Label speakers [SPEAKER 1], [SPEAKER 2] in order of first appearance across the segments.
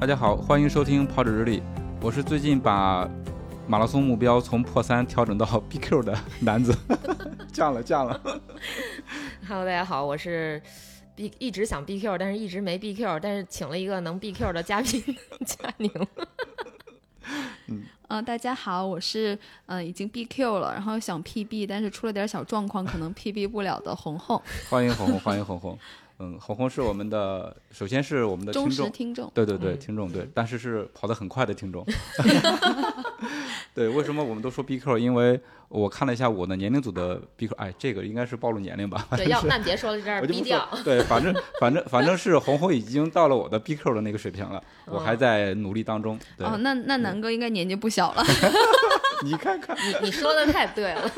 [SPEAKER 1] 大家好，欢迎收听跑者日历，我是最近把马拉松目标从破三调整到 BQ 的男子， 降了降了。
[SPEAKER 2] Hello，大家好，我是 B 一直想 BQ，但是一直没 BQ，但是请了一个能 BQ 的嘉宾佳 宁。
[SPEAKER 3] 嗯、大家好，我是呃已经 BQ 了，然后想 PB，但是出了点小状况，可能 PB 不了的红红，
[SPEAKER 1] 欢迎红红，欢迎红红。嗯，红红是我们的，首先是我们呃的听
[SPEAKER 3] 忠实
[SPEAKER 1] 众，
[SPEAKER 3] 听众。
[SPEAKER 1] 对对对，
[SPEAKER 2] 嗯
[SPEAKER 1] 听众对，但是是跑得很快的 听众。 对，为什么我们都说 BQ？因为我看了一下我的年龄组的 BQ，哎，这个应该是暴露年龄吧？
[SPEAKER 2] 对，要那别说了，这儿
[SPEAKER 1] 我就
[SPEAKER 2] 逼
[SPEAKER 1] 不
[SPEAKER 2] 掉
[SPEAKER 1] 说。。 对，反正反正反正是红红已经到了我的 BQ 的那个水平了，我还
[SPEAKER 2] 嗯
[SPEAKER 1] 在努力当中。对，嗯
[SPEAKER 3] 哦，那那南哥应该年纪不小了，
[SPEAKER 1] 你看 看，
[SPEAKER 2] 你你说的太对了。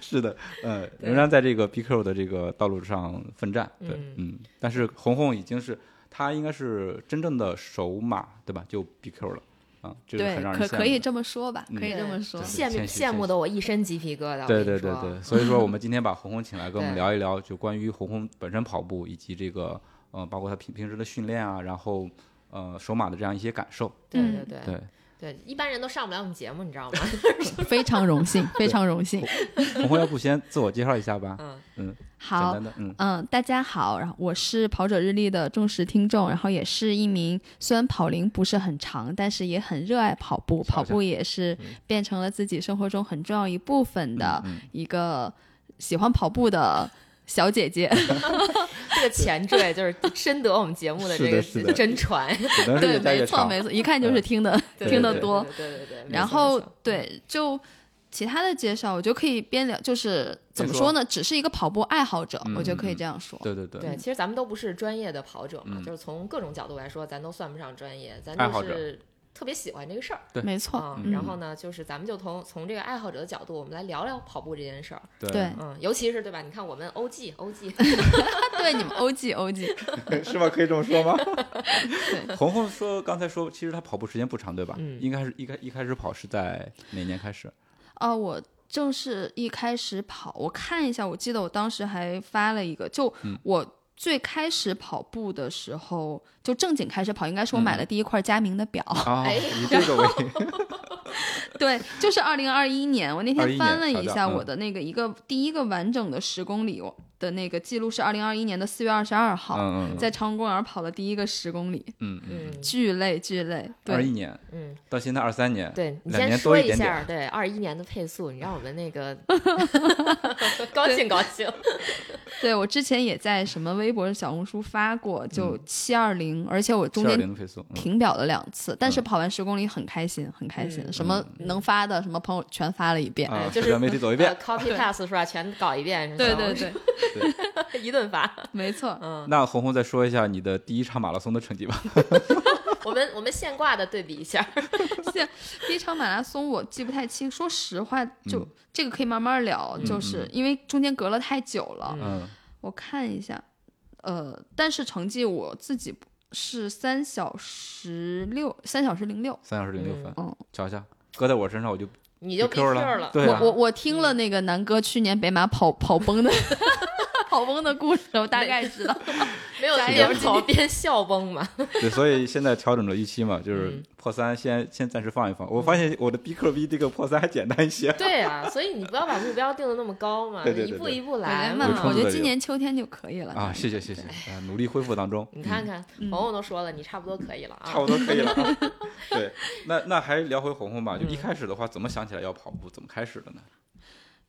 [SPEAKER 1] 是的，呃，
[SPEAKER 2] 对
[SPEAKER 1] 仍然在这个 BQ 的这个道路上奋战。对，嗯
[SPEAKER 2] 嗯
[SPEAKER 1] 但是红红已经是他应该是真正的首马，对吧？就 BQ 了，啊、这个
[SPEAKER 3] 对
[SPEAKER 1] 很让，人
[SPEAKER 3] 可
[SPEAKER 1] 羡
[SPEAKER 3] 可以
[SPEAKER 1] 慕
[SPEAKER 3] 这么说吧，
[SPEAKER 1] 嗯
[SPEAKER 3] 可以这么说
[SPEAKER 1] 对。
[SPEAKER 2] 羡慕
[SPEAKER 1] 谦虚
[SPEAKER 2] 羡慕的我一身鸡皮疙瘩。
[SPEAKER 1] 对
[SPEAKER 2] 我跟
[SPEAKER 1] 对
[SPEAKER 2] 你
[SPEAKER 1] 对
[SPEAKER 2] 说
[SPEAKER 1] 对，所以说我 们今天把红红请来，跟我们
[SPEAKER 2] 对
[SPEAKER 1] 聊一聊，就关于红红本身跑步以及这个，呃，包括他平平时的训练啊，然后呃首马的这样一些感受。
[SPEAKER 2] 对
[SPEAKER 3] 嗯
[SPEAKER 2] 对
[SPEAKER 1] 对
[SPEAKER 2] 对，对，一般人都上不了我们节目，你知道吗？
[SPEAKER 3] 非常荣幸，非常荣幸。
[SPEAKER 1] 红红要不先自我介绍一下吧，
[SPEAKER 2] 嗯，
[SPEAKER 1] 简
[SPEAKER 3] 好
[SPEAKER 1] 单，的，嗯
[SPEAKER 3] 嗯，大家好，然后我是跑者日历的忠实听众，然后也是一名虽然跑龄不是很长，但是也很热爱跑步，
[SPEAKER 1] 瞧瞧
[SPEAKER 3] 跑步也是变成了自己生活中很重要一部分的
[SPEAKER 1] 嗯
[SPEAKER 3] 一个喜欢跑步的小姐姐。
[SPEAKER 2] 这个前 缀就是深得我们节目的
[SPEAKER 1] 是
[SPEAKER 2] 这
[SPEAKER 1] 的是
[SPEAKER 2] 个
[SPEAKER 1] 的
[SPEAKER 2] 真传。
[SPEAKER 1] 只能是越
[SPEAKER 3] 对，
[SPEAKER 1] 加
[SPEAKER 3] 没
[SPEAKER 1] 越
[SPEAKER 3] 错
[SPEAKER 1] 长。
[SPEAKER 3] 没错，一看就是听的、
[SPEAKER 2] 对
[SPEAKER 3] 听
[SPEAKER 1] 得
[SPEAKER 2] 对对
[SPEAKER 3] 多
[SPEAKER 2] 对对对对。没错
[SPEAKER 3] 然后
[SPEAKER 2] 没错嗯
[SPEAKER 3] 对，就其他的介绍，我就可以边聊，就是怎么
[SPEAKER 1] 说
[SPEAKER 3] 说呢？只是一个跑步爱好者，
[SPEAKER 1] 嗯
[SPEAKER 3] 我就可以
[SPEAKER 1] 嗯
[SPEAKER 3] 这样说。
[SPEAKER 1] 对对对，
[SPEAKER 2] 对，其实咱们都不是专业的跑者嘛，
[SPEAKER 1] 嗯
[SPEAKER 2] 就是从各种角度来说，咱都算不上专业，咱
[SPEAKER 1] 爱好
[SPEAKER 2] 就
[SPEAKER 1] 者
[SPEAKER 2] 是特别喜欢这个事儿
[SPEAKER 1] 对
[SPEAKER 3] 没错，
[SPEAKER 2] 啊、
[SPEAKER 3] 嗯
[SPEAKER 2] 然后呢， 就是咱们就从从这个爱好者的角度，我们来聊聊跑步这件事儿。
[SPEAKER 1] 对
[SPEAKER 3] 对
[SPEAKER 2] 嗯，尤其是对吧？你看我们 OG OG，
[SPEAKER 3] 啊对你们 OG OG，
[SPEAKER 1] 是吧？可以这么说吗？
[SPEAKER 3] 对
[SPEAKER 1] 红红说，刚才说，其实他跑步时间不长，对吧？
[SPEAKER 2] 嗯
[SPEAKER 1] 应该是一开一开始跑是在哪年开始？
[SPEAKER 3] 啊，我正式一开始跑，我看一下，我记得我当时还发了一个，就
[SPEAKER 1] 嗯
[SPEAKER 3] 我最开始跑步的时候，就正经开始跑，应该是我买
[SPEAKER 1] 嗯
[SPEAKER 3] 了第一块佳明 的表，
[SPEAKER 1] 啊，
[SPEAKER 2] 哎
[SPEAKER 1] 以这个为
[SPEAKER 3] 对，就是二零二一年。我那
[SPEAKER 1] 21
[SPEAKER 3] 天翻了
[SPEAKER 1] 年好
[SPEAKER 3] 一
[SPEAKER 1] 的
[SPEAKER 3] 下
[SPEAKER 1] 嗯
[SPEAKER 3] 我的那个一个、第一个完整的十公里我的那个记录是二零二一年的四月二十二 号，
[SPEAKER 1] 嗯嗯
[SPEAKER 3] 在长虹公园跑的第一个十公里，
[SPEAKER 1] 嗯嗯，
[SPEAKER 2] 嗯
[SPEAKER 3] 巨累巨累。
[SPEAKER 1] 二一
[SPEAKER 3] 对，
[SPEAKER 1] 年
[SPEAKER 2] 嗯，
[SPEAKER 1] 到现在二三年，
[SPEAKER 2] 对你
[SPEAKER 1] 两
[SPEAKER 2] 先
[SPEAKER 1] 年
[SPEAKER 2] 说
[SPEAKER 1] 多一
[SPEAKER 2] 一
[SPEAKER 1] 点
[SPEAKER 2] 下，对二一年的配速，你让我们 那个 高兴高
[SPEAKER 1] 啊
[SPEAKER 2] 兴。
[SPEAKER 3] 对我之前也在什么微博、小红书发过，就七二零，而且我
[SPEAKER 1] 嗯
[SPEAKER 3] 中
[SPEAKER 1] 七二
[SPEAKER 3] 间
[SPEAKER 1] 零的配速，嗯
[SPEAKER 3] 停表了两次，但是
[SPEAKER 1] 嗯
[SPEAKER 3] 跑完十公里很开心，很开心，
[SPEAKER 2] 嗯
[SPEAKER 3] 什么能发的什么朋友全发了一遍。
[SPEAKER 1] 啊，
[SPEAKER 2] 就是
[SPEAKER 1] 社交媒体走一遍
[SPEAKER 2] 呃。copy
[SPEAKER 3] 对
[SPEAKER 2] pass 是吧？全搞一遍，是吧
[SPEAKER 3] 对对，对，
[SPEAKER 2] 一顿发。
[SPEAKER 3] 没错，
[SPEAKER 2] 嗯，
[SPEAKER 1] 那红红再说一下你的第一场马拉松的成绩吧。
[SPEAKER 2] 我们我们现挂的对比一下，
[SPEAKER 3] 现第一场马拉松我记不太清，说实话，就、
[SPEAKER 1] 嗯
[SPEAKER 3] 这个可以慢慢聊，就是因为中间隔了太久了。
[SPEAKER 2] 嗯
[SPEAKER 1] 嗯，
[SPEAKER 3] 我看一下，呃，但是成绩我自己是三小时六，三小时零六。
[SPEAKER 1] 三小时零六分
[SPEAKER 3] 嗯，
[SPEAKER 1] 瞧瞧，搁在我身上我就
[SPEAKER 2] 你就
[SPEAKER 1] BQ 了
[SPEAKER 2] 了。
[SPEAKER 1] 对啊
[SPEAKER 3] 我我我听了那个南哥去年北马跑跑崩的 跑崩的故事，我大概知道。
[SPEAKER 2] 没有
[SPEAKER 3] 加
[SPEAKER 2] 边
[SPEAKER 3] 油
[SPEAKER 2] 跑边笑崩嘛。
[SPEAKER 1] 对，所以现在调整了预期嘛，就是
[SPEAKER 2] 嗯
[SPEAKER 1] 破三先先暂时放一放。我发现我的 BQ 比这个破三还简单一些。
[SPEAKER 2] 对啊，所以你不要把目标定的那么高嘛，
[SPEAKER 1] 对对对
[SPEAKER 2] 一步一步
[SPEAKER 3] 我
[SPEAKER 2] 来
[SPEAKER 3] 觉得
[SPEAKER 1] 有
[SPEAKER 3] 嘛，
[SPEAKER 1] 冲
[SPEAKER 3] 我
[SPEAKER 1] 突的
[SPEAKER 3] 觉得今
[SPEAKER 1] 有
[SPEAKER 3] 年秋天就可以了
[SPEAKER 1] 啊，谢谢谢谢，啊，努力恢复当中。
[SPEAKER 2] 你看看，
[SPEAKER 3] 嗯
[SPEAKER 2] 朋友都说了，你差不多可以了啊。
[SPEAKER 1] 差不多可以了啊。对，那那还聊回红红吧。就一
[SPEAKER 2] 嗯
[SPEAKER 1] 开始的话，怎么想起来要跑步，怎么开始的呢？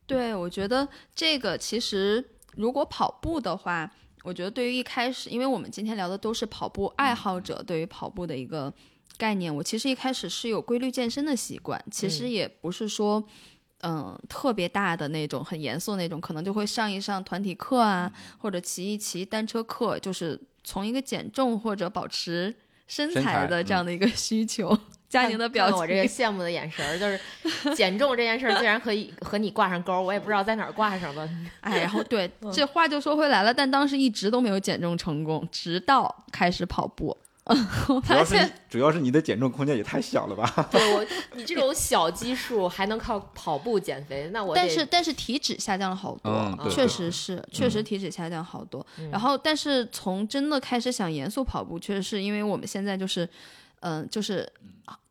[SPEAKER 3] 对，我觉得这个其实如果跑步的话，我觉得对于一开始，因为我们今天聊的都是跑步爱好
[SPEAKER 2] 嗯
[SPEAKER 3] 者对于跑步的一
[SPEAKER 2] 嗯
[SPEAKER 3] 个概念，我其实一开始是有规律健身的习惯，其实也不是说。嗯特别大的那种很严肃的那种，可能就会上一上团体课啊，
[SPEAKER 2] 嗯
[SPEAKER 3] 或者骑一骑单车课，就是从一个减重或者保持身
[SPEAKER 1] 身材嗯
[SPEAKER 3] 材的这样的一个需求。 佳宁的表
[SPEAKER 2] 看
[SPEAKER 3] 情，
[SPEAKER 2] 我这个羡慕的眼神儿， 就是减重这件事儿，竟然可以和你挂上钩儿，我也不知道在哪儿挂上的。
[SPEAKER 3] 哎，然后对
[SPEAKER 2] 嗯，
[SPEAKER 3] 这话就说回来了，但当时一直都没有减重成功，直到开始跑步， 我
[SPEAKER 1] 主
[SPEAKER 3] 发
[SPEAKER 1] 要是你
[SPEAKER 3] 现
[SPEAKER 1] 主要是你的减重空间也太小了 吧？
[SPEAKER 2] 对我，你这种小基数还能靠跑步减肥，那我得
[SPEAKER 3] 但是但是体脂下降了好多，
[SPEAKER 1] 嗯
[SPEAKER 2] 对
[SPEAKER 3] 确
[SPEAKER 2] 对
[SPEAKER 3] 实是，确实体脂下降好多。
[SPEAKER 2] 嗯
[SPEAKER 3] 然后，但是从真的开始想严肃跑步，确实是因为我们现在就是，嗯、就是。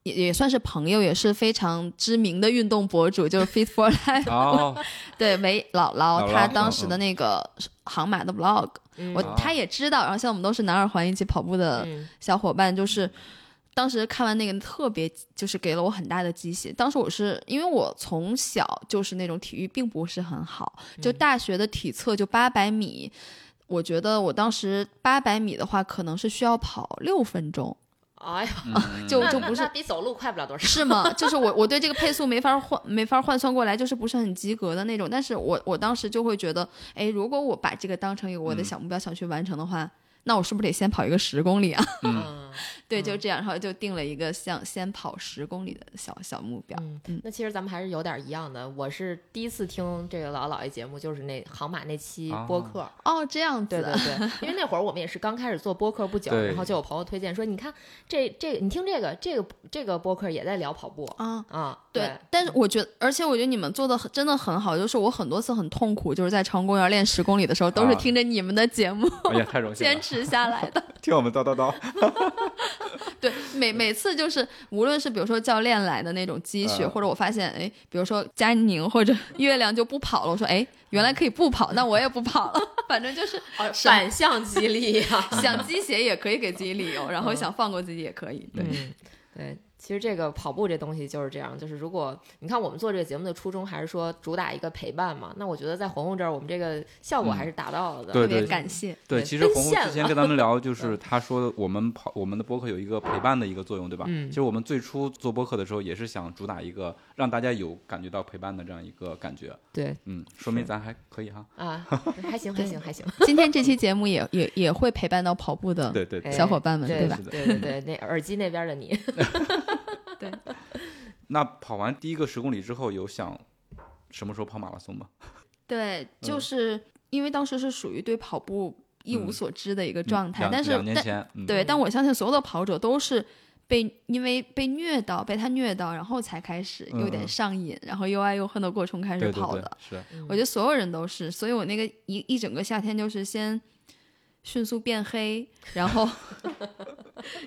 [SPEAKER 3] 也也算是朋友，也是非常知名的运动博主，就是 Fit for Life，、
[SPEAKER 1] 哦，
[SPEAKER 3] 对，为姥
[SPEAKER 1] 姥
[SPEAKER 3] 姥
[SPEAKER 1] 姥
[SPEAKER 3] 她
[SPEAKER 1] 嗯
[SPEAKER 3] 当时的那个航马的 vlog，、
[SPEAKER 2] 嗯
[SPEAKER 3] 我
[SPEAKER 1] 啊
[SPEAKER 3] 她也知道，然后像我们都是南二环一起跑步的
[SPEAKER 2] 嗯
[SPEAKER 3] 小伙伴，就是当时看完那个特别，就是给了我很大的激喜。当时我是因为我从小就是那种体育并不是很好，就大学的体测就八百米，我觉得我当时八百米的话可能是需要跑六分钟，
[SPEAKER 2] 哎呀，
[SPEAKER 1] 嗯
[SPEAKER 3] 就
[SPEAKER 2] 那
[SPEAKER 3] 就
[SPEAKER 2] 那
[SPEAKER 3] 不
[SPEAKER 2] 那
[SPEAKER 3] 是。
[SPEAKER 2] 比走路快不了多少。
[SPEAKER 3] 是吗？就是我我对这个配速没法换没法换算过来，就是不是很及格的那种。但是我我当时就会觉得，哎，如果我把这个当成一个我的
[SPEAKER 1] 嗯
[SPEAKER 3] 小目标想去完成的话，那我是不是得先跑一个十公里啊？
[SPEAKER 2] 嗯
[SPEAKER 3] 对，
[SPEAKER 2] 嗯
[SPEAKER 3] 就这样，然后就定了一个像先跑十公里的小小目标。
[SPEAKER 2] 嗯，那其实咱们还是有点一样的。我是第一次听这个老姥爷节目，就是那航马那期播客，
[SPEAKER 3] 哦，这样子
[SPEAKER 2] 对对
[SPEAKER 3] 的，
[SPEAKER 2] 对，因为那会儿我们也是刚开始做播客不久，
[SPEAKER 1] 对
[SPEAKER 2] 然后就有朋友推荐说，你看这这个，你听这个这个这个播客也在聊跑步
[SPEAKER 3] 啊。
[SPEAKER 2] 啊，
[SPEAKER 3] 对，但是我觉得，而且我觉得你们做的真的很好，就是我很多次很痛苦，就是在长公园练十公里的时候，都是
[SPEAKER 1] 啊
[SPEAKER 3] 听着你们的节目
[SPEAKER 1] 哎呀，太荣幸
[SPEAKER 3] 坚
[SPEAKER 1] 了，
[SPEAKER 3] 持下来的。
[SPEAKER 1] 听我们叨叨叨，
[SPEAKER 3] 对，每每次就是，无论是比如说教练来的那种积雪，
[SPEAKER 1] 嗯
[SPEAKER 3] 或者我发现，哎，比如说佳宁或者 月亮就不跑了，我说，哎，原来可以不跑，那我也不跑了， 反正就是
[SPEAKER 2] 哦
[SPEAKER 3] 是
[SPEAKER 2] 反向激励啊呀、
[SPEAKER 3] 想鸡血也可以给自己理由，然后想放过自己也可以。对，
[SPEAKER 2] 嗯，对，其实这个跑步这东西就是这样，就是如果你看我们做这个节目的初衷还是说主打一个陪伴嘛，那我觉得在红红这儿我们这个效果
[SPEAKER 1] 嗯
[SPEAKER 2] 还是达到了的。
[SPEAKER 1] 对
[SPEAKER 3] 特别感谢。
[SPEAKER 1] 对，
[SPEAKER 2] 对
[SPEAKER 1] 其实
[SPEAKER 2] 奔
[SPEAKER 1] 红红
[SPEAKER 2] 现
[SPEAKER 1] 之前
[SPEAKER 2] 了
[SPEAKER 1] 跟咱们聊，就是他说我们跑我们的播客有一个陪伴的一个作用，对吧？
[SPEAKER 2] 嗯
[SPEAKER 1] 其实我们最初做播客的时候，也是想主打一个让大家有感觉到陪伴的这样一个感觉。
[SPEAKER 2] 对
[SPEAKER 1] 嗯，说明咱还可以哈。
[SPEAKER 2] 啊，还行还行还行，
[SPEAKER 3] 今天这期节目也也也会陪伴到跑步的
[SPEAKER 1] 对对
[SPEAKER 2] 哎
[SPEAKER 1] 对。
[SPEAKER 3] 小伙伴们，
[SPEAKER 2] 对
[SPEAKER 3] 对吧
[SPEAKER 1] 是？的
[SPEAKER 2] 对对对，那耳机那边的你，
[SPEAKER 1] 那跑完第一个十公里之后，有想什么时候跑马拉松吗？
[SPEAKER 3] 对，就是因为当时是属于对跑步一无所知的一个状
[SPEAKER 1] 嗯
[SPEAKER 3] 态，
[SPEAKER 1] 两
[SPEAKER 3] 但是
[SPEAKER 1] 两年
[SPEAKER 3] 但
[SPEAKER 1] 前，嗯，
[SPEAKER 3] 对，但我相信所有的跑者都是。被因为被虐到，被他虐到，然后才开始有
[SPEAKER 1] 嗯嗯
[SPEAKER 3] 点上瘾，然后又爱又恨的过程开始
[SPEAKER 1] 对对
[SPEAKER 3] 跑的。嗯
[SPEAKER 1] 对，是
[SPEAKER 3] 我觉得所有人都是，所以我那个一一整个夏天就是先迅速变黑，然后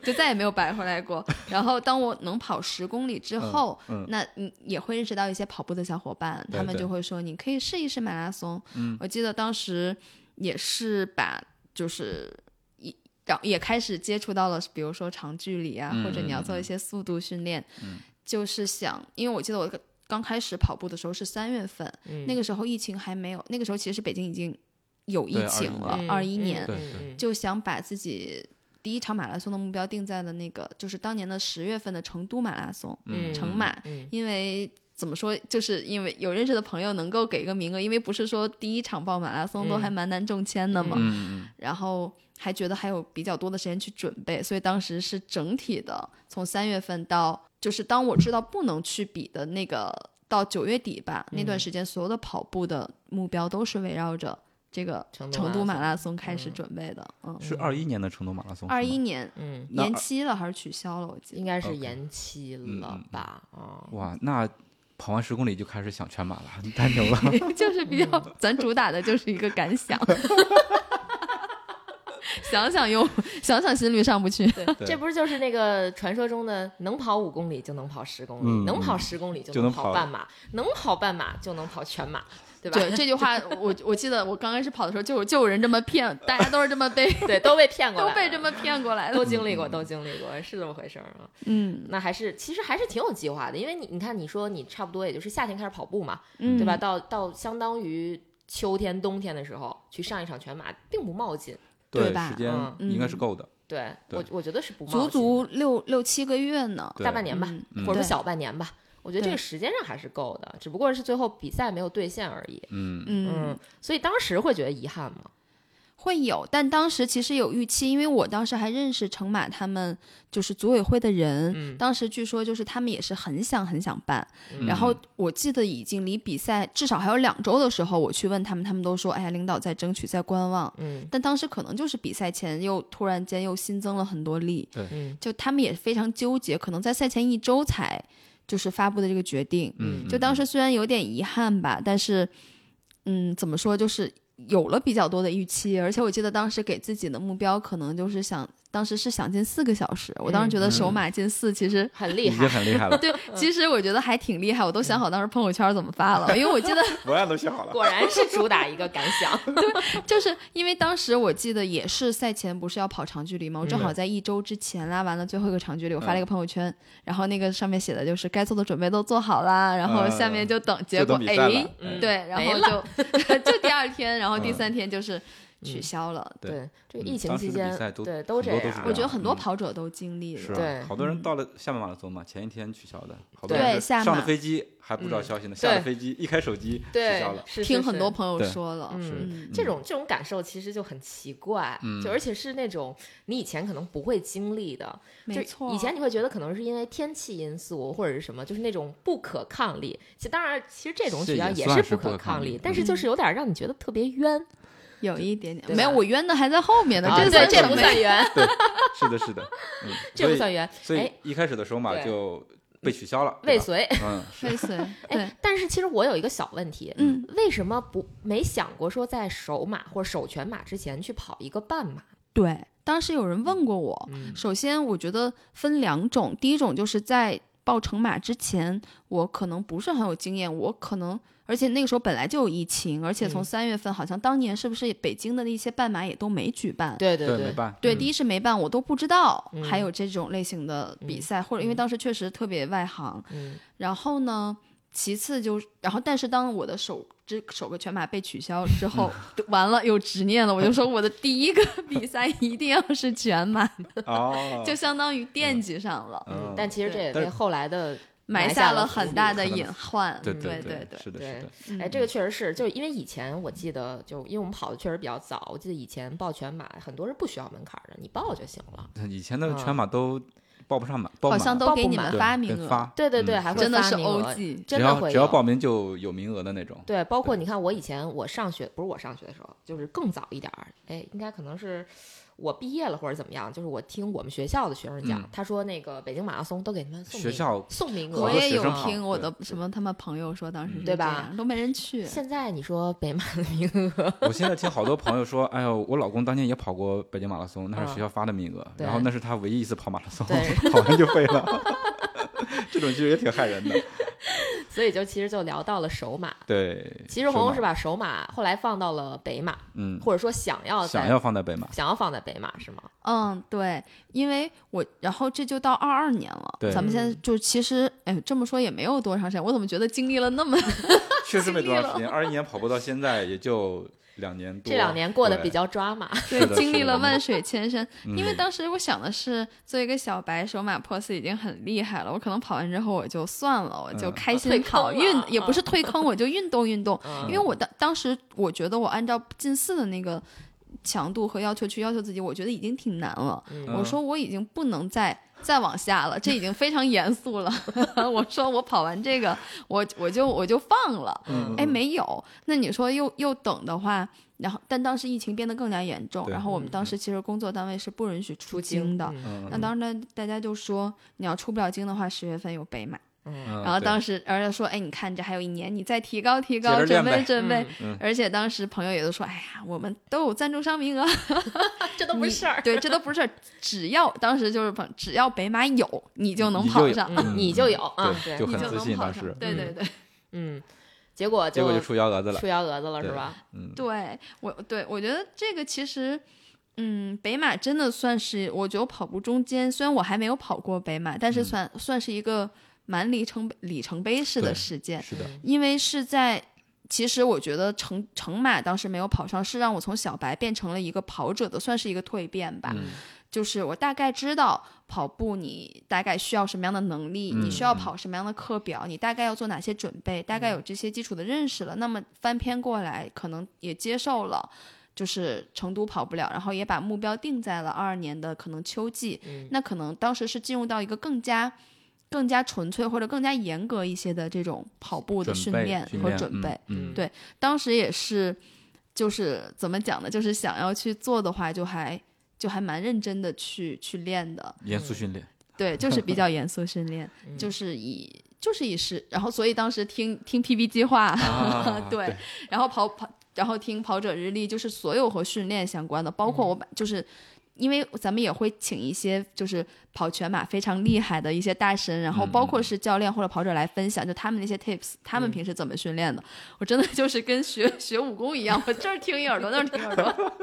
[SPEAKER 3] 就再也没有白回来过。然后当我能跑十公里之后，
[SPEAKER 1] 嗯
[SPEAKER 3] 那你也会认识到一些跑步的小伙伴，
[SPEAKER 1] 对
[SPEAKER 3] 他们
[SPEAKER 1] 对
[SPEAKER 3] 就会说你可以试一试马拉松。
[SPEAKER 1] 嗯
[SPEAKER 3] 我记得当时也是把就是。一然后也开始接触到了，比如说长距离啊，
[SPEAKER 1] 嗯
[SPEAKER 3] 或者你要
[SPEAKER 1] 嗯
[SPEAKER 3] 做一
[SPEAKER 1] 嗯
[SPEAKER 3] 些速度训练，
[SPEAKER 1] 嗯
[SPEAKER 3] 就是想，因为我记得我刚开始跑步的时候是三月份，那
[SPEAKER 2] 个
[SPEAKER 3] 个时候疫情还没有，那个时候其实北京已经有疫
[SPEAKER 1] 对
[SPEAKER 3] 情
[SPEAKER 1] 21
[SPEAKER 3] 了，
[SPEAKER 2] 嗯
[SPEAKER 3] 二一年、
[SPEAKER 1] 对
[SPEAKER 3] 就想把自己第一场马拉松的目标定在了那个，就是当年的十月份的成都马拉松，
[SPEAKER 1] 嗯
[SPEAKER 3] 成马，
[SPEAKER 2] 嗯
[SPEAKER 3] 因为。怎么说？就是因为有认识的朋友能够给个名额，因为不是说第一场报马拉松都
[SPEAKER 2] 嗯
[SPEAKER 3] 还蛮难中签的嘛，
[SPEAKER 1] 嗯嗯
[SPEAKER 3] 然后还觉得还有比较多的时间去准备，所以当时是整体的从三月份到，就是当我知道不能去比的那个到九月底吧，那
[SPEAKER 2] 嗯
[SPEAKER 3] 段时间所有的跑步的目标都是围绕着这个
[SPEAKER 2] 成都
[SPEAKER 3] 成都
[SPEAKER 2] 马拉
[SPEAKER 3] 马拉松开始
[SPEAKER 2] 嗯
[SPEAKER 3] 准备的。嗯
[SPEAKER 1] 嗯，，是二一年的成都马拉松，
[SPEAKER 3] 二一、
[SPEAKER 1] 是吗
[SPEAKER 3] 年
[SPEAKER 2] 嗯，
[SPEAKER 1] 那
[SPEAKER 3] 延
[SPEAKER 1] 二
[SPEAKER 3] 期了还是取消了？我记
[SPEAKER 2] 应
[SPEAKER 3] 得。
[SPEAKER 2] 该是
[SPEAKER 1] OK
[SPEAKER 2] 延期了
[SPEAKER 1] 嗯
[SPEAKER 2] 吧？啊，
[SPEAKER 1] 哇，那跑完十公里就开始想全马了， 你太牛 了。
[SPEAKER 3] 就是比较，
[SPEAKER 2] 嗯
[SPEAKER 3] 咱主打的就是一个敢 想，想想又想想心率上不去。
[SPEAKER 1] 对
[SPEAKER 2] 这不是就是那个传说中的能跑五公里就能跑十公里，
[SPEAKER 1] 嗯
[SPEAKER 2] 能跑
[SPEAKER 1] 嗯
[SPEAKER 2] 十公里
[SPEAKER 1] 就
[SPEAKER 2] 能
[SPEAKER 1] 能跑
[SPEAKER 2] 半马，能跑半马就能跑全马，对吧？
[SPEAKER 3] 对这句 话，我我记得我刚开始跑的时候，就有就有人这么骗，大家都是这么被
[SPEAKER 2] 对都被骗过来了，
[SPEAKER 3] 都被这么骗过来
[SPEAKER 2] 都
[SPEAKER 3] 的。
[SPEAKER 2] 经历过，都经历过，是这么回事儿啊。
[SPEAKER 3] 嗯
[SPEAKER 2] 那还是其实还是挺有计划的，因为你你看，你说你差不多也就是夏天开始跑步嘛，
[SPEAKER 3] 嗯
[SPEAKER 2] 对吧？？到到相当于秋天、冬天的时候去上一场全马，并不冒进。
[SPEAKER 3] 对
[SPEAKER 1] 对，
[SPEAKER 3] 吧
[SPEAKER 1] 时间
[SPEAKER 2] 嗯
[SPEAKER 1] 应该是够的。
[SPEAKER 2] 对我
[SPEAKER 1] 对
[SPEAKER 2] 我觉得是不冒
[SPEAKER 3] 足
[SPEAKER 2] 进的
[SPEAKER 3] 足六六七个月呢，
[SPEAKER 1] 对
[SPEAKER 2] 大半年吧，
[SPEAKER 3] 嗯
[SPEAKER 1] 嗯
[SPEAKER 2] 或者说
[SPEAKER 3] 对
[SPEAKER 2] 小半年吧。我觉得这
[SPEAKER 3] 对
[SPEAKER 2] 个时间上还是够的，只不过是最后比赛没有兑现而已。
[SPEAKER 1] 嗯
[SPEAKER 3] 嗯
[SPEAKER 2] 嗯，，所以当时会觉得遗憾吗？
[SPEAKER 3] 会有，但当时其实有预期，因为我当时还认识程马他们，就是组委会的人。
[SPEAKER 2] 嗯
[SPEAKER 3] 当时据说就是他们也是很想很想办，
[SPEAKER 2] 嗯
[SPEAKER 3] 然后我记得已经离比赛至少还有两周的时候，我去问他们，他们都说：“哎呀，领导在争取，在观望。”
[SPEAKER 2] 嗯
[SPEAKER 3] 但当时可能就是比赛前又突然间又新增了很多例，
[SPEAKER 2] 嗯
[SPEAKER 3] 就他们也非常纠结，可能在赛前一周才就是发布的这个决定。
[SPEAKER 1] 嗯，
[SPEAKER 3] 就当时虽然有点遗憾吧，但是，嗯，怎么说，就是有了比较多的预期，而且我记得当时给自己的目标可能就是想，当时是想进四个小时，我当时觉得手马进四其实。
[SPEAKER 2] 很
[SPEAKER 1] 已
[SPEAKER 2] 厉
[SPEAKER 1] 经
[SPEAKER 2] 害，
[SPEAKER 1] 很厉害 了，
[SPEAKER 3] 对，其实我觉得还挺厉害，我都想好当时朋友圈怎么发了，因为我记得
[SPEAKER 1] 文案都写好了。
[SPEAKER 2] 果然是主打一个感 想。
[SPEAKER 3] 就是因为当时我记得也是赛前不是要跑长距离吗？我正
[SPEAKER 1] 嗯
[SPEAKER 3] 好在一周之前拉完了最后一个长距离，我发了一个朋友圈，然后那个上面写的就是该做的准备都做好啦，然后下面就等结
[SPEAKER 1] 就
[SPEAKER 3] 果
[SPEAKER 1] 等比
[SPEAKER 3] 哎
[SPEAKER 1] 赛了，
[SPEAKER 2] 嗯
[SPEAKER 3] 对，然
[SPEAKER 2] 没
[SPEAKER 3] 后就就第二天，然后第
[SPEAKER 1] 嗯
[SPEAKER 3] 三天就是取消了。
[SPEAKER 1] 对
[SPEAKER 2] 对，这个
[SPEAKER 1] 嗯
[SPEAKER 2] 疫情
[SPEAKER 1] 当时
[SPEAKER 2] 期
[SPEAKER 1] 的比
[SPEAKER 2] 间
[SPEAKER 1] 赛，都
[SPEAKER 2] 对，
[SPEAKER 1] 很
[SPEAKER 2] 这
[SPEAKER 1] 多都是
[SPEAKER 2] 样。
[SPEAKER 1] 这
[SPEAKER 3] 我觉得很多
[SPEAKER 1] 嗯
[SPEAKER 3] 跑者都经历
[SPEAKER 1] 是
[SPEAKER 3] 了。
[SPEAKER 1] 啊
[SPEAKER 2] 对，
[SPEAKER 1] 好多
[SPEAKER 3] 嗯
[SPEAKER 1] 人到了厦门马拉松嘛，前一天取消的，好多
[SPEAKER 2] 对
[SPEAKER 1] 人是
[SPEAKER 3] 厦
[SPEAKER 1] 上了
[SPEAKER 3] 马
[SPEAKER 1] 飞机还不知道
[SPEAKER 2] 嗯
[SPEAKER 1] 消息呢，下了
[SPEAKER 2] 对
[SPEAKER 1] 飞机一开手机取
[SPEAKER 2] 对
[SPEAKER 1] 消了，，
[SPEAKER 2] 是
[SPEAKER 3] 听
[SPEAKER 2] 是
[SPEAKER 3] 很
[SPEAKER 2] 是
[SPEAKER 3] 多朋友
[SPEAKER 1] 对
[SPEAKER 3] 说了，
[SPEAKER 2] 嗯
[SPEAKER 1] 是
[SPEAKER 2] 这种这种感受其实就很奇怪，
[SPEAKER 1] 嗯
[SPEAKER 2] 就而且是那种你以前可能不会经历的，
[SPEAKER 3] 没
[SPEAKER 2] 就
[SPEAKER 3] 错。
[SPEAKER 2] 以前你会觉得可能是因为天气因素或者是什么，就是那种不可抗力。其实当然，其实这种
[SPEAKER 1] 这
[SPEAKER 2] 取消
[SPEAKER 1] 也
[SPEAKER 2] 也
[SPEAKER 1] 算是
[SPEAKER 2] 不
[SPEAKER 1] 不可
[SPEAKER 2] 可
[SPEAKER 1] 抗
[SPEAKER 2] 抗
[SPEAKER 1] 力
[SPEAKER 2] 力，
[SPEAKER 3] 嗯
[SPEAKER 2] 但是就是有点让你觉得特别冤。
[SPEAKER 3] 有一点点，
[SPEAKER 2] 对
[SPEAKER 3] 没有
[SPEAKER 2] 吧
[SPEAKER 3] 我冤的还在后面呢，
[SPEAKER 1] 啊
[SPEAKER 3] 这
[SPEAKER 1] 对
[SPEAKER 3] 算
[SPEAKER 2] 这
[SPEAKER 3] 什
[SPEAKER 2] 不
[SPEAKER 3] 么呀
[SPEAKER 2] 算冤，
[SPEAKER 1] 是的，是的， 嗯，
[SPEAKER 2] 这
[SPEAKER 1] 所
[SPEAKER 2] 不
[SPEAKER 1] 以
[SPEAKER 2] 算冤，
[SPEAKER 1] 所以
[SPEAKER 2] 哎
[SPEAKER 1] 一开始的首马
[SPEAKER 2] 对
[SPEAKER 1] 就被取消了，对
[SPEAKER 2] 未
[SPEAKER 1] 吧
[SPEAKER 2] 遂。
[SPEAKER 1] 嗯，
[SPEAKER 3] 未遂。对
[SPEAKER 2] 哎，，但是其实我有一个小问题，
[SPEAKER 3] 嗯，
[SPEAKER 2] 为什么不没想过说在首马或者首全马之前去跑一个半马？
[SPEAKER 3] 对，当时有人问过我，
[SPEAKER 2] 嗯
[SPEAKER 3] 首先，我觉得分两种，第一种就是在报程马之前，我可能不是很有经验，我可能。而且那个时候本来就有疫情，而且从
[SPEAKER 2] 嗯
[SPEAKER 3] 三月份好像当年是不是北京的那些半马也都没举办？
[SPEAKER 2] 对对
[SPEAKER 1] 没办，
[SPEAKER 3] 对，
[SPEAKER 1] 嗯
[SPEAKER 3] 第一是没办，我都不知道、
[SPEAKER 2] 嗯
[SPEAKER 3] 还有这种类型的比赛，或者因为
[SPEAKER 2] 嗯
[SPEAKER 3] 当时确实特别外行。
[SPEAKER 2] 嗯
[SPEAKER 3] 然后呢，其次就是，然后但是当我的首这首个全马被取消 之后，完了有执念了，我就说我的第一个 比赛一定要是全马。
[SPEAKER 1] 哦，
[SPEAKER 3] 就相当于惦记上了，
[SPEAKER 1] 嗯，
[SPEAKER 2] 但其实这也
[SPEAKER 1] 但
[SPEAKER 2] 为
[SPEAKER 1] 是
[SPEAKER 2] 后来的，
[SPEAKER 3] 埋
[SPEAKER 2] 埋
[SPEAKER 3] 下
[SPEAKER 2] 下
[SPEAKER 3] 了
[SPEAKER 2] 了
[SPEAKER 3] 很
[SPEAKER 2] 伏
[SPEAKER 3] 大
[SPEAKER 2] 笔
[SPEAKER 3] 的
[SPEAKER 1] 可能
[SPEAKER 3] 隐患。
[SPEAKER 1] 对
[SPEAKER 2] 嗯
[SPEAKER 3] 对
[SPEAKER 1] 对
[SPEAKER 3] 对，
[SPEAKER 1] 是的，是的，
[SPEAKER 3] 嗯
[SPEAKER 2] 哎，这个确实是，就是因为以前我记得，就因为我们跑的确实比较早，我记得以前报全马很多是不需要门槛的，你报就行了。
[SPEAKER 1] 以前
[SPEAKER 2] 嗯
[SPEAKER 1] 的全马都报不上满，报
[SPEAKER 3] 好
[SPEAKER 1] 满
[SPEAKER 3] 像
[SPEAKER 1] 了
[SPEAKER 3] 都
[SPEAKER 2] 报
[SPEAKER 3] 给
[SPEAKER 2] 不
[SPEAKER 3] 你
[SPEAKER 2] 满
[SPEAKER 3] 们
[SPEAKER 1] 对
[SPEAKER 3] 发
[SPEAKER 1] 对
[SPEAKER 3] 名额，
[SPEAKER 1] 发，
[SPEAKER 2] 对对对，
[SPEAKER 1] 嗯
[SPEAKER 2] 还会
[SPEAKER 3] 真的
[SPEAKER 2] 发
[SPEAKER 3] 是
[SPEAKER 2] 名额
[SPEAKER 3] OG。
[SPEAKER 2] 真
[SPEAKER 1] 只
[SPEAKER 2] 的
[SPEAKER 1] 要
[SPEAKER 2] 会
[SPEAKER 1] 只要
[SPEAKER 2] 有
[SPEAKER 1] 报名就有名额的 那种，
[SPEAKER 2] 对，包括你看，我以前我上学不是我上学的时候，就是更早一点儿，哎，应该可能是我毕业了或者怎么样，就是我听我们学校的学生讲，
[SPEAKER 1] 嗯
[SPEAKER 2] 他说那个北京马拉松都给他们送
[SPEAKER 1] 学
[SPEAKER 2] 名
[SPEAKER 1] 校
[SPEAKER 2] 送名额，
[SPEAKER 3] 我
[SPEAKER 1] 好多
[SPEAKER 3] 也
[SPEAKER 1] 学
[SPEAKER 3] 有
[SPEAKER 1] 生
[SPEAKER 2] 啊
[SPEAKER 1] 好
[SPEAKER 3] 听我的
[SPEAKER 1] 对
[SPEAKER 3] 什么他们朋友说，当时
[SPEAKER 1] 嗯
[SPEAKER 3] 是
[SPEAKER 2] 对
[SPEAKER 3] 这
[SPEAKER 2] 吧
[SPEAKER 3] 样都没人去。
[SPEAKER 2] 现在你说北马的名额，
[SPEAKER 1] 我现在听好多朋友说，哎呦，我老公当年也跑过北京马拉松，那是学校发的名额，
[SPEAKER 2] 嗯对
[SPEAKER 1] 然后那是他唯一一次跑马拉松，
[SPEAKER 2] 对
[SPEAKER 1] 跑完就废了。这种其实也挺害人的，
[SPEAKER 2] 所以就其实就聊到了首马。
[SPEAKER 1] 对。
[SPEAKER 2] 其实红红是
[SPEAKER 1] 吧？
[SPEAKER 2] 把首马后来放到了北马，
[SPEAKER 1] 嗯，
[SPEAKER 2] 或者说想要在
[SPEAKER 1] 想要放在北马，
[SPEAKER 2] 想要放在北马是吗？
[SPEAKER 3] 嗯，对，因为我然后这就到二二年了
[SPEAKER 1] 对，
[SPEAKER 3] 咱们现在
[SPEAKER 2] 嗯
[SPEAKER 3] 就其实哎，这么说也没有多长时间，我怎么觉得经历了那么
[SPEAKER 1] 确实没多
[SPEAKER 3] 经历
[SPEAKER 1] 长
[SPEAKER 3] 了
[SPEAKER 1] 时间，二一年跑步到现在也就两年多。
[SPEAKER 2] 这两年过得
[SPEAKER 1] 对
[SPEAKER 2] 比较抓马，
[SPEAKER 1] 是的
[SPEAKER 3] 经历
[SPEAKER 1] 是的
[SPEAKER 3] 了万水千山，
[SPEAKER 1] 嗯
[SPEAKER 3] 因为当时我想的是，作为一个小白，手马破四已经很厉害了。我可能跑完之后我就算了，我就
[SPEAKER 1] 嗯
[SPEAKER 3] 开心
[SPEAKER 2] 退坑
[SPEAKER 3] 跑
[SPEAKER 2] 了
[SPEAKER 3] 运，也不
[SPEAKER 2] 啊
[SPEAKER 3] 是退坑，我就运动运动。
[SPEAKER 2] 嗯
[SPEAKER 3] 因为我当当时我觉得我按照近似的那个强度和要求去要求自己，我觉得已经挺难了。
[SPEAKER 2] 嗯
[SPEAKER 3] 我说我已经不能再再往下了，这已经非常严肃了。 我说我跑完这个，我我就我就放了。
[SPEAKER 1] 嗯，
[SPEAKER 3] 哎，
[SPEAKER 1] 嗯
[SPEAKER 3] 没有。那你说又又等的话，然后但当时疫情变得更加严重，
[SPEAKER 1] 对
[SPEAKER 3] 然后我们
[SPEAKER 2] 嗯
[SPEAKER 3] 当时其实工作单位是不允许出京的。
[SPEAKER 2] 嗯
[SPEAKER 3] 那
[SPEAKER 1] 嗯
[SPEAKER 3] 当时大家就说，你要出不了京的话，十月份有北马。
[SPEAKER 2] 嗯
[SPEAKER 1] 嗯，
[SPEAKER 3] 然后当
[SPEAKER 1] 时
[SPEAKER 3] 时，而且说，哎，你看这还有一年，你再提高提
[SPEAKER 1] 接
[SPEAKER 3] 高，
[SPEAKER 1] 着
[SPEAKER 3] 准
[SPEAKER 1] 练
[SPEAKER 3] 备
[SPEAKER 1] 呗
[SPEAKER 3] 准备。
[SPEAKER 1] 嗯
[SPEAKER 3] 而且当时朋友也都说，哎呀，我们都有赞助商名额，
[SPEAKER 2] 这都不是
[SPEAKER 3] 你
[SPEAKER 2] 事儿，
[SPEAKER 3] 对，这都不是事儿。只要当时就是朋，只要北马有，你就能
[SPEAKER 1] 你就
[SPEAKER 3] 跑
[SPEAKER 1] 有
[SPEAKER 3] 上，
[SPEAKER 2] 嗯你就有啊，
[SPEAKER 1] 对
[SPEAKER 2] 对
[SPEAKER 1] 就，
[SPEAKER 3] 你
[SPEAKER 1] 很
[SPEAKER 3] 就
[SPEAKER 1] 自
[SPEAKER 3] 能
[SPEAKER 1] 信
[SPEAKER 3] 跑
[SPEAKER 1] 当
[SPEAKER 3] 上
[SPEAKER 1] 时。
[SPEAKER 3] 对对对。
[SPEAKER 2] 嗯，结果
[SPEAKER 1] 结
[SPEAKER 2] 就
[SPEAKER 1] 果就出幺蛾子了
[SPEAKER 2] 出，幺蛾子了是
[SPEAKER 1] 对
[SPEAKER 2] 吧？
[SPEAKER 1] 嗯，
[SPEAKER 3] 对我，对我觉得这个其实，嗯，北马真的算是，我觉得跑步中间，虽然我还没有跑过北马，但是
[SPEAKER 1] 嗯
[SPEAKER 3] 算、算是一个蛮里程里程碑式
[SPEAKER 1] 对
[SPEAKER 3] 的事件，
[SPEAKER 1] 是的，
[SPEAKER 2] 嗯
[SPEAKER 3] 因为是在。其实我觉得成成马当时没有跑上，是让我从小白变成了一个跑者的，算是一个蜕变吧。
[SPEAKER 1] 嗯
[SPEAKER 3] 就是我大概知道跑步你大概需要什么样的能力，
[SPEAKER 1] 嗯
[SPEAKER 3] 你需要
[SPEAKER 1] 嗯
[SPEAKER 3] 跑什么样的课表，你大概要做哪些准备，大概有这些基础的认识了，那么翻篇过来可能也接受了。就是成都跑不了，然后也把目标定在了二二年的可能秋季，
[SPEAKER 2] 嗯
[SPEAKER 3] 那可能当时是进入到一个更加、更加纯粹或者更加严格一些的这种跑步的
[SPEAKER 1] 准
[SPEAKER 3] 训
[SPEAKER 1] 备
[SPEAKER 3] 练
[SPEAKER 1] 训
[SPEAKER 3] 和
[SPEAKER 1] 练
[SPEAKER 3] 准备。
[SPEAKER 1] 嗯，嗯
[SPEAKER 3] 对当时也是，就是怎么讲呢？就是想要去做的话，就还就还蛮认真的去去练的。
[SPEAKER 1] 严肃训练，
[SPEAKER 3] 对，就是比较严肃训练，
[SPEAKER 2] 嗯
[SPEAKER 3] 就是以就是以是，然后所以当时听听 PB 计划，
[SPEAKER 1] 啊
[SPEAKER 3] 嗯 对，
[SPEAKER 1] 对
[SPEAKER 3] 然后跑跑，然后听跑者日历，就是所有和训练相关的，包括我把就是。因为咱们也会请一些就是跑全马非常厉害的一些大神，然后包括是教练或者跑者来分享，就他们那些 tips，他们平时怎么训练的。我真的就是跟学学武功一样，我这儿听一耳朵，那儿听一耳朵，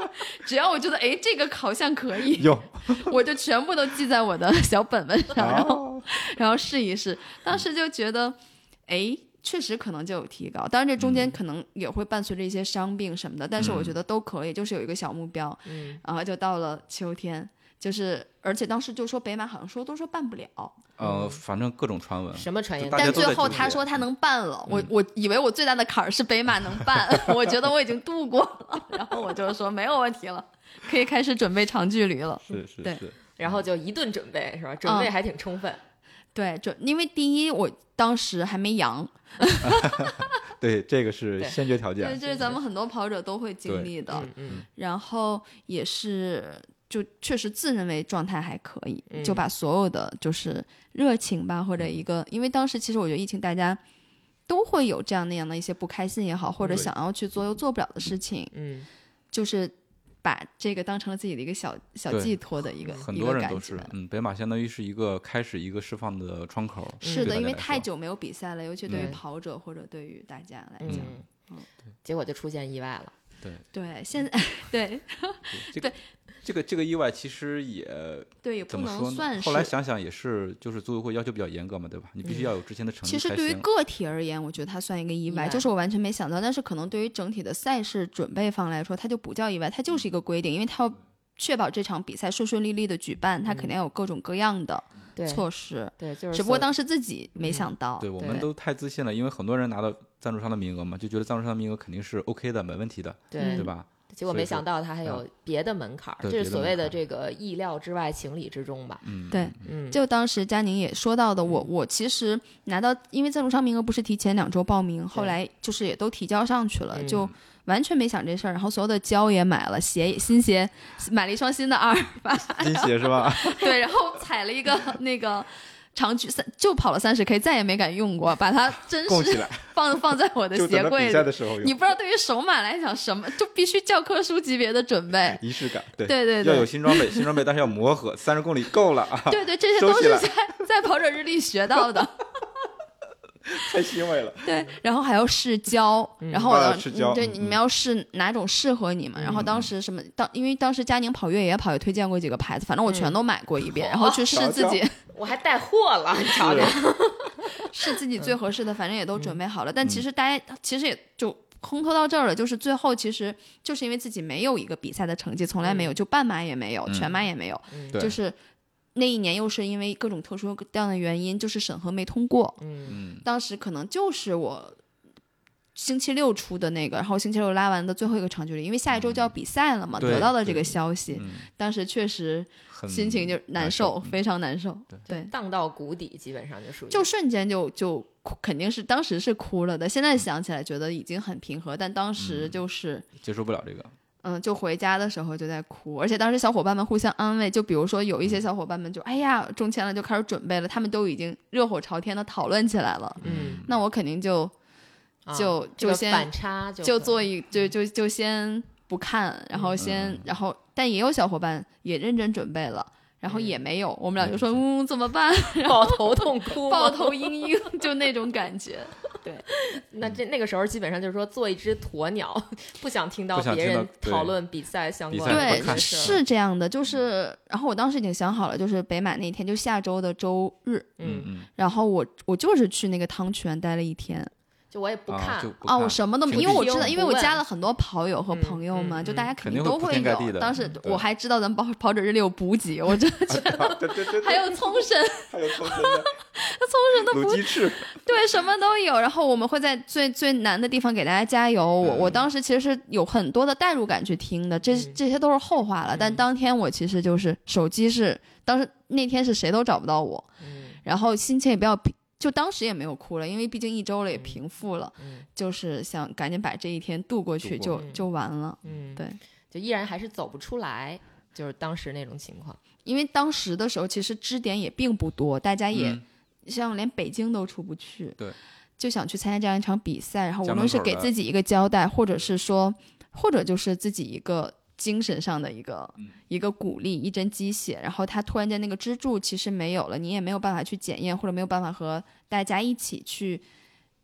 [SPEAKER 3] 只要我觉得哎这个好像可以，
[SPEAKER 1] 有
[SPEAKER 3] 我就全部都记在我的小本本上，
[SPEAKER 1] 哦
[SPEAKER 3] 然后
[SPEAKER 1] 呃
[SPEAKER 3] 然后试一试。
[SPEAKER 1] 嗯
[SPEAKER 3] 当时就觉得，哎，确实可能就有提高。当然，这中
[SPEAKER 1] 嗯
[SPEAKER 3] 间可能也会伴随着一些伤病什么的，但是我觉得都可以，就是有一个小目标。
[SPEAKER 2] 嗯，
[SPEAKER 3] 然后就到了秋天，就是而且当时就说北马好像说都说办不了，嗯
[SPEAKER 1] 呃，反正各种传闻，
[SPEAKER 2] 什么传言
[SPEAKER 1] 就大家
[SPEAKER 3] 但
[SPEAKER 1] 都
[SPEAKER 3] 最
[SPEAKER 1] 在嗯
[SPEAKER 3] 后
[SPEAKER 1] 纠
[SPEAKER 3] 他
[SPEAKER 1] 结
[SPEAKER 3] 说他能办了。我我以为我最大的坎儿是北马能 办，我觉得我已经度过了，然后我就说没有问题了，可以开始准备长距离 了。
[SPEAKER 1] 是是
[SPEAKER 3] 对
[SPEAKER 1] 是，
[SPEAKER 2] 然后就一顿准备是吧？准备还挺充分，
[SPEAKER 3] 对，准因为第一我当时还没阳，
[SPEAKER 1] 对，这个是
[SPEAKER 2] 对
[SPEAKER 1] 先决条件
[SPEAKER 3] 对，，这是咱们很多跑者都会经
[SPEAKER 1] 对
[SPEAKER 3] 历的。
[SPEAKER 2] 嗯嗯
[SPEAKER 3] 然后也是就确实自认为状态还可以，
[SPEAKER 2] 嗯
[SPEAKER 3] 就把所有的就是热情吧，
[SPEAKER 1] 嗯
[SPEAKER 3] 或者一个，因为当时其实我觉得疫情大家都会有这样那样的一些不开心也好，或者
[SPEAKER 1] 对
[SPEAKER 3] 想要去做又做不了的事情，
[SPEAKER 2] 嗯，
[SPEAKER 3] 就是把这个当成了自己的一个小小
[SPEAKER 1] 对
[SPEAKER 3] 寄托的一个
[SPEAKER 1] 很
[SPEAKER 3] 一
[SPEAKER 1] 多
[SPEAKER 3] 个
[SPEAKER 1] 人
[SPEAKER 3] 感
[SPEAKER 1] 都
[SPEAKER 3] 觉
[SPEAKER 1] 是。，嗯，北马相当于是一个开始一个释放的窗口，
[SPEAKER 3] 是
[SPEAKER 1] 对
[SPEAKER 3] 的，
[SPEAKER 1] 大
[SPEAKER 3] 因
[SPEAKER 1] 家
[SPEAKER 3] 为
[SPEAKER 1] 来
[SPEAKER 3] 太
[SPEAKER 1] 说
[SPEAKER 3] 久没有比赛了，尤其对于
[SPEAKER 2] 嗯
[SPEAKER 3] 跑者或者对于大家来讲，
[SPEAKER 2] 嗯，结果就出现意外了。
[SPEAKER 3] 对现在 对
[SPEAKER 1] 这个这个这个意外其实也
[SPEAKER 3] 对也
[SPEAKER 1] 怎
[SPEAKER 3] 不
[SPEAKER 1] 么说
[SPEAKER 3] 能
[SPEAKER 1] 呢？
[SPEAKER 3] 算是。嗯
[SPEAKER 1] 后来想想也是，就是组委会要求比较严格嘛，对吧？你必须要有之前的成绩
[SPEAKER 3] 其实
[SPEAKER 1] 才
[SPEAKER 3] 对于
[SPEAKER 1] 行。
[SPEAKER 3] 个体而言，我觉得它算一个意
[SPEAKER 2] 意外
[SPEAKER 3] 外，就是我完全没想到。但是可能对于整体的赛事准备方来说，它就不叫意外，它就是一个规定，因为它要确保这场比赛顺顺利利的举办，它肯定要有各种各样的
[SPEAKER 2] 对
[SPEAKER 3] 措施。
[SPEAKER 2] 对，就是
[SPEAKER 3] 只不过
[SPEAKER 2] 所
[SPEAKER 3] 当时自己没想到，
[SPEAKER 1] 对我们都太自信了，因为很多人拿到赞助商的名额嘛，就觉得赞助商的名额肯定是 OK 的，没问题的，
[SPEAKER 2] 对
[SPEAKER 1] 对吧？
[SPEAKER 2] 结果
[SPEAKER 1] 所以
[SPEAKER 2] 没
[SPEAKER 1] 说嗯
[SPEAKER 2] 想到它还有别的门槛儿，
[SPEAKER 1] 对
[SPEAKER 2] 这
[SPEAKER 1] 别
[SPEAKER 2] 是
[SPEAKER 1] 的
[SPEAKER 2] 所
[SPEAKER 1] 门
[SPEAKER 2] 谓的
[SPEAKER 1] 槛儿
[SPEAKER 2] 这个意料之外，情理之中吧。
[SPEAKER 1] 嗯，
[SPEAKER 3] 对
[SPEAKER 2] 嗯，
[SPEAKER 3] 就当时佳宁也说到的，我我其实拿到，因为赞助商名额不是提前两周报名，后来就是也都提交上去了，
[SPEAKER 2] 嗯
[SPEAKER 3] 就完全没想这事儿。然后所有的胶也买了，鞋也新鞋买了一双新的二八，
[SPEAKER 1] 金鞋是 吧？
[SPEAKER 3] 对，然后踩了 一个那个长距三，就跑了三十 K，再也没敢用过，把它真
[SPEAKER 1] 供起
[SPEAKER 3] 实
[SPEAKER 1] 来，
[SPEAKER 3] 放放在我的
[SPEAKER 1] 就等
[SPEAKER 3] 鞋
[SPEAKER 1] 着
[SPEAKER 3] 柜
[SPEAKER 1] 比赛
[SPEAKER 3] 里。
[SPEAKER 1] 的时候
[SPEAKER 3] 你
[SPEAKER 1] 有。
[SPEAKER 3] 不知道对于手马来讲什么，就必须教科书级别的准备
[SPEAKER 1] 仪式感，对
[SPEAKER 3] 对对
[SPEAKER 1] 要有
[SPEAKER 3] 对
[SPEAKER 1] 新装备，新装备但是要磨合，三十公里够了 啊，
[SPEAKER 3] 对对，这些
[SPEAKER 1] 收
[SPEAKER 3] 都
[SPEAKER 1] 起
[SPEAKER 3] 是
[SPEAKER 1] 来
[SPEAKER 3] 在在跑者日历学 到的。
[SPEAKER 1] 太欣慰了。
[SPEAKER 3] 对，然后还要试胶，然后我
[SPEAKER 1] 啊
[SPEAKER 3] 当
[SPEAKER 1] 试
[SPEAKER 3] 嗯
[SPEAKER 1] 胶
[SPEAKER 3] 对
[SPEAKER 1] 嗯
[SPEAKER 3] 你们要试哪种适合你们。然后当时什么当，因为当时佳宁跑越野跑也推荐过几个牌子，
[SPEAKER 1] 嗯
[SPEAKER 3] 反正我全都买过一遍，然后去试
[SPEAKER 1] 瞧
[SPEAKER 3] 自
[SPEAKER 1] 瞧
[SPEAKER 3] 己
[SPEAKER 2] 我还带货了，你瞧瞧。
[SPEAKER 3] 是自
[SPEAKER 1] 嗯
[SPEAKER 3] 己最合适的，反正也都准备好了。但其实大家其实也就烘托到这儿了，就是最后其实就是因为自己没有一个比赛的成绩，从来没有，就半马也没有，全马也没有，
[SPEAKER 2] 嗯
[SPEAKER 1] 嗯对
[SPEAKER 3] 就是那一年又是因为各种特殊各样的原因，就是审核没通过。
[SPEAKER 2] 嗯
[SPEAKER 1] 嗯，
[SPEAKER 3] 当时可能就是我星期六出的那个，然后星期六拉完的最后一个长距离，因为下一周就要比赛了嘛，
[SPEAKER 1] 嗯对
[SPEAKER 3] 得到的这
[SPEAKER 1] 对
[SPEAKER 3] 个消息，
[SPEAKER 1] 嗯
[SPEAKER 3] 当时确实
[SPEAKER 1] 很
[SPEAKER 3] 心情就难受，
[SPEAKER 1] 嗯
[SPEAKER 3] 非常难受。
[SPEAKER 1] 对
[SPEAKER 3] 对，
[SPEAKER 2] 荡到谷底，基本上就属于
[SPEAKER 3] 就瞬间就就哭肯定是当时是哭了的，现在想起来觉得已经很平和，但当
[SPEAKER 2] 嗯
[SPEAKER 3] 时就是。
[SPEAKER 1] 接受不了这个，
[SPEAKER 3] 嗯，就回家的时候就在哭，而且当时小伙伴们互相安慰，就比如说有
[SPEAKER 2] 嗯
[SPEAKER 3] 一些小伙伴们就哎呀中签了，就开始准备了，他们都已经热火朝天的讨论起来了，
[SPEAKER 2] 嗯，
[SPEAKER 3] 那我肯定就
[SPEAKER 2] 啊
[SPEAKER 3] 就
[SPEAKER 2] 这个
[SPEAKER 3] 就先
[SPEAKER 2] 反差就嗯
[SPEAKER 3] 就
[SPEAKER 2] 可
[SPEAKER 3] 做
[SPEAKER 2] 以
[SPEAKER 3] 一就就就先不看，然后先、然后但也有小伙伴也认真准备了。
[SPEAKER 2] 嗯
[SPEAKER 3] 然后也没有，我们俩就说，嗯，怎么 办？
[SPEAKER 2] 抱头痛哭
[SPEAKER 3] 抱
[SPEAKER 2] 吗，
[SPEAKER 3] 头嘤嘤，就那种感觉。
[SPEAKER 2] 那这那个时候基本上就是说做一只鸵鸟，不想听到
[SPEAKER 1] 不想
[SPEAKER 2] 别
[SPEAKER 1] 听到
[SPEAKER 2] 人
[SPEAKER 1] 对
[SPEAKER 2] 讨论比赛相
[SPEAKER 1] 比
[SPEAKER 2] 关
[SPEAKER 1] 赛
[SPEAKER 2] 的
[SPEAKER 1] 不
[SPEAKER 2] 这些
[SPEAKER 1] 哎看嗯
[SPEAKER 3] 对，
[SPEAKER 2] 事儿
[SPEAKER 3] 是这样的，就是，然后我当时已经想好了，就是北马那天，就下周的周日，
[SPEAKER 2] 嗯，
[SPEAKER 1] 嗯
[SPEAKER 3] 然后我我就是去那个汤泉待了一天，
[SPEAKER 2] 就我也不看
[SPEAKER 1] 啊，就不
[SPEAKER 3] 啊，
[SPEAKER 1] 看
[SPEAKER 3] 我什么 都没，
[SPEAKER 1] 屏
[SPEAKER 3] 因为我
[SPEAKER 2] 蔽
[SPEAKER 3] 知道，因为
[SPEAKER 2] 不
[SPEAKER 3] 我
[SPEAKER 2] 问
[SPEAKER 3] 加了很多跑友和朋友嘛，
[SPEAKER 2] 嗯
[SPEAKER 3] 就
[SPEAKER 2] 嗯
[SPEAKER 3] 大家
[SPEAKER 1] 肯
[SPEAKER 3] 定
[SPEAKER 1] 定会
[SPEAKER 3] 都
[SPEAKER 1] 铺
[SPEAKER 3] 会
[SPEAKER 1] 天盖地
[SPEAKER 3] 有。
[SPEAKER 1] 的
[SPEAKER 3] 当时
[SPEAKER 1] 嗯对
[SPEAKER 3] 我还知道咱们跑跑者日历有补给，我真的觉得
[SPEAKER 1] 对对对，
[SPEAKER 3] 还有冲绳，
[SPEAKER 1] 还有冲绳 的
[SPEAKER 3] 冲绳的补
[SPEAKER 1] 卤鸡翅，
[SPEAKER 3] 对，什么都有。然后我们会在最最难的地方给大家加油。我、
[SPEAKER 1] 嗯
[SPEAKER 3] 我当时其实是有很多的代入感去听的，这
[SPEAKER 2] 嗯
[SPEAKER 3] 这些都是后话了。但
[SPEAKER 2] 嗯
[SPEAKER 3] 当天我其实就是手机是当时那天是谁都找不到我，
[SPEAKER 2] 嗯
[SPEAKER 3] 然后心情也比较平，就当时也没有哭了，因为毕竟一周了也平复了，
[SPEAKER 2] 嗯
[SPEAKER 3] 就是想赶紧把这一天度过去
[SPEAKER 1] 度过
[SPEAKER 3] 就
[SPEAKER 2] 去
[SPEAKER 3] 就完了。
[SPEAKER 2] 嗯，
[SPEAKER 3] 对，
[SPEAKER 2] 就依然还是走不出来，就是当时那种情况。
[SPEAKER 3] 因为当时的时候其实支点也并不多，大家也、
[SPEAKER 1] 嗯
[SPEAKER 3] 像连北京都出不去，
[SPEAKER 1] 对，
[SPEAKER 3] 就想去参加这样一场比赛，然后
[SPEAKER 1] 家
[SPEAKER 3] 无
[SPEAKER 1] 门
[SPEAKER 3] 论是
[SPEAKER 1] 口
[SPEAKER 3] 给
[SPEAKER 1] 的
[SPEAKER 3] 自己一个交代，或者是说，或者就是自己一个精神上的一个、
[SPEAKER 1] 嗯
[SPEAKER 3] 一个鼓励，一针鸡血，然后他突然间那个支柱其实没有了，你也没有办法去检验，或者没有办法和大家一起去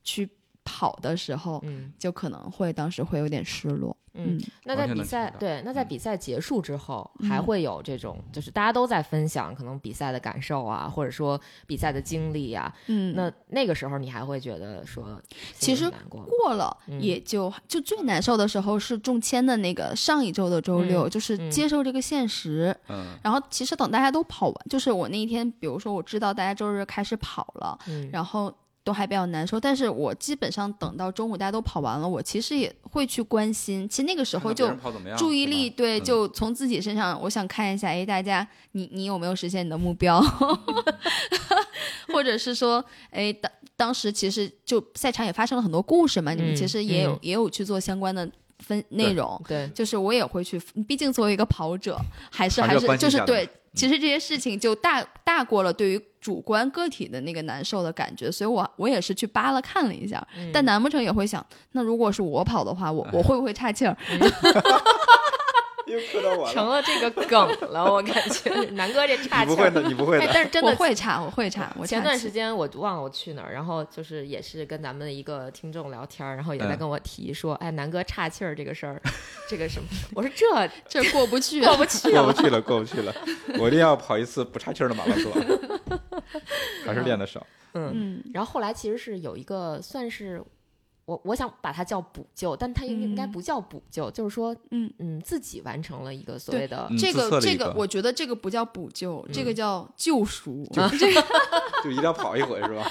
[SPEAKER 3] 去跑的时候，
[SPEAKER 2] 嗯
[SPEAKER 3] 就可能会当时会有点失落，
[SPEAKER 2] 嗯，那在
[SPEAKER 1] 完全
[SPEAKER 2] 比
[SPEAKER 1] 能
[SPEAKER 2] 赛
[SPEAKER 1] 听到
[SPEAKER 2] 对，那在
[SPEAKER 1] 嗯
[SPEAKER 2] 比赛结束之后，
[SPEAKER 3] 嗯
[SPEAKER 2] 还会有这种，就是大家都在分享可能比赛的感受啊，或者说比赛的经历啊。
[SPEAKER 3] 嗯，
[SPEAKER 2] 那那个时候你还会觉得说心
[SPEAKER 3] 其
[SPEAKER 2] 里
[SPEAKER 3] 实
[SPEAKER 2] 难过吗，
[SPEAKER 3] 过了，
[SPEAKER 2] 嗯
[SPEAKER 3] 也就就最难受的时候是中签的那个上一周的周六，
[SPEAKER 2] 嗯
[SPEAKER 3] 就是
[SPEAKER 2] 嗯
[SPEAKER 3] 接受这个现实，
[SPEAKER 1] 嗯，
[SPEAKER 3] 然后其实等大家都跑完，就是我那一天，比如说我知道大家周日开始跑了，
[SPEAKER 2] 嗯
[SPEAKER 3] 然后都还比较难受，但是我基本上等到中午大家都跑完了，我其实也会去关心。其实那个时
[SPEAKER 1] 看
[SPEAKER 3] 候
[SPEAKER 1] 看别
[SPEAKER 3] 就
[SPEAKER 1] 人跑怎么样
[SPEAKER 3] 注意
[SPEAKER 1] 是
[SPEAKER 3] 力
[SPEAKER 1] 吧
[SPEAKER 3] 对，
[SPEAKER 1] 嗯
[SPEAKER 3] 就从自己身上，我想看一下，哎，大家你你有没有实现你的目标， 或者是说，哎，当当时其实就赛场也发生了很多故事嘛，你们
[SPEAKER 2] 嗯
[SPEAKER 3] 其实也有、
[SPEAKER 2] 嗯
[SPEAKER 3] 也有去做相关的分内
[SPEAKER 1] 对
[SPEAKER 3] 容，
[SPEAKER 2] 对，
[SPEAKER 3] 就是我也会去，毕竟作为一个跑者，还是
[SPEAKER 1] 还
[SPEAKER 3] 还
[SPEAKER 1] 是要
[SPEAKER 3] 是
[SPEAKER 1] 关心
[SPEAKER 3] 就
[SPEAKER 1] 一
[SPEAKER 3] 是
[SPEAKER 1] 下的嗯
[SPEAKER 3] 对，其实这些事情就大大过了对于主观个体的那个难受的感觉，所以我我也是去扒拉看了一下，
[SPEAKER 2] 嗯
[SPEAKER 3] 但难不成也会想，那如果是我跑的 话，我我会不会岔气儿？
[SPEAKER 1] 又磕到我
[SPEAKER 2] 成了这个梗了，我感 觉南哥这差
[SPEAKER 1] 你不
[SPEAKER 2] 劲
[SPEAKER 1] 会
[SPEAKER 2] 儿。
[SPEAKER 1] 的，你不会
[SPEAKER 2] 哎，
[SPEAKER 1] 的，
[SPEAKER 2] 但是真
[SPEAKER 3] 我
[SPEAKER 2] 的
[SPEAKER 3] 会岔，我会岔，我
[SPEAKER 2] 前
[SPEAKER 3] 岔
[SPEAKER 2] 段
[SPEAKER 3] 气
[SPEAKER 2] 时间我忘了我去哪儿，然后就是也是跟咱们的一个听众聊天儿，然后也在
[SPEAKER 1] 嗯
[SPEAKER 2] 跟我提说，哎，南哥岔气儿这个事儿，这个什么，我说 这
[SPEAKER 3] 这过不去，
[SPEAKER 2] 过不去
[SPEAKER 1] 过
[SPEAKER 2] 了
[SPEAKER 1] 不。去了，过不去了，我一定要跑一次不岔气儿的马拉松，还是练的 少，
[SPEAKER 3] 嗯，
[SPEAKER 2] 然后后来其实是有一个算是我我想把它叫补救，但它应应该
[SPEAKER 3] 嗯
[SPEAKER 2] 不叫补救，就是说
[SPEAKER 3] 嗯
[SPEAKER 2] 嗯自己完成了一个所谓的
[SPEAKER 1] 嗯
[SPEAKER 3] 这
[SPEAKER 1] 自测
[SPEAKER 3] 个
[SPEAKER 1] 了一
[SPEAKER 3] 这
[SPEAKER 1] 个嗯
[SPEAKER 3] 我觉得这个不叫补救，这个叫救赎。
[SPEAKER 2] 嗯
[SPEAKER 1] 就一定要跑一回是吧？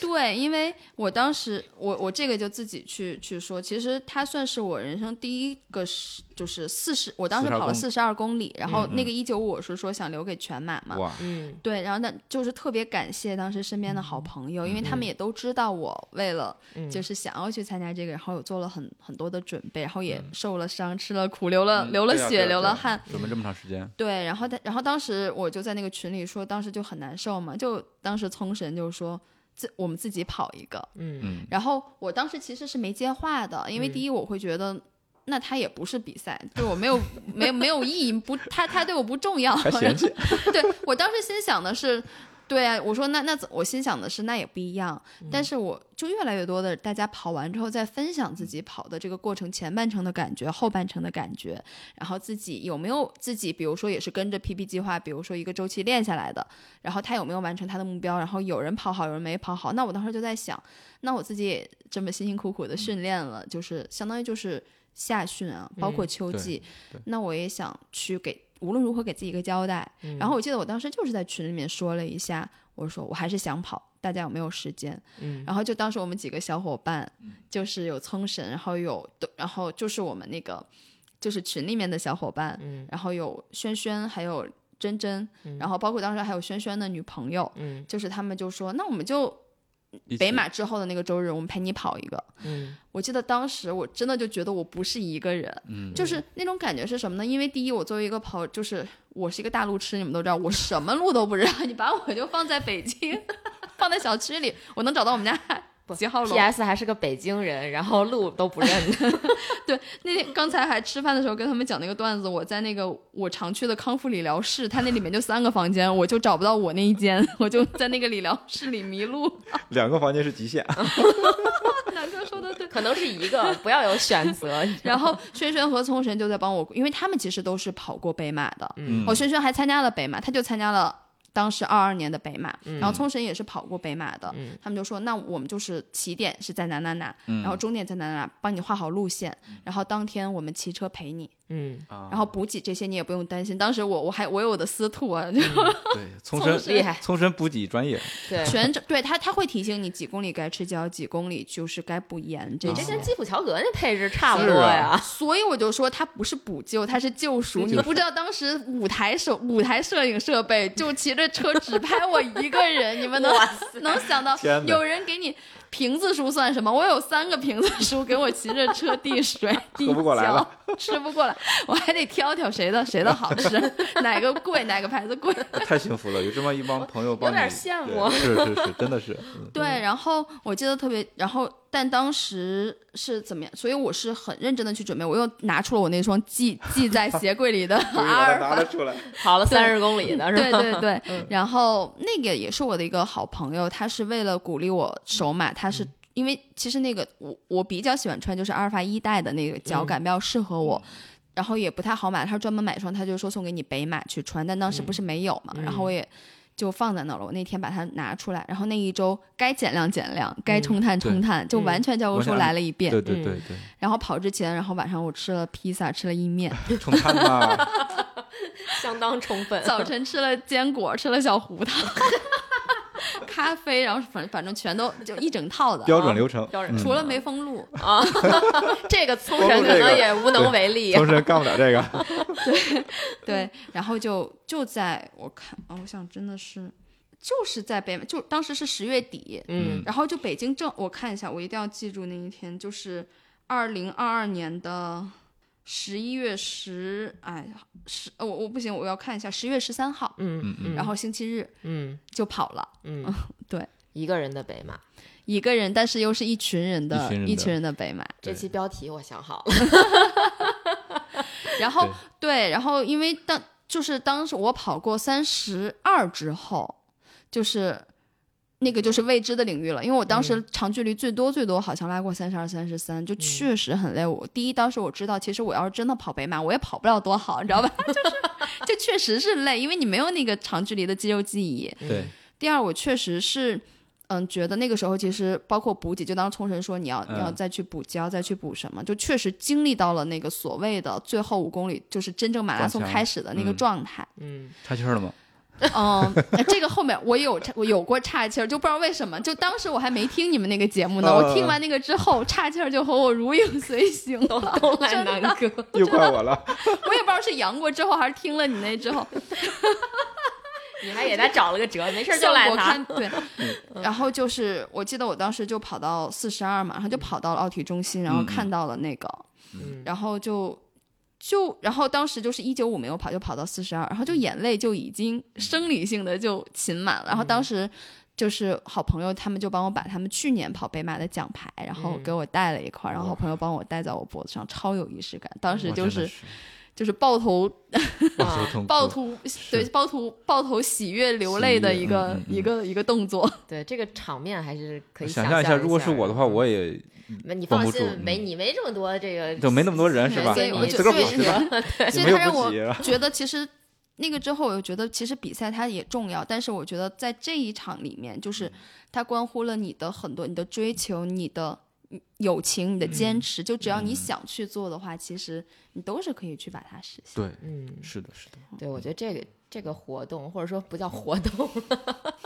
[SPEAKER 3] 对，因为我当时我我这个就自己去去说，其实它算是我人生第一个是就是四十，我当时
[SPEAKER 1] 42
[SPEAKER 3] 跑了
[SPEAKER 1] 公
[SPEAKER 3] 四十二公里，然后
[SPEAKER 1] 嗯
[SPEAKER 3] 那个一九五我是说想留给全马嘛。
[SPEAKER 1] 哇，
[SPEAKER 2] 嗯
[SPEAKER 3] 对，然后那就是特别感谢当时身边的好朋友，因为他们也都知道我为了
[SPEAKER 2] 嗯
[SPEAKER 3] 就是想要去参加这个，然后有做了很很多的准备，然后也受了伤，吃了苦，流了
[SPEAKER 1] 嗯
[SPEAKER 3] 流了
[SPEAKER 1] 对啊对
[SPEAKER 3] 血，
[SPEAKER 1] 啊
[SPEAKER 3] 流
[SPEAKER 1] 对啊
[SPEAKER 3] 了汗，
[SPEAKER 1] 准备这么长时 间，
[SPEAKER 3] 对，然后他，然后当时我就在那个群里说，当时就很难受嘛，就当时冲绳就说自我们自己跑一个，
[SPEAKER 2] 嗯
[SPEAKER 1] 嗯，
[SPEAKER 3] 然后我当时其实是没接话的，因为
[SPEAKER 2] 嗯
[SPEAKER 3] 第一我会觉得。那他也不是比赛，对我没有没有没有意义，不，他他对我不重要。
[SPEAKER 1] 还嫌弃，
[SPEAKER 3] 对我当时心想的是，对啊，我说那那怎我心想的是那也不一样，但是我就越来越多的大家跑完之后再分享自己跑的这个过程前半程的感觉、后半程的感觉，然后自己有没有自己，比如说也是跟着 PB 计划，比如说一个周期练下来的，然后他有没有完成他的目标，然后有人跑好，有人没跑好，那我当时就在想，那我自己也这么辛辛苦苦的训练了，就是相当于就是夏训啊，包括
[SPEAKER 2] 嗯
[SPEAKER 3] 秋
[SPEAKER 1] 对
[SPEAKER 3] 季，
[SPEAKER 1] 对
[SPEAKER 3] 那我也想去给无论如何给自己一个交代，然后我记得我当时就是在群里面说了一下，我说我还是想跑，大家有没有时间？
[SPEAKER 2] 嗯
[SPEAKER 3] 然后就当时我们几个小伙伴，就是有冲绳，然后有，然后就是我们那个就是群里面的小伙伴，
[SPEAKER 2] 嗯
[SPEAKER 3] 然后有轩轩，还有珍珍，然后包括当时还有轩轩的女朋友，
[SPEAKER 2] 嗯
[SPEAKER 3] 就是他们就说，那我们就
[SPEAKER 1] 一
[SPEAKER 3] 北
[SPEAKER 1] 起
[SPEAKER 3] 马之后的那个周日，我们陪你跑一个。
[SPEAKER 2] 嗯
[SPEAKER 3] 我记得当时我真的就觉得我不是一个人，
[SPEAKER 1] 嗯
[SPEAKER 3] 就是那种感觉是什么呢？因为第一，我作为一个跑，就是我是一个大路痴，你们都知道，我什么路都不知道。你把我就放在北京， 放在小区里，我能找到我们家几号楼？
[SPEAKER 2] ，P.S. 还是个北京人，然后路都不认得
[SPEAKER 3] 对，那天刚才还吃饭的时候跟他们讲那个段子，我在那个我常去的康复理疗室，它那里面就三个房间，我就找不到我那一间， 我就在那个理疗室里迷路。
[SPEAKER 1] 两个房间是极限，
[SPEAKER 3] 南哥说的对。
[SPEAKER 2] 可能是一个，不要有选择。
[SPEAKER 3] 然后轩轩和聪神就在帮我，因为他们其实都是跑过北马的，
[SPEAKER 1] 嗯
[SPEAKER 3] 哦，轩轩还参加了北马，他就参加了当时二二年的北马，
[SPEAKER 2] 嗯
[SPEAKER 3] 然后冲绳也是跑过北马的，
[SPEAKER 2] 嗯
[SPEAKER 3] 他们就说那我们就是起点是在哪哪哪，
[SPEAKER 1] 嗯
[SPEAKER 3] 然后终点在哪哪哪，帮你画好路线，然后当天我们骑车陪你，
[SPEAKER 2] 嗯，
[SPEAKER 1] 然
[SPEAKER 3] 然后补给这些你也不用担心。当时我我还我有我的司徒啊，就
[SPEAKER 1] 对，从
[SPEAKER 3] 从
[SPEAKER 1] 身
[SPEAKER 3] 身
[SPEAKER 2] 厉害，
[SPEAKER 1] 从身补给专 业，
[SPEAKER 2] 对。
[SPEAKER 3] 全程对他他会提醒你几公里该吃胶，几公里就是该补盐这
[SPEAKER 1] 啊
[SPEAKER 2] 你这
[SPEAKER 3] 些
[SPEAKER 2] 跟。基普乔格那配置差不
[SPEAKER 1] 是
[SPEAKER 2] 多
[SPEAKER 1] 啊
[SPEAKER 2] 呀，
[SPEAKER 3] 所以我就说，它不是补救，它是救赎。你不知道当时舞台手舞台摄影设备就骑着车只拍我一个人，你们能
[SPEAKER 2] 哇塞
[SPEAKER 3] 能想到
[SPEAKER 1] 天哪
[SPEAKER 3] 有人给你瓶子书算什么？我有三个瓶子书给我骑着车递水递
[SPEAKER 1] 喝不过来
[SPEAKER 3] 胶
[SPEAKER 1] 了，
[SPEAKER 3] 吃不过来，我还得挑挑谁的谁的好吃， 哪个贵哪个牌子贵。
[SPEAKER 1] 太幸福了，有这么一帮朋友帮你，
[SPEAKER 2] 点羡慕
[SPEAKER 1] 对是是是，真的是，嗯
[SPEAKER 3] 对，然后我记得特别，然后但当时是怎么样？所以我是很认真的去准备，我又拿出了我那双系系在鞋柜 里的
[SPEAKER 1] 嗯
[SPEAKER 3] 阿尔法。
[SPEAKER 1] 出来，
[SPEAKER 2] 跑了三十公里呢，是吧？嗯
[SPEAKER 3] 对对对，然后那个也是我的一个好朋友，他是为了鼓励我手马，他
[SPEAKER 2] 嗯
[SPEAKER 3] 是因为其实那个我我比较喜欢穿就是阿尔法一代的那个脚感比较适合我，
[SPEAKER 2] 嗯
[SPEAKER 3] 然后也不太好买，他专门买一双，他就说送给你北马去穿，但当时不是没有嘛，
[SPEAKER 2] 嗯
[SPEAKER 3] 然后我也就放在那儿了。我那天把它拿出来，然后那一周该减量减量，该
[SPEAKER 2] 嗯
[SPEAKER 3] 冲碳冲碳，就完全教科书来了一遍。
[SPEAKER 1] 对对对对，
[SPEAKER 3] 然后跑之前，然后晚上我吃了披萨，吃了意面，
[SPEAKER 1] 冲啊他嘛，
[SPEAKER 2] 相当充 分。
[SPEAKER 3] 早晨吃了坚果，吃了小胡桃。咖啡，然后反反正全都就一整套的，
[SPEAKER 1] 标准流程，
[SPEAKER 2] 标
[SPEAKER 1] 嗯
[SPEAKER 2] 准
[SPEAKER 3] 除了梅峰路，
[SPEAKER 2] 啊，这个冲绳
[SPEAKER 1] 光顾
[SPEAKER 2] 可
[SPEAKER 1] 这
[SPEAKER 2] 能
[SPEAKER 1] 个
[SPEAKER 2] 也无能为力。
[SPEAKER 1] 从身干不了这个，
[SPEAKER 3] 对，然后就就在我看啊、我想真的是就是在北美，就当时是十月底，
[SPEAKER 2] 嗯
[SPEAKER 3] 然后就北京正我看一下，我一定要记住那一天，就是二零二二年的十一月十，哎，十呃我我不行，我要看一下十月十三号，
[SPEAKER 2] 嗯嗯，
[SPEAKER 3] 然后星期日
[SPEAKER 2] 嗯
[SPEAKER 3] 就跑了。
[SPEAKER 2] 嗯，
[SPEAKER 3] 对，
[SPEAKER 2] 一个人的北马。
[SPEAKER 3] 一个人，但是又是一群人的，
[SPEAKER 1] 一群人的
[SPEAKER 3] 的北马。
[SPEAKER 2] 这
[SPEAKER 1] 对
[SPEAKER 2] 期标题我想好了，
[SPEAKER 3] 然后对，然后因为当就是当时我跑过三十二之后，就是那个就是未知的领域了，因为我当时长距离最多最多好像拉过三十二、三十三，就确实很累。我第一当时我知道，其实我要是真的跑北马，我也跑不了多好，你知道吧？ 就是就确实是累，因为你没有那个长距离的肌肉记忆。
[SPEAKER 1] 对，
[SPEAKER 3] 第二，我确实是。嗯，觉得那个时候其实包括补给，就当冲绳说你要、你要
[SPEAKER 1] 嗯
[SPEAKER 3] 再去补胶，再去补什么，就确实经历到了那个所谓的最后五公里，就是真正马拉松
[SPEAKER 1] 撞墙
[SPEAKER 3] 开始的那个
[SPEAKER 1] 嗯
[SPEAKER 3] 状态。
[SPEAKER 2] 嗯，
[SPEAKER 1] 插气儿了吗？
[SPEAKER 3] 嗯，呃这个后面我有我有过岔气儿，就不知道为什么，就当时我还没听你们那个节目呢，我
[SPEAKER 1] 嗯
[SPEAKER 3] 听完那个之后，岔气儿就和我如影随形
[SPEAKER 2] 东
[SPEAKER 3] 了。
[SPEAKER 2] 东来南歌，
[SPEAKER 1] 又怪我了，
[SPEAKER 3] 我也不知道是阳过之后还是听了你那之后，
[SPEAKER 2] 你还给他找了个辙， 没事儿就
[SPEAKER 3] 效
[SPEAKER 2] 赖
[SPEAKER 3] 果
[SPEAKER 2] 他
[SPEAKER 3] 看。对，
[SPEAKER 1] 嗯
[SPEAKER 3] 然后就是我记得我当时就跑到四十二嘛，然后就跑到了奥体中心，然后
[SPEAKER 1] 嗯嗯
[SPEAKER 3] 看到了那个，
[SPEAKER 2] 嗯
[SPEAKER 3] 然后就就然后当时就是一九五没有跑，就跑到四十二，然
[SPEAKER 1] 嗯
[SPEAKER 3] 后就眼泪就已经生理性的就噙满了。然后
[SPEAKER 1] 嗯
[SPEAKER 3] 当时就是好朋友他们就帮我把他们去年跑北马的奖牌，然后
[SPEAKER 2] 嗯
[SPEAKER 3] 给我戴了一块儿，然后好
[SPEAKER 1] 哇
[SPEAKER 3] 朋友帮我戴在我脖子上，超有仪式感。当时
[SPEAKER 1] 我
[SPEAKER 3] 就
[SPEAKER 1] 真
[SPEAKER 3] 是
[SPEAKER 1] 的
[SPEAKER 3] 就是抱头嗯
[SPEAKER 1] 抱
[SPEAKER 2] 啊
[SPEAKER 1] 头痛哭，
[SPEAKER 3] 抱头对抱头抱头喜悦流泪的
[SPEAKER 1] 喜悦
[SPEAKER 3] 一个
[SPEAKER 1] 嗯嗯嗯
[SPEAKER 3] 一个一个动作。
[SPEAKER 2] 对这个场面还是可以
[SPEAKER 1] 想
[SPEAKER 2] 象
[SPEAKER 1] 象
[SPEAKER 2] 嗯
[SPEAKER 1] 一下，如果是我
[SPEAKER 2] 啊
[SPEAKER 1] 的话，我也
[SPEAKER 2] 没你
[SPEAKER 1] 绷
[SPEAKER 2] 放
[SPEAKER 1] 不住
[SPEAKER 2] 心，没
[SPEAKER 1] 嗯
[SPEAKER 2] 你没这么多这个，
[SPEAKER 1] 就没那么多人是吧？嗯
[SPEAKER 2] 给
[SPEAKER 3] 对所以
[SPEAKER 2] 你
[SPEAKER 3] 我觉
[SPEAKER 1] 自个儿
[SPEAKER 3] 所
[SPEAKER 1] 补
[SPEAKER 3] 以
[SPEAKER 1] 是
[SPEAKER 2] 嗯
[SPEAKER 1] 吧？
[SPEAKER 3] 所以
[SPEAKER 1] 没有
[SPEAKER 3] 他让
[SPEAKER 1] 不
[SPEAKER 3] 我
[SPEAKER 1] 急啊
[SPEAKER 3] 觉得其实那个之后，我觉得其实比赛它也重要，但是我觉得在这一场里面，
[SPEAKER 1] 嗯
[SPEAKER 3] 就是它关乎了你的很多，你的追求，你的。友情，你的
[SPEAKER 1] 嗯
[SPEAKER 3] 坚持，就只要你想去做的话，其实你都是可以去把它实现。
[SPEAKER 1] 对，
[SPEAKER 2] 嗯，
[SPEAKER 1] 是的，是的，
[SPEAKER 2] 对，我觉得这个这个活动，或者说不叫活动，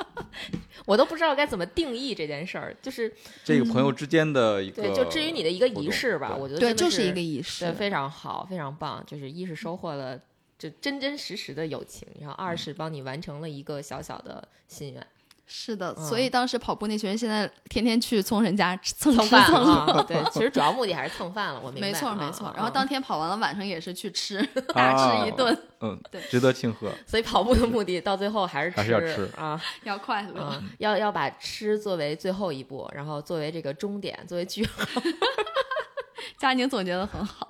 [SPEAKER 2] 我都不知道该怎么定义这件事儿。就是
[SPEAKER 1] 这个朋友之间的一个，
[SPEAKER 2] 对，就至于你的一个
[SPEAKER 1] 活
[SPEAKER 2] 仪
[SPEAKER 1] 动
[SPEAKER 2] 式吧，
[SPEAKER 1] 对
[SPEAKER 2] 我觉得
[SPEAKER 3] 对，
[SPEAKER 2] 真的
[SPEAKER 3] 就是一个仪式
[SPEAKER 2] 对，。非常好，非常棒。就是一是收获了就真真实实的友情，然后二是帮你完成了一个小小的心愿，
[SPEAKER 3] 是的，
[SPEAKER 2] 嗯
[SPEAKER 3] 所以当时跑步那群人现在天天去冲人家蹭吃
[SPEAKER 2] 蹭饭
[SPEAKER 3] 嗯蹭喝。
[SPEAKER 2] 啊。对，其实主要目的还是蹭饭了，我明白。
[SPEAKER 3] 没错
[SPEAKER 2] 啊
[SPEAKER 3] 没
[SPEAKER 2] 啊
[SPEAKER 3] 错。
[SPEAKER 2] 啊
[SPEAKER 3] 然后当天跑完了，晚上也是去吃， 大吃一顿，
[SPEAKER 1] 啊嗯
[SPEAKER 3] 对，
[SPEAKER 1] 值得庆贺，
[SPEAKER 2] 所以跑步的目的到最后还是吃
[SPEAKER 1] 还是要吃
[SPEAKER 2] 啊
[SPEAKER 3] 要快乐。
[SPEAKER 2] 啊，要要把吃作为最后一步，然后作为这个终点，作为句号。
[SPEAKER 3] 佳宁总结的很好。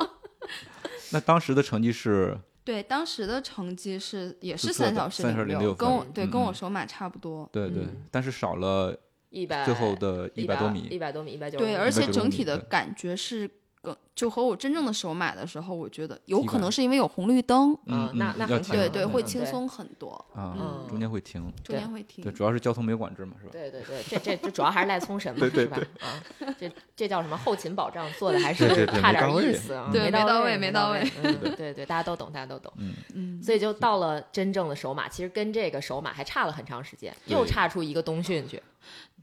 [SPEAKER 1] 那当时的成绩是，
[SPEAKER 3] 对，当时的成绩是也是
[SPEAKER 1] 注册
[SPEAKER 3] 三
[SPEAKER 1] 的
[SPEAKER 3] 小时
[SPEAKER 1] 3
[SPEAKER 3] 零
[SPEAKER 1] 06分
[SPEAKER 3] 跟我对
[SPEAKER 1] 嗯
[SPEAKER 3] 跟我
[SPEAKER 1] 嗯
[SPEAKER 3] 手马差不多。
[SPEAKER 1] 对对
[SPEAKER 2] 嗯，
[SPEAKER 1] 但是少了
[SPEAKER 2] 一百
[SPEAKER 1] 最后的
[SPEAKER 2] 一
[SPEAKER 1] 100多
[SPEAKER 2] 一
[SPEAKER 1] 米
[SPEAKER 2] 百多米，一百九十米。
[SPEAKER 3] 对，而且
[SPEAKER 1] 195
[SPEAKER 3] 整体
[SPEAKER 1] 米
[SPEAKER 3] 的
[SPEAKER 1] 对
[SPEAKER 3] 感觉是更就和我真正的手买的时候，我觉得有
[SPEAKER 1] 体
[SPEAKER 3] 可能
[SPEAKER 1] 感
[SPEAKER 3] 是因为有红绿灯，
[SPEAKER 1] 嗯
[SPEAKER 2] 啊，
[SPEAKER 1] 嗯
[SPEAKER 2] 那那
[SPEAKER 1] 要
[SPEAKER 2] 很
[SPEAKER 1] 停
[SPEAKER 2] 可能
[SPEAKER 3] 对
[SPEAKER 1] 了
[SPEAKER 3] 对，
[SPEAKER 1] 嗯
[SPEAKER 3] 会
[SPEAKER 2] 嗯
[SPEAKER 3] 轻
[SPEAKER 2] 对
[SPEAKER 3] 松很多，
[SPEAKER 1] 啊
[SPEAKER 2] 嗯，
[SPEAKER 1] 中间会停，
[SPEAKER 3] 中间会停
[SPEAKER 1] 对，。主要是交通没有管制嘛，是吧？
[SPEAKER 2] 对对对，这这这主要还是赖聪神嘛，是吧？啊，这这叫什么后勤保障做的还是
[SPEAKER 1] 对对对
[SPEAKER 2] 差
[SPEAKER 1] 没
[SPEAKER 2] 点
[SPEAKER 1] 到位
[SPEAKER 2] 意思啊，
[SPEAKER 3] 对没到
[SPEAKER 2] 到
[SPEAKER 3] 位没
[SPEAKER 2] 没
[SPEAKER 3] 到
[SPEAKER 2] 位
[SPEAKER 3] 位，
[SPEAKER 2] 嗯对对，大家都懂，大家都懂。
[SPEAKER 1] 嗯，
[SPEAKER 3] 嗯，
[SPEAKER 2] 所以就到了真正的首马，其实跟这个首马还差了很长时间，
[SPEAKER 1] 对
[SPEAKER 2] 又差出一个冬训去。
[SPEAKER 1] 嗯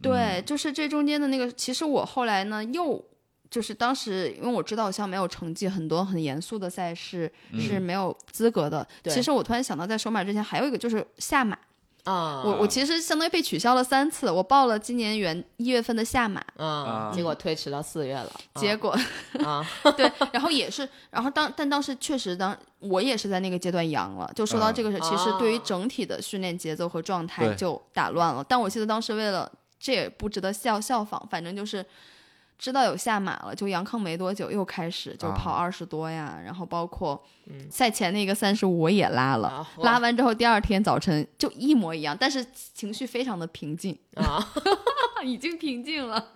[SPEAKER 3] 对，就是这中间的那个，其实我后来呢又。就是当时，因为我知道我像没有成绩，很多很严肃的赛事
[SPEAKER 1] 嗯
[SPEAKER 3] 是没有资格的。
[SPEAKER 2] 对
[SPEAKER 3] 其实我突然想到，在首马之前还有一个就是下马，
[SPEAKER 2] 啊，
[SPEAKER 3] 我我其实相当于被取消了三次，我报了今年元一月份的下马，
[SPEAKER 2] 啊，结果推迟到四月了，
[SPEAKER 3] 结果、
[SPEAKER 2] 果啊，
[SPEAKER 3] 对，然后也是，然后当但当时确实当我也是在那个阶段阳了，就说到这个事，其实对于
[SPEAKER 2] 啊
[SPEAKER 3] 整体的训练节奏和状态
[SPEAKER 1] 对
[SPEAKER 3] 就打乱了。但我记得当时为了这也不值得效效仿，反正就是。知道有下马了，就阳康没多久又开始就
[SPEAKER 1] 啊
[SPEAKER 3] 跑二十多呀，然后包括
[SPEAKER 2] 嗯
[SPEAKER 3] 赛前那个三十五我也拉了，
[SPEAKER 2] 啊
[SPEAKER 3] 拉完之后第二天早晨就一模一样，但是情绪非常的平静，
[SPEAKER 2] 啊，
[SPEAKER 3] 已经平静了。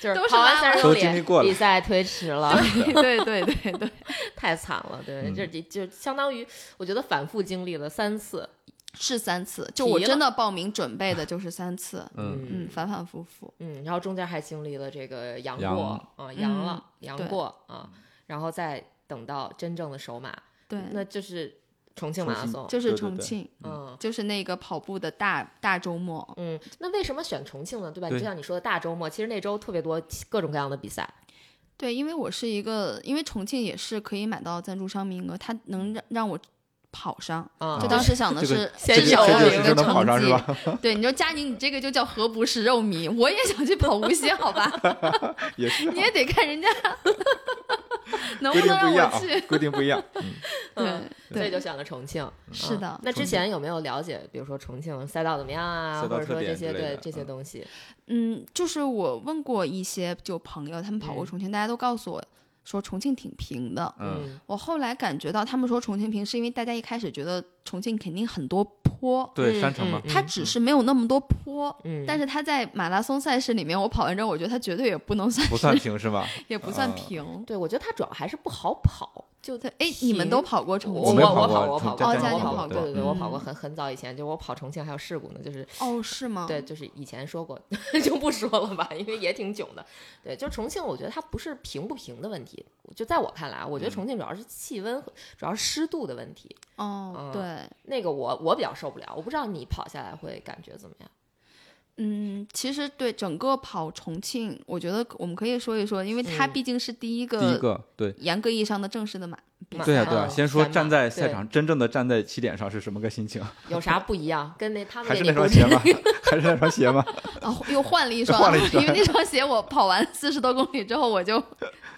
[SPEAKER 2] 就是
[SPEAKER 3] 都是
[SPEAKER 2] 跑完
[SPEAKER 3] 拉
[SPEAKER 2] 三十公
[SPEAKER 3] 完
[SPEAKER 1] 都
[SPEAKER 2] 里
[SPEAKER 1] 经历过了
[SPEAKER 2] 比赛推迟了，
[SPEAKER 3] 对对对对，
[SPEAKER 2] 太惨了，对，
[SPEAKER 1] 嗯
[SPEAKER 2] 这这就相当于我觉得反复经历了三次，
[SPEAKER 3] 是三次，就我
[SPEAKER 2] 提了
[SPEAKER 3] 真的报名准备的就是三次，
[SPEAKER 1] 嗯，
[SPEAKER 3] 嗯，反反复复。
[SPEAKER 2] 嗯，然后中间还经历了这个杨
[SPEAKER 1] 阳
[SPEAKER 2] 过啊，杨
[SPEAKER 3] 嗯
[SPEAKER 2] 了，杨
[SPEAKER 3] 对
[SPEAKER 2] 过啊，然后再等到真正的首马，
[SPEAKER 3] 对，
[SPEAKER 2] 那就是重庆马拉
[SPEAKER 1] 重庆
[SPEAKER 2] 松，
[SPEAKER 3] 就是
[SPEAKER 1] 对对
[SPEAKER 3] 重
[SPEAKER 1] 对
[SPEAKER 3] 庆，
[SPEAKER 2] 嗯。
[SPEAKER 3] 就是那个跑步的大大周末。
[SPEAKER 2] 嗯，那为什么选重庆呢？对吧？
[SPEAKER 1] 对
[SPEAKER 2] 就像你说的大周末，其实那周特别多各种各样的比赛。
[SPEAKER 3] 对，因为我是一个，因为重庆也是可以买到赞助商名额，它能让让我跑上。
[SPEAKER 2] 啊，
[SPEAKER 3] 就当时想的
[SPEAKER 1] 这
[SPEAKER 3] 是
[SPEAKER 1] 个，
[SPEAKER 3] 至
[SPEAKER 2] 先
[SPEAKER 3] 少
[SPEAKER 2] 有
[SPEAKER 3] 我
[SPEAKER 2] 这就
[SPEAKER 3] 有一
[SPEAKER 2] 是
[SPEAKER 3] 个
[SPEAKER 1] 真能跑
[SPEAKER 3] 成
[SPEAKER 1] 上是
[SPEAKER 3] 绩。
[SPEAKER 1] 吧？
[SPEAKER 3] 对，你说佳宁，你这个就叫何不食肉糜？我也想去跑无锡，好吧？
[SPEAKER 1] 也是啊
[SPEAKER 3] 你也得看人家 能
[SPEAKER 1] 规定
[SPEAKER 3] 不能
[SPEAKER 1] 不
[SPEAKER 3] 让
[SPEAKER 1] 一样啊
[SPEAKER 3] 我去。，
[SPEAKER 1] 规定不一样。嗯
[SPEAKER 2] 嗯
[SPEAKER 3] 对，
[SPEAKER 2] 所以
[SPEAKER 3] 对，
[SPEAKER 2] 就选了重庆。
[SPEAKER 3] 是
[SPEAKER 2] 嗯
[SPEAKER 3] 的
[SPEAKER 2] 那之
[SPEAKER 1] 重庆
[SPEAKER 2] 前有没有了解，比如说重庆赛道怎么样啊，
[SPEAKER 1] 赛道
[SPEAKER 2] 或者
[SPEAKER 1] 特
[SPEAKER 2] 说这
[SPEAKER 1] 点
[SPEAKER 2] 些
[SPEAKER 1] 之类
[SPEAKER 2] 对
[SPEAKER 1] 的
[SPEAKER 2] 这些
[SPEAKER 1] 嗯
[SPEAKER 2] 东西？
[SPEAKER 3] 嗯，就是我问过一些就朋友，他们跑过
[SPEAKER 2] 嗯
[SPEAKER 3] 重庆，大家都告诉我说重庆挺平的。
[SPEAKER 1] 嗯，
[SPEAKER 3] 我后来感觉到他们说重庆平，是因为大家一开始觉得重庆肯定很多坡，
[SPEAKER 1] 对，
[SPEAKER 2] 嗯
[SPEAKER 1] 山城嘛
[SPEAKER 2] 嗯，
[SPEAKER 3] 它只是没有那么多坡。
[SPEAKER 2] 嗯，
[SPEAKER 3] 但是它在马拉松赛事里面，我跑完之后，我觉得它绝对也不能 算
[SPEAKER 1] 不算平是吧？
[SPEAKER 3] 也不算
[SPEAKER 1] 啊
[SPEAKER 3] 平。
[SPEAKER 2] 对我觉得它主要还是不好跑，就
[SPEAKER 3] 对，哎，你们都跑过重
[SPEAKER 2] 我
[SPEAKER 1] 我
[SPEAKER 3] 庆
[SPEAKER 1] 没
[SPEAKER 2] 我
[SPEAKER 3] 吗？
[SPEAKER 1] 跑
[SPEAKER 2] 我
[SPEAKER 1] 过
[SPEAKER 2] 我跑
[SPEAKER 1] 重
[SPEAKER 3] 哦家
[SPEAKER 2] 我
[SPEAKER 3] 里
[SPEAKER 2] 跑
[SPEAKER 3] 跑
[SPEAKER 2] 过，对
[SPEAKER 3] 过
[SPEAKER 2] 对对，我跑
[SPEAKER 3] 嗯
[SPEAKER 2] 过很很早以前，就我跑重庆还有事故呢，就是
[SPEAKER 3] 哦，是吗？
[SPEAKER 2] 对，就是以前说过就不说了吧，因为也挺囧的。对，就重庆，我觉得它不是平不平的问题，就在我看来啊，我觉
[SPEAKER 1] 嗯
[SPEAKER 2] 得重庆主要是气温，和主要是湿度的问题。
[SPEAKER 3] 哦
[SPEAKER 2] 嗯，
[SPEAKER 3] 对，
[SPEAKER 2] 那个我我比较受不了，我不知道你跑下来会感觉怎么样。
[SPEAKER 3] 嗯，其实对整个跑重庆，我觉得我们可以说一说，因为它
[SPEAKER 2] 嗯
[SPEAKER 3] 毕竟是第一
[SPEAKER 1] 第一
[SPEAKER 3] 个
[SPEAKER 1] 个对。
[SPEAKER 3] 严格意义上的正式的马比
[SPEAKER 2] 马
[SPEAKER 3] 赛。
[SPEAKER 1] 对啊，
[SPEAKER 2] 赛
[SPEAKER 1] 对啊，
[SPEAKER 2] 嗯
[SPEAKER 1] 先说
[SPEAKER 2] 赛马
[SPEAKER 1] 站在赛
[SPEAKER 2] 对
[SPEAKER 1] 场，真正的站在起点上是什么个心情？
[SPEAKER 2] 有啥不一样？跟那他们
[SPEAKER 1] 还是那
[SPEAKER 2] 那
[SPEAKER 1] 双
[SPEAKER 2] 故
[SPEAKER 1] 鞋
[SPEAKER 2] 事
[SPEAKER 1] 吗？还是那双鞋吗？
[SPEAKER 3] 啊，又换了一双，
[SPEAKER 1] 换了一双
[SPEAKER 3] 因为那双鞋我跑完四十多公里之后，我就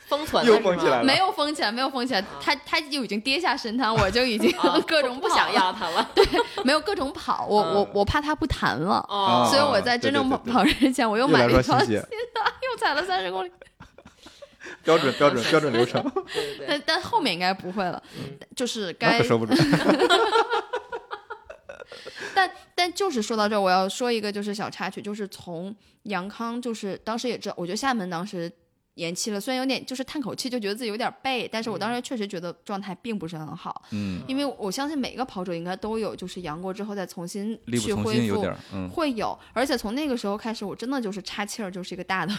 [SPEAKER 2] 封 存
[SPEAKER 1] 又
[SPEAKER 2] 了是
[SPEAKER 1] 封起
[SPEAKER 2] 吗
[SPEAKER 1] 来了
[SPEAKER 3] 没有封起来，没有封起来，它它就已经跌下神坛，我就已经
[SPEAKER 2] 啊
[SPEAKER 3] 各种
[SPEAKER 2] 不
[SPEAKER 3] 跑
[SPEAKER 2] 想
[SPEAKER 3] 了，
[SPEAKER 2] 要它了。
[SPEAKER 3] 没有各种跑，我我
[SPEAKER 1] 嗯
[SPEAKER 3] 我怕它不弹了，
[SPEAKER 2] 哦
[SPEAKER 1] 啊
[SPEAKER 3] 所以我在
[SPEAKER 1] 对
[SPEAKER 3] 真正
[SPEAKER 1] 对
[SPEAKER 3] 跑
[SPEAKER 1] 对对
[SPEAKER 3] 跑之前，我又
[SPEAKER 1] 又
[SPEAKER 3] 买
[SPEAKER 1] 来双
[SPEAKER 3] 了一双，
[SPEAKER 1] 新鞋，
[SPEAKER 3] 又踩了三十公里，
[SPEAKER 1] 标准标准标准流程，
[SPEAKER 2] 对对对，
[SPEAKER 3] 但但后面应该不会了，
[SPEAKER 2] 嗯
[SPEAKER 3] 就是
[SPEAKER 1] 那
[SPEAKER 3] 该
[SPEAKER 1] 可，收不住。
[SPEAKER 3] 但但就是说到这儿，我要说一个就是小插曲，就是从杨康，就是当时也知道，我觉得厦门当时。延期了，虽然有点就是叹口气，就觉得自己有点背，但是我
[SPEAKER 2] 嗯
[SPEAKER 3] 当时确实觉得状态并不是很好。
[SPEAKER 1] 嗯，
[SPEAKER 3] 因为我相信每个跑者应该都有，就是阳过之后再重新
[SPEAKER 1] 力不
[SPEAKER 3] 去
[SPEAKER 1] 从
[SPEAKER 3] 恢
[SPEAKER 1] 心，有
[SPEAKER 3] 复，
[SPEAKER 1] 点儿嗯，
[SPEAKER 3] 会有。而且从那个时候开始，我真的就是岔气儿，就是一个大的，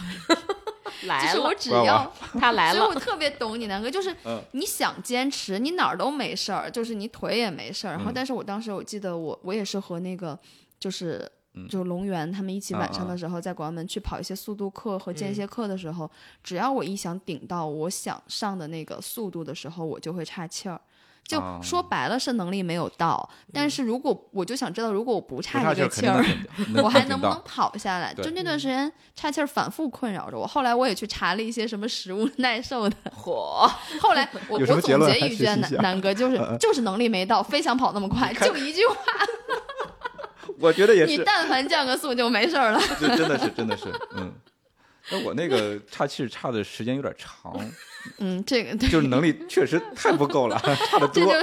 [SPEAKER 3] 就
[SPEAKER 2] 来
[SPEAKER 3] 是
[SPEAKER 2] 了
[SPEAKER 3] 我，只
[SPEAKER 1] 哇哇
[SPEAKER 3] 要，
[SPEAKER 2] 它 来
[SPEAKER 3] 所
[SPEAKER 2] 了。
[SPEAKER 3] 以我特别懂你南哥，就是
[SPEAKER 1] 嗯
[SPEAKER 3] 你想坚持，你哪儿都没事儿，就是你腿也没事儿。然后，
[SPEAKER 1] 嗯
[SPEAKER 3] 但是我当时我记得我我也是和那个就是。
[SPEAKER 1] 嗯
[SPEAKER 3] 就龙源他们一起晚上的时候，在广安门去跑一些速度课和间歇课的时
[SPEAKER 1] 啊
[SPEAKER 3] 候，只要我一想顶到我想上的那个速度的时候，我就会岔气儿。就
[SPEAKER 1] 哦
[SPEAKER 3] 说白了是能力没有到，但是如果我就想知道，如果我
[SPEAKER 1] 嗯
[SPEAKER 3] 不
[SPEAKER 1] 不
[SPEAKER 3] 岔
[SPEAKER 1] 差
[SPEAKER 3] 这
[SPEAKER 1] 劲
[SPEAKER 3] 个
[SPEAKER 1] 儿
[SPEAKER 3] 气
[SPEAKER 1] 肯定
[SPEAKER 3] 儿，
[SPEAKER 1] 能
[SPEAKER 3] 我还能不能
[SPEAKER 1] 到？
[SPEAKER 3] 跑下来？
[SPEAKER 1] 对
[SPEAKER 3] 就那段时间岔气儿反复困扰着我。后来我也去查了一些什么食物耐受的。
[SPEAKER 2] 火，
[SPEAKER 3] 后来 我
[SPEAKER 1] 有
[SPEAKER 3] 我
[SPEAKER 1] 什么
[SPEAKER 3] 总
[SPEAKER 1] 结论
[SPEAKER 3] 结
[SPEAKER 1] 还
[SPEAKER 3] 一
[SPEAKER 1] 学习
[SPEAKER 3] 句啊，
[SPEAKER 1] 一
[SPEAKER 3] 南
[SPEAKER 1] 下嗯
[SPEAKER 3] 南哥就是就是能力没到，非想跑那么快，就一句话，
[SPEAKER 1] 我觉得也
[SPEAKER 3] 你
[SPEAKER 1] 是，
[SPEAKER 3] 但凡降个速就没事儿了。
[SPEAKER 1] 这真的是真的是嗯。那我那个岔气儿差的时间有点长，
[SPEAKER 3] 嗯，这个对，
[SPEAKER 1] 就是能力确实太不嗯够了， 差得
[SPEAKER 3] 这
[SPEAKER 1] 多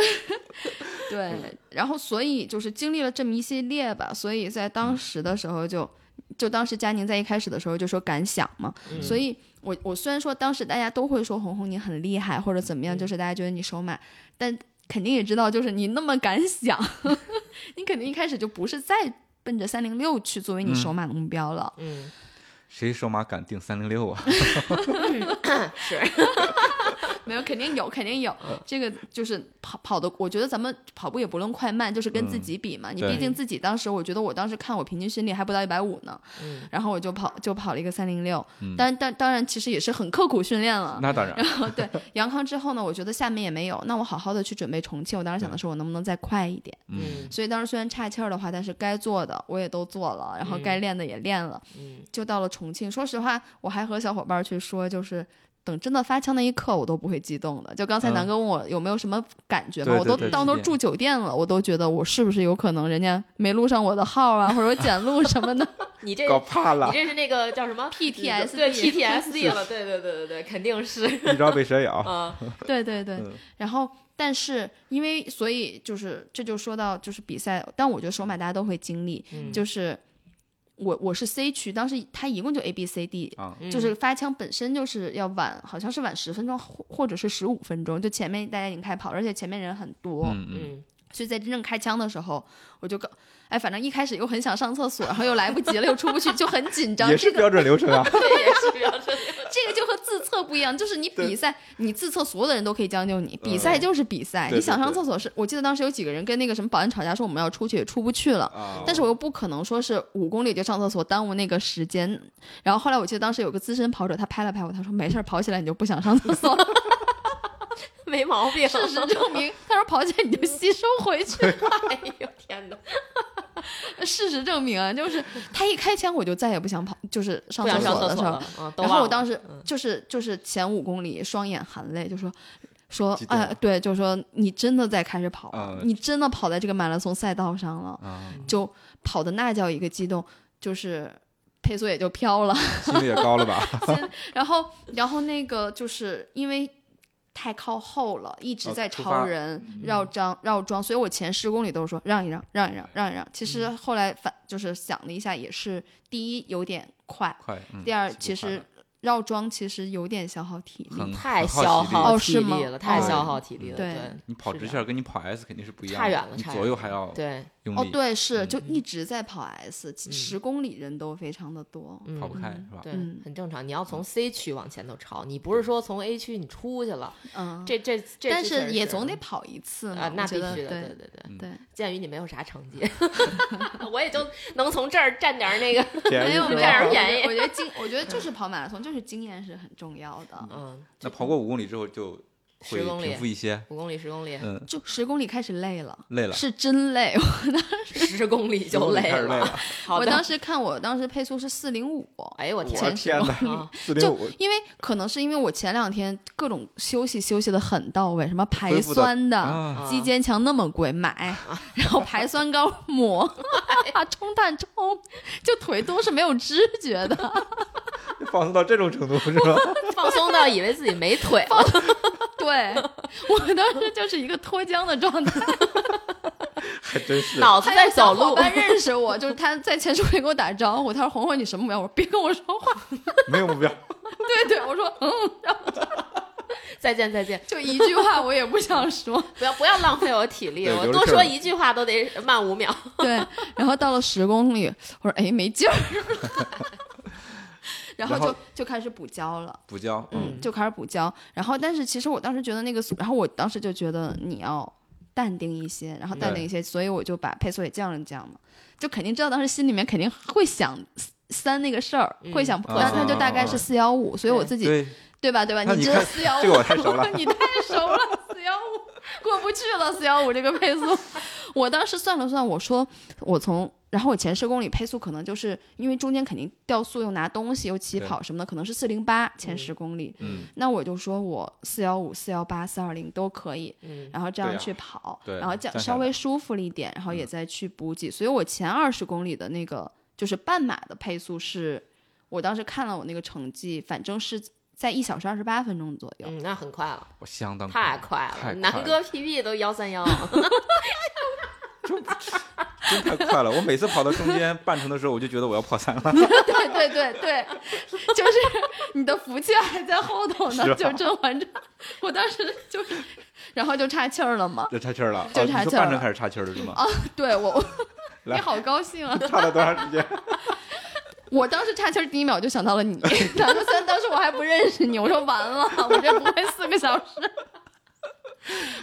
[SPEAKER 3] 就。
[SPEAKER 1] 嗯
[SPEAKER 3] 对。然后所以就是经历了这么一系列吧，所以在当时的时候就。就当时佳宁在一开始的时候就说敢想嘛，
[SPEAKER 2] 嗯
[SPEAKER 3] 所以我我虽然说当时大家都会说红红你很厉害或者怎么样，
[SPEAKER 2] 嗯
[SPEAKER 3] 就是大家觉得你手满，但肯定也知道就是你那么敢想， 你肯定一开始就不是再奔着三零六去作为你手满的目标了。
[SPEAKER 2] 嗯，
[SPEAKER 1] 谁手马敢定三零六啊？
[SPEAKER 2] 是，
[SPEAKER 3] 没有，肯定有，肯定有。
[SPEAKER 2] 嗯
[SPEAKER 3] 这个就是跑跑的，我觉得咱们跑步也不论快慢，就是跟
[SPEAKER 2] 嗯
[SPEAKER 3] 自己比嘛。你
[SPEAKER 1] 对
[SPEAKER 3] 毕竟自己当时，我觉得我当时看我平均心率还不到一百五呢，
[SPEAKER 2] 嗯
[SPEAKER 3] 然后我就跑就跑了一个三零六。但但当然，其实也是很刻苦训练了。
[SPEAKER 1] 那当然，
[SPEAKER 3] 对，阳康之后呢，我觉得厦门也没有，那我好好的去准备重庆。我当时想的是，我能不能再快一点？
[SPEAKER 1] 嗯，
[SPEAKER 2] 嗯
[SPEAKER 3] 所以当时虽然岔气儿的话，但是该做的我也都做了，然后
[SPEAKER 2] 嗯
[SPEAKER 3] 该练的也练了。
[SPEAKER 2] 嗯
[SPEAKER 3] 就到了重庆。说实话，我还和小伙伴儿去说，就是等真的发枪那一刻，我都不会激动的。就刚才
[SPEAKER 1] 嗯
[SPEAKER 3] 南哥问我有没有什么感觉嘛，
[SPEAKER 1] 对对
[SPEAKER 3] 我
[SPEAKER 1] 对
[SPEAKER 3] 都当都
[SPEAKER 1] 是这样
[SPEAKER 3] 住酒店了，我都觉得我是不是有可能人家没录上我的号啊，或者我捡录什么的。
[SPEAKER 2] 你这
[SPEAKER 1] 搞怕了
[SPEAKER 2] 你，这是那个叫什么
[SPEAKER 3] PTSD
[SPEAKER 2] 对 PTSD 了，对对对对对，肯定是
[SPEAKER 1] 一朝被蛇咬。
[SPEAKER 2] 啊，
[SPEAKER 3] 对对对，
[SPEAKER 1] 嗯
[SPEAKER 3] 然后但是因为所以就是这就说到就是比赛，但我觉得首马大家都会经历，
[SPEAKER 2] 嗯
[SPEAKER 3] 就是我我是 C 区，当时他一共就 A B C D，
[SPEAKER 1] 啊，
[SPEAKER 2] 嗯
[SPEAKER 3] 就是发枪本身就是要晚，好像是晚十分钟或或者是十五分钟，就前面大家已经开跑，而且前面人很多，
[SPEAKER 1] 嗯嗯，
[SPEAKER 2] 嗯
[SPEAKER 3] 所以在真正开枪的时候，我就搞，哎，反正一开始又很想上厕所，然后又来不及了，又出不去，就很紧张。
[SPEAKER 1] 也
[SPEAKER 3] 这
[SPEAKER 1] 是
[SPEAKER 3] 个
[SPEAKER 1] 标准流程啊。
[SPEAKER 2] 这也是比较正
[SPEAKER 3] 这个就和自测不一样，就是你比赛，你自测所有的人都可以将就你，比
[SPEAKER 1] 嗯
[SPEAKER 3] 赛就是比赛，
[SPEAKER 1] 对
[SPEAKER 3] 你
[SPEAKER 1] 对
[SPEAKER 3] 想上
[SPEAKER 1] 对
[SPEAKER 3] 厕所是，我记得当时有几个人跟那个什么保安吵架，说我们要出去，也出不去了。
[SPEAKER 1] 啊，
[SPEAKER 3] 但是我又不可能说是五公里就上厕所，耽误那个时间。然后后来我记得当时有个资深跑者，他拍了拍我，他说没事儿，跑起来你就不想上厕所了。
[SPEAKER 2] 没毛病。
[SPEAKER 3] 事 实证明，他说跑起来你就吸收回去。
[SPEAKER 2] 哎呦天哪，
[SPEAKER 3] 事实证明啊，就是他一开枪我就再也不想跑，就是上
[SPEAKER 2] 不
[SPEAKER 3] 厕
[SPEAKER 2] 想上厕
[SPEAKER 3] 所的时
[SPEAKER 2] 所
[SPEAKER 3] 候
[SPEAKER 2] 了。，嗯，都
[SPEAKER 3] 然后
[SPEAKER 2] 忘
[SPEAKER 3] 我
[SPEAKER 2] 了
[SPEAKER 3] 当时
[SPEAKER 2] 嗯
[SPEAKER 3] 就是就是前五公里双眼含泪，就说。说
[SPEAKER 1] 激，动
[SPEAKER 3] 哎，对，就说你真的在开始跑了，
[SPEAKER 1] 啊
[SPEAKER 2] 呃
[SPEAKER 3] 你真的跑在这个马拉松赛道上了，
[SPEAKER 2] 嗯
[SPEAKER 1] 啊，
[SPEAKER 3] 就跑的那叫一个激动，就是配速也就飘了。
[SPEAKER 1] 心率也高了吧？
[SPEAKER 3] 然后，然后那个就是因为太靠后了，一直
[SPEAKER 1] 哦
[SPEAKER 3] 在
[SPEAKER 1] 出
[SPEAKER 3] 超
[SPEAKER 1] 发
[SPEAKER 3] 人、
[SPEAKER 2] 嗯
[SPEAKER 3] 绕桩绕桩，所以我前十公里都是说让一让，让一让，让一让。
[SPEAKER 2] 嗯
[SPEAKER 3] 其实后来反就是想了一下，也是第一有点快，
[SPEAKER 1] 快，嗯
[SPEAKER 3] 第二
[SPEAKER 1] 速度
[SPEAKER 3] 其
[SPEAKER 1] 快
[SPEAKER 3] 实
[SPEAKER 1] 了
[SPEAKER 3] 绕桩其实有点消耗体
[SPEAKER 1] 很
[SPEAKER 3] 力。
[SPEAKER 2] 太
[SPEAKER 1] 很
[SPEAKER 2] 消
[SPEAKER 1] 体力
[SPEAKER 2] 耗
[SPEAKER 3] 哦
[SPEAKER 2] 体
[SPEAKER 3] 是
[SPEAKER 2] 力
[SPEAKER 3] 吗
[SPEAKER 2] 了，太
[SPEAKER 1] 对
[SPEAKER 2] 消耗体力了，
[SPEAKER 3] 对
[SPEAKER 2] 对
[SPEAKER 1] 你跑
[SPEAKER 2] 是
[SPEAKER 1] 直
[SPEAKER 2] 的
[SPEAKER 1] 线儿跟你跑 S 肯定是不一样的，
[SPEAKER 2] 差远了
[SPEAKER 1] 你
[SPEAKER 2] 差
[SPEAKER 1] 左
[SPEAKER 2] 远
[SPEAKER 1] 右
[SPEAKER 2] 了
[SPEAKER 1] 还要
[SPEAKER 2] 对，
[SPEAKER 1] 用
[SPEAKER 3] 哦，
[SPEAKER 1] 力，
[SPEAKER 3] 对，是就
[SPEAKER 1] 嗯
[SPEAKER 3] 一直在跑 S，十、公里人都非常的多。
[SPEAKER 2] 嗯
[SPEAKER 1] 跑不开
[SPEAKER 3] 嗯
[SPEAKER 1] 是吧？
[SPEAKER 2] 对
[SPEAKER 3] 嗯，
[SPEAKER 2] 很正常。你要从 C 区往前头超，你不是说从 A 区你出去了，
[SPEAKER 3] 嗯，
[SPEAKER 2] 这这这，
[SPEAKER 3] 但
[SPEAKER 2] 这确
[SPEAKER 3] 是
[SPEAKER 2] 实
[SPEAKER 3] 也总得跑一次嘛。
[SPEAKER 2] 嗯啊，那
[SPEAKER 3] 我
[SPEAKER 2] 必
[SPEAKER 3] 觉得
[SPEAKER 2] 须的，
[SPEAKER 1] 嗯
[SPEAKER 2] 对
[SPEAKER 3] 对
[SPEAKER 2] 对对。
[SPEAKER 3] 对。
[SPEAKER 2] 鉴于你没有啥 成绩，我也就能从这儿占点儿 那个，
[SPEAKER 1] 便
[SPEAKER 3] 没
[SPEAKER 1] 宜
[SPEAKER 3] 有
[SPEAKER 1] 是
[SPEAKER 3] 没
[SPEAKER 2] 这
[SPEAKER 3] 有
[SPEAKER 1] 吧
[SPEAKER 2] 样，便宜
[SPEAKER 3] 我觉得我觉得经，我觉得就是跑马拉松，就是经验是很重要的。
[SPEAKER 2] 嗯，
[SPEAKER 1] 那跑过五公里之后就会
[SPEAKER 2] 10公里
[SPEAKER 1] 平复一些，
[SPEAKER 2] 五公里、十公里、
[SPEAKER 1] 嗯，
[SPEAKER 3] 就十公里开始累了，
[SPEAKER 1] 累了，
[SPEAKER 3] 是真累。
[SPEAKER 2] 十公里
[SPEAKER 1] 10
[SPEAKER 2] 就
[SPEAKER 1] 公里开始累
[SPEAKER 2] 了。
[SPEAKER 1] 了，
[SPEAKER 2] 好
[SPEAKER 3] 我
[SPEAKER 2] 的，
[SPEAKER 3] 当时看我当时配速是四 零五，
[SPEAKER 2] 哎呦我
[SPEAKER 1] 我
[SPEAKER 2] 天
[SPEAKER 1] 的
[SPEAKER 2] 啊，
[SPEAKER 1] 天哪， 四零
[SPEAKER 3] 就
[SPEAKER 1] 五
[SPEAKER 3] 因为可能是因为我前两天各种休息休息的很到位，什么排
[SPEAKER 1] 恢复得
[SPEAKER 3] 酸的。
[SPEAKER 1] 啊，
[SPEAKER 3] 肌腱强那么贵买，然后排酸膏 抹，冲淡冲，就腿都是没有知觉的。
[SPEAKER 1] 放松到这种程度是吧？
[SPEAKER 2] 放松到以为自己没腿了，
[SPEAKER 3] 对我当时就是一个脱缰的状态。
[SPEAKER 1] 还真是，
[SPEAKER 2] 脑子在走
[SPEAKER 3] 小伙
[SPEAKER 2] 路。
[SPEAKER 3] 伴认识 我，就是他在前十会给我打招呼，他说：“红红，你什么目标？”我说：“别跟我说话。
[SPEAKER 1] 没有目标，”
[SPEAKER 3] 对对，我说：“嗯。
[SPEAKER 2] 再见再见，”
[SPEAKER 3] 就一句话我也不想说。
[SPEAKER 2] 不要不要浪费我体力，
[SPEAKER 1] 对
[SPEAKER 2] 我
[SPEAKER 1] 留着
[SPEAKER 2] 多
[SPEAKER 1] 事儿嘛
[SPEAKER 2] 说一句话都得慢五秒。
[SPEAKER 3] 对，然后到了十公里，我说：“哎，没劲儿。” 然后
[SPEAKER 1] 然后
[SPEAKER 3] 就就开始补胶了，
[SPEAKER 1] 补胶，嗯，
[SPEAKER 3] 嗯，就开始补胶。然后，但是其实我当时觉得那个速，然后我当时就觉得你要淡定一些，然后淡定一些，所以我就把配速也降了降嘛。就肯定知道当时心里面肯定会想三那个事儿，会想，
[SPEAKER 1] 嗯
[SPEAKER 3] 那那就大概
[SPEAKER 1] 啊
[SPEAKER 3] 是四幺五，所以我
[SPEAKER 2] 对
[SPEAKER 3] 自己
[SPEAKER 1] 对，
[SPEAKER 3] 对吧？对吧？
[SPEAKER 1] 那
[SPEAKER 3] 你
[SPEAKER 1] 你
[SPEAKER 3] 知道
[SPEAKER 1] 看
[SPEAKER 3] 四幺五，
[SPEAKER 1] 这个我太熟了
[SPEAKER 3] 你太熟了，四幺五过不去了，四幺五这个配速。 我当时算了算，我说我从，然后我前十公里配速可能就是因为中间肯定掉速又拿东西又起跑什么的，可能是四零八前十公里。
[SPEAKER 1] 嗯，
[SPEAKER 3] 那我就说我四幺五、四幺八、四二零都可以，
[SPEAKER 2] 嗯
[SPEAKER 3] 然后这样
[SPEAKER 1] 对啊
[SPEAKER 3] 去跑，
[SPEAKER 1] 对
[SPEAKER 3] 然后这
[SPEAKER 1] 站
[SPEAKER 3] 样
[SPEAKER 1] 下
[SPEAKER 3] 稍微
[SPEAKER 1] 来嗯
[SPEAKER 3] 舒服了一点，然后也再去补给。所以我前二十公里的那个就是半马的配速是，我当时看了我那个成绩，反正是在一小时二十八分钟左右。
[SPEAKER 2] 嗯，那很快了，
[SPEAKER 1] 我相当
[SPEAKER 2] 太快了，
[SPEAKER 1] 太快
[SPEAKER 2] 南
[SPEAKER 1] 了
[SPEAKER 2] 哥 PB 都幺三幺，
[SPEAKER 1] 真太快了！我每次跑到中间半程的时候，我就觉得我要破三了。
[SPEAKER 3] 对对对对，就是 你的福气还在后头呢，
[SPEAKER 1] 是啊
[SPEAKER 3] 就《甄嬛传》，我当时就是，然后就岔气儿了嘛。
[SPEAKER 1] 这岔气儿了，
[SPEAKER 3] 就
[SPEAKER 1] 哦
[SPEAKER 3] 岔
[SPEAKER 1] 你
[SPEAKER 3] 气
[SPEAKER 1] 说
[SPEAKER 3] 儿
[SPEAKER 1] 半程
[SPEAKER 3] 了哦
[SPEAKER 1] 开始岔气儿了是吗？
[SPEAKER 3] 对我，你
[SPEAKER 1] 来
[SPEAKER 3] 好高兴 啊！
[SPEAKER 1] 岔了多长时间？
[SPEAKER 3] 我当时岔气儿第一秒就想到了你，然后虽然当时我还不认识你，我说完了，我这不会四个小时。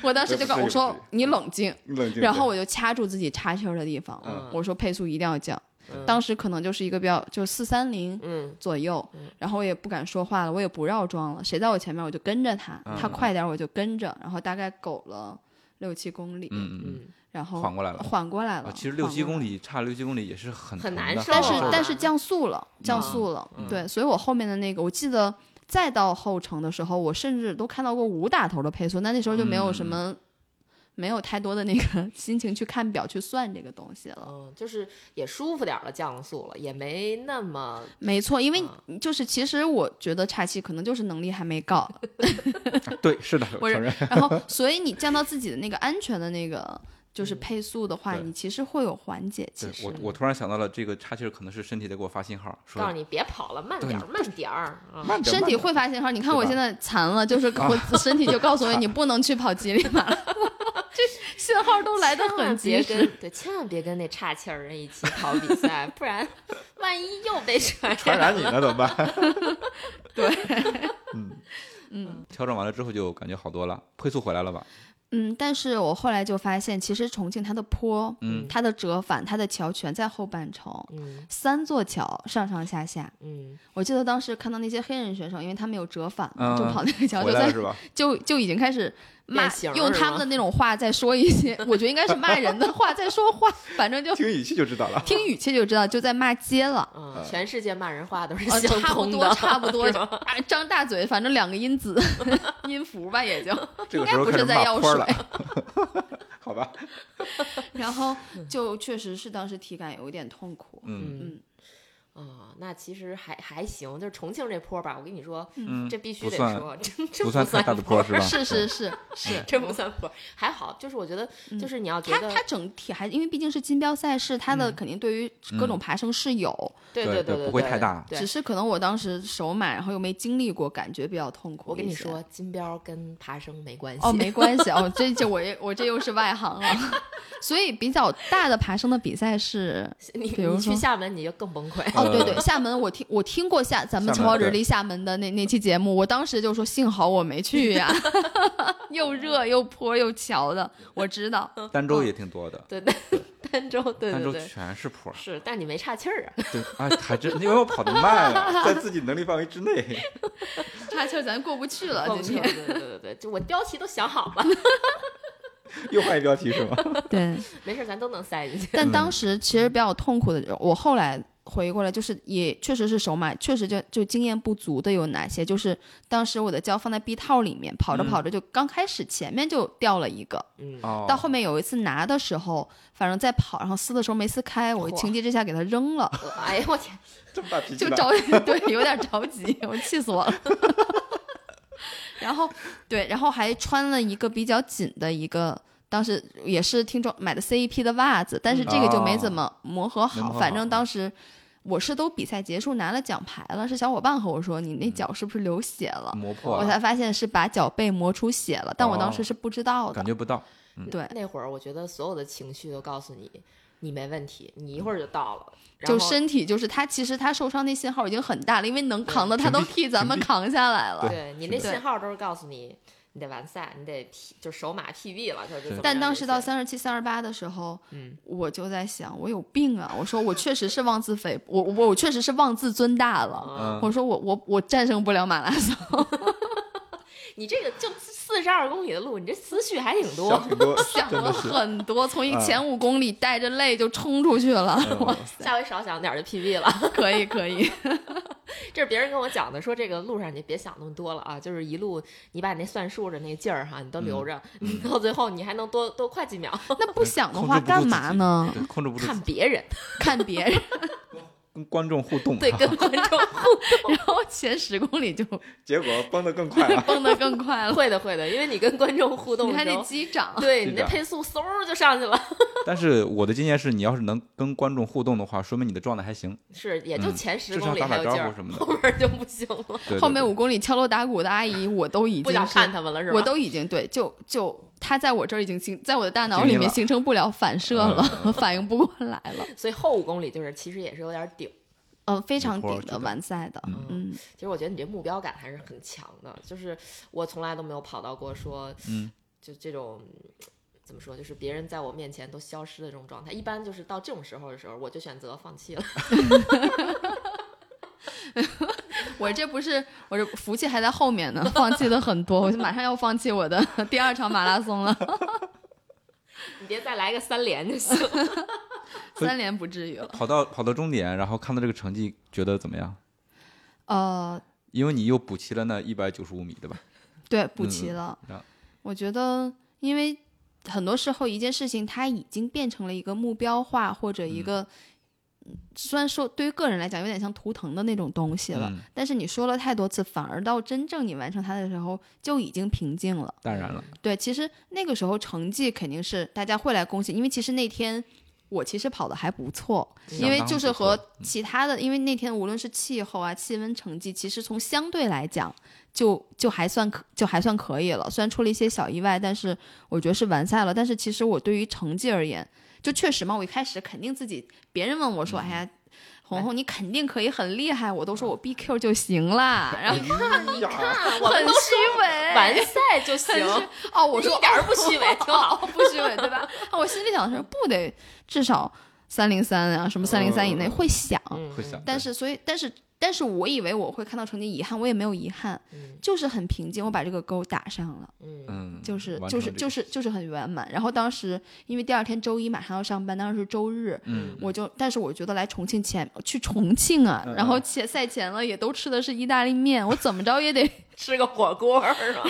[SPEAKER 3] 我当时就
[SPEAKER 1] 这
[SPEAKER 3] 告
[SPEAKER 1] 不
[SPEAKER 3] 我
[SPEAKER 1] 至于
[SPEAKER 3] 说
[SPEAKER 1] 不至于
[SPEAKER 3] 你冷静，
[SPEAKER 1] 你冷静。
[SPEAKER 3] 然
[SPEAKER 1] 对
[SPEAKER 3] 后我就掐住自己插气儿的地方，
[SPEAKER 1] 嗯
[SPEAKER 3] 我说配速一定要降。
[SPEAKER 2] 嗯
[SPEAKER 3] 当时可能就是一个比较就四三零
[SPEAKER 2] 嗯
[SPEAKER 3] 左右，然后我也不敢说话了，我也不绕桩了，谁在我前面我就跟着他，
[SPEAKER 1] 嗯
[SPEAKER 3] 他快点我就跟着，然后大概走了六七公里，
[SPEAKER 1] 嗯嗯
[SPEAKER 2] 嗯，
[SPEAKER 3] 然后
[SPEAKER 1] 缓过来了
[SPEAKER 3] 缓过来
[SPEAKER 1] 嗯，
[SPEAKER 3] 了。
[SPEAKER 1] 啊，其实六七公
[SPEAKER 3] 里，
[SPEAKER 1] 里差六七公里也是很疼
[SPEAKER 2] 很难
[SPEAKER 1] 的
[SPEAKER 2] 受
[SPEAKER 3] 但是
[SPEAKER 2] 哦
[SPEAKER 3] 但是降速了，降速了，
[SPEAKER 1] 嗯
[SPEAKER 3] 对，所以我后面的那个我记得。再到后程的时候，我甚至都看到过五打头的配速，那那时候就没
[SPEAKER 1] 嗯
[SPEAKER 3] 有什么，没有太多的那个 心情去看表去算这个东西了。
[SPEAKER 2] 嗯，就是也舒服点儿了，降速了，也没那么
[SPEAKER 3] 没错，因为
[SPEAKER 1] 嗯
[SPEAKER 2] 啊
[SPEAKER 3] 就是其实我觉得岔气可能就是能力还没到，
[SPEAKER 1] 对，是的，
[SPEAKER 3] 我
[SPEAKER 1] 承认。
[SPEAKER 3] 然后，所以你降到自己的那个安全的那个就是配速的话，
[SPEAKER 1] 嗯对
[SPEAKER 3] 你其实会有缓解。其
[SPEAKER 1] 对
[SPEAKER 3] 实
[SPEAKER 1] 我，我突然想到了，这个岔气儿可能是身体在给我发信号，
[SPEAKER 2] 告诉
[SPEAKER 1] 说
[SPEAKER 2] 你别跑了，慢
[SPEAKER 1] 对
[SPEAKER 2] 点儿，慢点儿 啊。
[SPEAKER 1] 慢点，
[SPEAKER 3] 身体
[SPEAKER 1] 慢点
[SPEAKER 3] 会发信号。你看
[SPEAKER 1] 对吧啊
[SPEAKER 3] 我现在残了，就是我 身体就告诉我你不能去跑几里马拉松， 这信号都来得
[SPEAKER 2] 千万
[SPEAKER 3] 很及
[SPEAKER 2] 别
[SPEAKER 3] 时。
[SPEAKER 2] 跟啊对，千万别跟那岔气儿人一起跑比 赛，不然万一又被传染。
[SPEAKER 1] 传染你了怎么办？
[SPEAKER 3] 对，
[SPEAKER 1] 嗯，
[SPEAKER 3] 嗯
[SPEAKER 1] 调整完了之后就感觉好多了，配速回来了吧？
[SPEAKER 3] 嗯，但是我后来就发现，其实重庆它的坡、
[SPEAKER 1] 嗯
[SPEAKER 3] 它的折返、它的桥全在后半程，
[SPEAKER 2] 嗯
[SPEAKER 3] 三座桥上上下下。
[SPEAKER 2] 嗯，
[SPEAKER 3] 我记得当时看到那些黑人选手，因为他们有折返嘛，
[SPEAKER 1] 嗯
[SPEAKER 3] 就跑那个桥，
[SPEAKER 1] 回
[SPEAKER 3] 就
[SPEAKER 1] 来
[SPEAKER 3] 在
[SPEAKER 1] 了是吧？
[SPEAKER 3] 就就已经开始骂
[SPEAKER 2] 变形，儿
[SPEAKER 3] 用
[SPEAKER 2] 是吗
[SPEAKER 3] 他们的那种话再说一些，我觉得应该是骂人的话在说话，反正就
[SPEAKER 1] 听语气就知道 了。
[SPEAKER 3] 听语气就知道就在骂街了。
[SPEAKER 2] 嗯，
[SPEAKER 1] 呃
[SPEAKER 2] 全世界骂人话都是
[SPEAKER 3] 啊，
[SPEAKER 2] 相
[SPEAKER 3] 差不
[SPEAKER 2] 通
[SPEAKER 3] 多，
[SPEAKER 2] 的，
[SPEAKER 3] 差不多
[SPEAKER 2] 是吧，
[SPEAKER 3] 啊张大嘴，反正两个音 子音符吧，也就
[SPEAKER 1] 这个
[SPEAKER 3] 应
[SPEAKER 1] 时
[SPEAKER 3] 该
[SPEAKER 1] 候
[SPEAKER 3] 不
[SPEAKER 1] 开
[SPEAKER 3] 是
[SPEAKER 1] 始
[SPEAKER 3] 在
[SPEAKER 1] 骂
[SPEAKER 3] 药
[SPEAKER 1] 坡
[SPEAKER 3] 水
[SPEAKER 1] 了， 好吧？
[SPEAKER 3] 然后就确实是当时体感有一点痛苦。
[SPEAKER 1] 嗯
[SPEAKER 2] 嗯
[SPEAKER 3] 嗯。
[SPEAKER 2] 啊、那其实还还行，就是重庆这坡吧，我跟你说，
[SPEAKER 1] 嗯
[SPEAKER 2] 这，必须
[SPEAKER 1] 不
[SPEAKER 2] 得
[SPEAKER 1] 算
[SPEAKER 2] 说，真真
[SPEAKER 1] 不算太大的
[SPEAKER 2] 坡
[SPEAKER 1] 坡是吧？嗯
[SPEAKER 3] 是是是是，嗯
[SPEAKER 2] 真不算坡，还好，就是我觉得，就是你要觉
[SPEAKER 3] 它
[SPEAKER 2] 得，
[SPEAKER 3] 它整体还因为毕竟是金标赛事，它
[SPEAKER 1] 嗯
[SPEAKER 3] 的肯定对于各种爬升是有，
[SPEAKER 2] 对
[SPEAKER 1] 对
[SPEAKER 2] 对
[SPEAKER 1] 对
[SPEAKER 2] 对，
[SPEAKER 1] 不会太大
[SPEAKER 2] 嗯对
[SPEAKER 3] 只，是可能我当时手满，然后又没经历过，感觉比较痛
[SPEAKER 2] 我
[SPEAKER 3] 苦一些。
[SPEAKER 2] 跟你说，金标跟爬升没关系。
[SPEAKER 3] 哦，没关系哦，这就我也我这又是外行了。 所以比较大的爬升的比赛是，
[SPEAKER 2] 你
[SPEAKER 3] 比如
[SPEAKER 2] 你去
[SPEAKER 3] 说
[SPEAKER 2] 厦门你就更崩 溃。
[SPEAKER 3] 哦对对，厦门我听我听过厦咱们
[SPEAKER 1] 呃厦门
[SPEAKER 3] 超人
[SPEAKER 1] 对
[SPEAKER 3] 离厦门的那那期节目，我当时就说幸好我没去 呀，又热又坡又桥的，我知道。
[SPEAKER 1] 儋州嗯也挺多的，
[SPEAKER 2] 对 对，儋州，对
[SPEAKER 1] 儋
[SPEAKER 2] 对
[SPEAKER 1] 州
[SPEAKER 2] 对，
[SPEAKER 1] 全是坡。
[SPEAKER 2] 是，但你没岔气儿啊。
[SPEAKER 1] 对啊，还真因为我跑得慢啊，在自己能力范围之内。
[SPEAKER 3] 岔气儿咱过不去 了，
[SPEAKER 2] 过不去
[SPEAKER 3] 今天
[SPEAKER 2] 了。对对对对，就我标题都想好 了，
[SPEAKER 1] 又换一标题是吗？
[SPEAKER 3] 对。
[SPEAKER 2] 没事儿咱都能塞进去。
[SPEAKER 3] 但
[SPEAKER 1] 嗯
[SPEAKER 3] 当时其实比较痛苦的，我后来回过来，就是也确实是手马，确实就就经验不足的有哪些？就是当时我的胶放在臂套里面，跑着跑着就刚开始前面就掉了一个，
[SPEAKER 2] 嗯，
[SPEAKER 1] 嗯哦，
[SPEAKER 3] 到后面有一次拿的时候，反正在跑，然后撕的时候没撕开，我
[SPEAKER 2] 嚯
[SPEAKER 3] 情急之下给它扔了，
[SPEAKER 2] 呃哎呀，我 天，
[SPEAKER 1] 这么大脾气
[SPEAKER 3] 就
[SPEAKER 1] 呢，
[SPEAKER 3] 着 对，有点着急，我气死我了。 然后对，然后还穿了一个比较紧的一个，当时也是听众买的 CEP 的袜子，但是这个就没怎么磨合
[SPEAKER 1] 嗯哦没
[SPEAKER 3] 好。
[SPEAKER 1] 磨合
[SPEAKER 3] 反
[SPEAKER 1] 好嗯
[SPEAKER 3] 正当时我是都比赛结束拿了奖牌了，是小伙伴和我说你
[SPEAKER 1] 嗯
[SPEAKER 3] 那脚是不是流血了？
[SPEAKER 1] 磨破
[SPEAKER 3] 我
[SPEAKER 1] 了，
[SPEAKER 3] 才发现是把脚背磨出血了，但我当时是不知道的。
[SPEAKER 1] 哦感觉不到。
[SPEAKER 3] 嗯对，
[SPEAKER 2] 嗯那会儿我觉得所有的情绪都告诉你，你没问题，你一会儿就到了。然
[SPEAKER 3] 嗯就
[SPEAKER 2] 后
[SPEAKER 3] 身体就是他，其实他受伤那信号已经很大了，因为能扛的他都
[SPEAKER 1] 屏蔽
[SPEAKER 3] 替咱们扛下来了。
[SPEAKER 2] 对你那
[SPEAKER 3] 是的
[SPEAKER 2] 信号都是告诉你，你得完赛，你得 P 就手马 PB 了，就是怎么样
[SPEAKER 3] 但当时到
[SPEAKER 2] 这些，
[SPEAKER 3] 三十七、三十八的时候，
[SPEAKER 2] 嗯，
[SPEAKER 3] 我就在想，我有病啊！我说我确实是妄自菲，我我我确实是妄自尊大了。
[SPEAKER 1] 嗯，
[SPEAKER 3] 我说我我我战胜不了马拉松，
[SPEAKER 2] 你这个就四十二公里的路，你这思绪还挺多
[SPEAKER 1] 想。挺多，
[SPEAKER 3] 想
[SPEAKER 1] 真
[SPEAKER 3] 了
[SPEAKER 1] 的是。
[SPEAKER 3] 很多，从一
[SPEAKER 1] 嗯
[SPEAKER 3] 前五公里带着泪就冲出去了。
[SPEAKER 1] 嗯
[SPEAKER 3] 哇
[SPEAKER 2] 下回少想点儿就 PB 了。
[SPEAKER 3] 可以可 以，
[SPEAKER 2] 这是别人跟我讲的，说这个路上你别想那么多了啊，就是一路你把你那算数的那劲儿哈，你都留着，你到最后你还能多多快几秒。
[SPEAKER 3] 那不想的
[SPEAKER 1] 控
[SPEAKER 3] 话
[SPEAKER 1] 制不住
[SPEAKER 3] 干
[SPEAKER 1] 自
[SPEAKER 3] 嘛
[SPEAKER 1] 己
[SPEAKER 3] 呢？
[SPEAKER 1] 对，控制不住自
[SPEAKER 2] 看
[SPEAKER 1] 己。
[SPEAKER 2] 别人，
[SPEAKER 3] 看别人，
[SPEAKER 1] 跟观众互动、啊，
[SPEAKER 2] 对，跟观众互
[SPEAKER 3] 然后前十 公里就
[SPEAKER 1] 结果崩得更 快了。啊
[SPEAKER 3] 蹦得更快了，
[SPEAKER 2] 会的会的，因为你跟观众互动
[SPEAKER 3] 你
[SPEAKER 2] 的
[SPEAKER 3] 还
[SPEAKER 2] 时
[SPEAKER 3] 得
[SPEAKER 2] 候，
[SPEAKER 3] 击掌。
[SPEAKER 2] 对
[SPEAKER 1] 是
[SPEAKER 2] 你那
[SPEAKER 1] 的
[SPEAKER 2] 配速嗖儿就上去了，
[SPEAKER 1] 但是我的经验是，你要是能跟观众互动的话，说明你的状态还行，
[SPEAKER 2] 是也就
[SPEAKER 1] 嗯
[SPEAKER 2] 前十
[SPEAKER 1] 至
[SPEAKER 2] 公
[SPEAKER 1] 少
[SPEAKER 2] 里
[SPEAKER 1] 打
[SPEAKER 2] 还
[SPEAKER 1] 打
[SPEAKER 2] 有
[SPEAKER 1] 招
[SPEAKER 2] 劲儿
[SPEAKER 1] 呼，什么的
[SPEAKER 2] 后。面儿就不行了，
[SPEAKER 1] 对对
[SPEAKER 3] 后面
[SPEAKER 1] 对
[SPEAKER 3] 五公里敲锣打鼓的阿姨，我都已经
[SPEAKER 2] 不想
[SPEAKER 3] 是
[SPEAKER 2] 看他们了是吧？
[SPEAKER 3] 我都已经对，就就他在我这儿已经形，在我的大脑里
[SPEAKER 1] 经历
[SPEAKER 3] 面
[SPEAKER 1] 了
[SPEAKER 3] 形成嗯不了反射了，反应不过来 了。
[SPEAKER 2] 所以后五公里就是其实也是有点儿顶。
[SPEAKER 3] 呃，非常
[SPEAKER 1] 错
[SPEAKER 3] 顶
[SPEAKER 1] 是
[SPEAKER 3] 的
[SPEAKER 1] 的
[SPEAKER 3] 完赛的，嗯，
[SPEAKER 2] 其实我觉得你这目标感还是很强的，就是我从来都没有跑到过说，
[SPEAKER 1] 嗯，
[SPEAKER 2] 就这种怎么说，就是别人在我面前都消失的这种状态。一般就是到这种时候的时候，我就选择放弃了。
[SPEAKER 3] 我这不是我这福气还在后面呢， 放弃了很多，我就马上要放弃我的第二场马拉松 了，
[SPEAKER 2] 你别再来个三连就行。
[SPEAKER 1] 所以
[SPEAKER 3] 三连不至于了。
[SPEAKER 1] 跑到跑到终点，然后看到这个成绩，觉得怎么样？
[SPEAKER 3] 呃，
[SPEAKER 1] 因为你又补齐了那一百九十五米，对吧？
[SPEAKER 3] 对，补齐了。
[SPEAKER 1] 然后
[SPEAKER 3] 我觉得，因为很多时候一件事情它已经变成了一个目标化或者一个，嗯虽然说对于个人来讲有点像图腾的那种东西了，
[SPEAKER 1] 嗯
[SPEAKER 3] 但是你说了太多次，反而到真正你完成它的时候就已经平静了。
[SPEAKER 1] 当然了，
[SPEAKER 3] 对，其实那个时候成绩肯定是大家会来恭喜，因为其实那天我其实跑的还不错，因为
[SPEAKER 1] 相当
[SPEAKER 3] 就是
[SPEAKER 1] 不错
[SPEAKER 3] 和其他的，因为那天无论是气候啊、气温、成绩，其实从相对来讲就就还算可就还算可以了。虽然出了一些小意外，但是我觉得是完赛了。但是其实我对于成绩而言，就确实嘛，我一开始肯定自己，别人问我说，哎呀。红红，你肯定可以很厉害，我都说我 BQ 就行啦，然后
[SPEAKER 1] 看 你看，
[SPEAKER 2] 我
[SPEAKER 3] 很
[SPEAKER 2] 们都
[SPEAKER 3] 虚
[SPEAKER 2] 说
[SPEAKER 3] 伪，
[SPEAKER 2] 完赛就行
[SPEAKER 3] 哎很，虚哦，我
[SPEAKER 2] 我
[SPEAKER 3] 说
[SPEAKER 2] 一点儿不虚 伪，挺好。
[SPEAKER 3] 哦，不虚伪对吧？啊我心里想的是，不得至少三零三啊，什么三零三以内会想，
[SPEAKER 2] 嗯
[SPEAKER 1] 会想，
[SPEAKER 3] 但是所以但是但是我以为我会看到成绩遗憾，我也没有遗憾，
[SPEAKER 2] 嗯
[SPEAKER 3] 就是很平静，我把这个勾打上了，
[SPEAKER 2] 嗯
[SPEAKER 1] 嗯，
[SPEAKER 3] 就是
[SPEAKER 1] 完
[SPEAKER 3] 就
[SPEAKER 1] 成
[SPEAKER 3] 是
[SPEAKER 1] 这个
[SPEAKER 3] 就是就是很圆满。然后当时因为第二天周一马上要上班，当时是周日。
[SPEAKER 1] 嗯，
[SPEAKER 3] 我就，但是我觉得来重庆前去重庆啊，
[SPEAKER 1] 嗯
[SPEAKER 3] 然后
[SPEAKER 1] 嗯
[SPEAKER 3] 前赛前了也都吃的是意大利面，我怎么着也得
[SPEAKER 2] 吃个火锅儿是吧？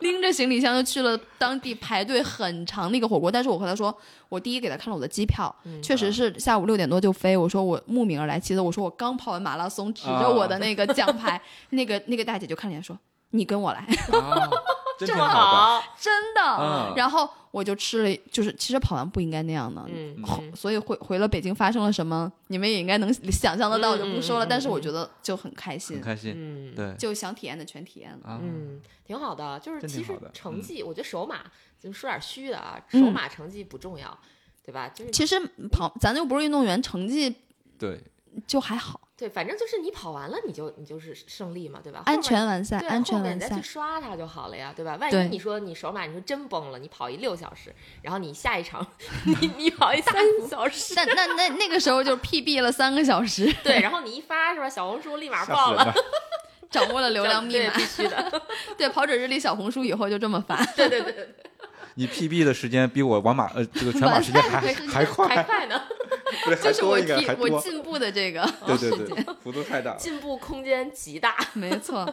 [SPEAKER 3] 拎着行李箱就去了当地排队很长的一个火锅，但是我和他说，我第一给他看了我的机票，
[SPEAKER 2] 嗯
[SPEAKER 3] 确实是下午六点多就飞，我说我慕名而来，其次我说我刚跑完马拉松，指着我的那个奖牌， 那个那个大姐就看了一眼说，你跟我来，
[SPEAKER 1] 啊，真 挺
[SPEAKER 2] 正
[SPEAKER 1] 好的，
[SPEAKER 2] 好，
[SPEAKER 3] 真的，
[SPEAKER 1] 嗯
[SPEAKER 3] 然后我就吃了，就是其实跑完不应该那样的，
[SPEAKER 2] 嗯
[SPEAKER 3] 后
[SPEAKER 2] 嗯
[SPEAKER 3] 所以回回了北京发生了什么，你们也应该能想象得到，我就不说了，
[SPEAKER 2] 嗯嗯嗯
[SPEAKER 3] 但是我觉得就很开
[SPEAKER 1] 很
[SPEAKER 3] 心，
[SPEAKER 1] 开心，
[SPEAKER 2] 嗯。
[SPEAKER 1] 对
[SPEAKER 3] 就想体验的全体验了。
[SPEAKER 1] 啊，
[SPEAKER 2] 嗯，挺好的，就是
[SPEAKER 1] 真
[SPEAKER 2] 其
[SPEAKER 1] 挺
[SPEAKER 2] 实
[SPEAKER 1] 好的
[SPEAKER 2] 成
[SPEAKER 1] 嗯
[SPEAKER 2] 绩，我觉得首马就说点虚的啊，
[SPEAKER 3] 嗯
[SPEAKER 2] 首马成绩不重要，对吧？就是
[SPEAKER 3] 其实跑，咱又不是运动员，成绩
[SPEAKER 1] 对，
[SPEAKER 3] 就还好。
[SPEAKER 2] 对，反正就是你跑完了，你就你就是胜利嘛，对吧？后
[SPEAKER 3] 安
[SPEAKER 2] 面
[SPEAKER 3] 全完赛，
[SPEAKER 2] 对，
[SPEAKER 3] 安
[SPEAKER 2] 后
[SPEAKER 3] 全
[SPEAKER 2] 面
[SPEAKER 3] 完
[SPEAKER 2] 你再 去
[SPEAKER 3] 赛，
[SPEAKER 2] 刷它就好了呀，对吧？万
[SPEAKER 3] 对
[SPEAKER 2] 一你说你首马，你说真崩了，你跑一六小时，然后你下一 场你你跑一三小时，
[SPEAKER 3] 那那那那个时候就 PB 了三个小时，
[SPEAKER 2] 对，然后你一发是吧？小红书立马
[SPEAKER 1] 吓
[SPEAKER 2] 爆
[SPEAKER 1] 死
[SPEAKER 2] 了
[SPEAKER 1] 人，
[SPEAKER 3] 掌握了流量密
[SPEAKER 2] 对
[SPEAKER 3] 码
[SPEAKER 2] 必。须的，
[SPEAKER 3] 对，跑者日历小红书以后就这么发，
[SPEAKER 2] 对对对对，
[SPEAKER 1] 你 PB 的时间比我完马呃这个全马
[SPEAKER 3] 完
[SPEAKER 1] 时间
[SPEAKER 3] 赛
[SPEAKER 1] 还
[SPEAKER 3] 的时间
[SPEAKER 1] 还
[SPEAKER 2] 还
[SPEAKER 1] 快，
[SPEAKER 2] 快呢，
[SPEAKER 1] 对，还
[SPEAKER 3] 就是我
[SPEAKER 1] 多应该
[SPEAKER 3] 提
[SPEAKER 1] 还
[SPEAKER 3] 我
[SPEAKER 1] 多，
[SPEAKER 3] 进步的这个，
[SPEAKER 1] 对对对，幅度太大了，
[SPEAKER 2] 进步空间极大。
[SPEAKER 3] 没错，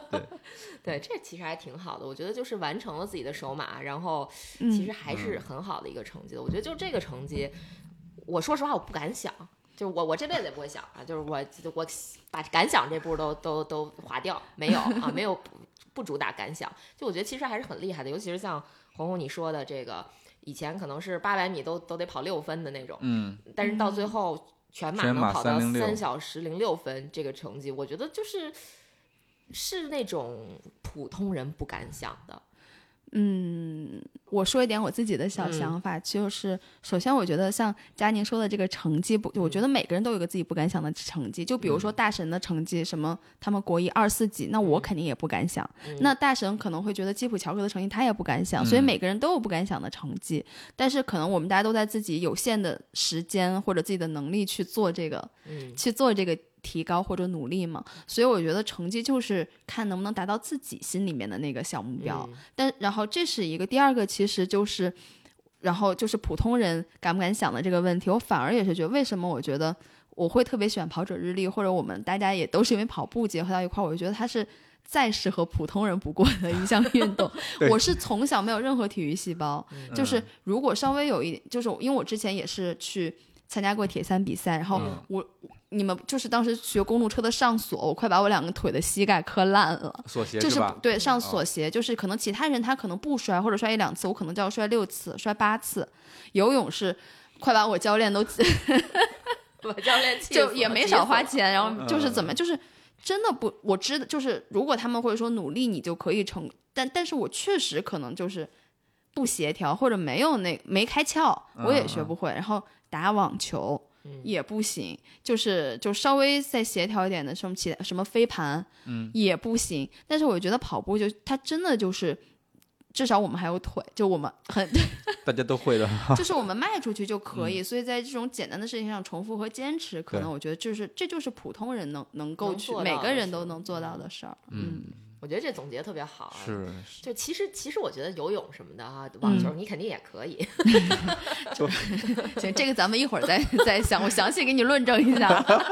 [SPEAKER 2] 对，这其实还挺好的，我觉得就是完成了自己的首马，然后其
[SPEAKER 3] 嗯
[SPEAKER 2] 实，还是很好的一个成绩的。我觉得就这个成绩，我说实话我不敢想，就是我我这辈子也不会想啊，就是我我把敢想这步都都都划掉，没有啊，没有不不主打敢想。就我觉得其实还是很厉害的，尤其是像红红你说的这个，以前可能是八百米都都得跑六分的那种，
[SPEAKER 1] 嗯，
[SPEAKER 2] 但是到最后全马
[SPEAKER 1] 全
[SPEAKER 2] 能
[SPEAKER 1] 马
[SPEAKER 2] 跑到
[SPEAKER 1] 306
[SPEAKER 2] 三小时零六分这个成绩，我觉得就是是那种普通人不敢想的。
[SPEAKER 3] 嗯，我说一点我自己的小想法，就是首先我觉得像佳宁说的这个成绩不，我觉得每个人都有一个自己不敢想的成绩，就比如说大神的成绩，什么他们国一二四级，那我肯定也不敢想，
[SPEAKER 2] 嗯
[SPEAKER 3] 那大神可能会觉得基普乔格的成绩他也不敢想，所以
[SPEAKER 1] 嗯
[SPEAKER 3] 每个人都有不敢想的成绩，但是可能我们大家都在自己有限的时间或者自己的能力去做这个
[SPEAKER 2] 嗯
[SPEAKER 3] 去做这个提高或者努力嘛，所以我觉得成绩就是看能不能达到自己心里面的那个小目标，
[SPEAKER 2] 嗯
[SPEAKER 3] 但然后这是一个，第二个其实就是，然后就是普通人敢不敢想的这个问题，我反而也是觉得，为什么我觉得我会特别喜欢跑者日历，或者我们大家也都是因为跑步结合到一块儿，我就觉得它是再适合普通人不过的一项运动
[SPEAKER 1] 对。嗯
[SPEAKER 3] 我是从小没有任何体育细胞，就是如果稍微有一，就是因为我之前也是去参加过铁三比赛，然后
[SPEAKER 1] 嗯
[SPEAKER 3] 我。你们就是当时学公路车的上锁，我快把我两个腿的膝盖磕烂了。
[SPEAKER 1] 锁鞋
[SPEAKER 3] 这是
[SPEAKER 1] 吧哦
[SPEAKER 3] 不？对上锁鞋，就是可能其他人他可能不摔，或者摔一两次，我可能就要摔六次、摔八次。游泳是快把我教练都
[SPEAKER 2] 我教 练气死
[SPEAKER 3] 就
[SPEAKER 2] 了
[SPEAKER 3] 也没
[SPEAKER 2] 急
[SPEAKER 3] 少
[SPEAKER 2] 死
[SPEAKER 3] 花
[SPEAKER 2] 了
[SPEAKER 3] 钱，然后
[SPEAKER 1] 嗯
[SPEAKER 3] 就是怎么就是真的不，我知道就是如果他们会说努力你就可以成，但但是我确实可能就是不协调或者没有那没开窍，我
[SPEAKER 2] 嗯
[SPEAKER 3] 也学不会，然后打网球。也不行，就是就稍微再协调一点的，什么其他什么飞盘，嗯，也不行。但是我觉得跑步就它真的就是，至少我们还有腿，就我们很
[SPEAKER 1] 大家都 会的。
[SPEAKER 3] 就是我们卖出去就可以。所以在这种简单的事情上重复和坚持，可
[SPEAKER 1] 对
[SPEAKER 3] 能我觉得就是这就是普通人能能够
[SPEAKER 2] 能
[SPEAKER 3] 去
[SPEAKER 2] 做
[SPEAKER 3] 每
[SPEAKER 2] 到
[SPEAKER 3] 个
[SPEAKER 2] 的
[SPEAKER 3] 人
[SPEAKER 2] 事
[SPEAKER 3] 都能做到的事儿。嗯，
[SPEAKER 2] 我觉得这总结特别好、啊，
[SPEAKER 1] 是，
[SPEAKER 2] 就其实其实我觉得游泳什么的哈、网球你肯定也可以，
[SPEAKER 3] 嗯行，这个咱们一会儿再再想，我详细给你论证一 下。啊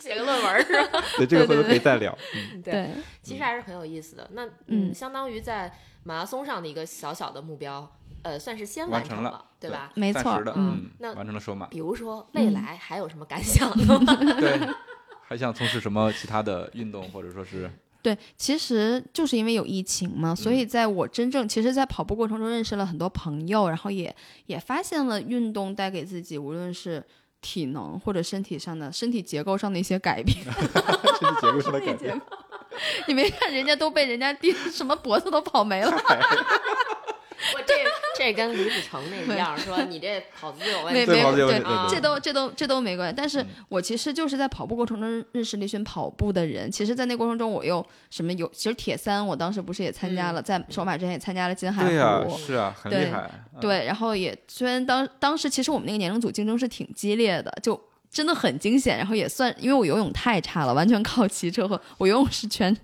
[SPEAKER 2] 写个论文儿是吧？
[SPEAKER 1] 对这个回头
[SPEAKER 3] 对
[SPEAKER 1] 可以再 聊。嗯
[SPEAKER 2] 对，其实还是很有意思的。那
[SPEAKER 3] 嗯
[SPEAKER 2] 嗯，相当于在马拉松上的一个小小的目标，呃，算是先
[SPEAKER 1] 完
[SPEAKER 2] 完成
[SPEAKER 1] 成了
[SPEAKER 2] 对吧？
[SPEAKER 3] 没
[SPEAKER 1] 暂
[SPEAKER 3] 错
[SPEAKER 1] 时
[SPEAKER 3] 儿
[SPEAKER 1] 的，，
[SPEAKER 3] 嗯，
[SPEAKER 1] 嗯，
[SPEAKER 2] 那
[SPEAKER 1] 完成了首 马，
[SPEAKER 2] 比如说未来还有什么感想呢？
[SPEAKER 1] 对，还想从事什么其他的运动，或者说 是
[SPEAKER 3] 对，其实就是因为有疫情嘛，所以在我真正其实，在跑步过程中认识了很多朋友，然后也也发现了运动带给自己，无论是体能或者身体上的身体结构上的一些改变。
[SPEAKER 1] 身体结构上的改变，
[SPEAKER 3] 你没看人家都被人家 第什么脖子都跑没 了，
[SPEAKER 2] 我这这跟李子成那一样，说你这跑姿有问
[SPEAKER 3] 没
[SPEAKER 2] 题，
[SPEAKER 3] 没
[SPEAKER 1] 对跑姿有
[SPEAKER 3] 对
[SPEAKER 1] 问题
[SPEAKER 2] 对，
[SPEAKER 3] 这都这都这都没关系。但
[SPEAKER 1] 嗯
[SPEAKER 3] 是我其实就是在跑步过程中认识了一群跑步的人。其实，在那过程中，我又什么有，其实铁三我当时不是也参加了，在首马之前也参加了金海湖。
[SPEAKER 1] 嗯对呀，是啊，很厉
[SPEAKER 3] 对
[SPEAKER 1] 害，嗯
[SPEAKER 3] 对，然后也虽然当当时其实我们那个年龄组竞争是挺激烈的，就真的很惊险。然后也算，因为我游泳太差了，完全靠骑车和我游泳是全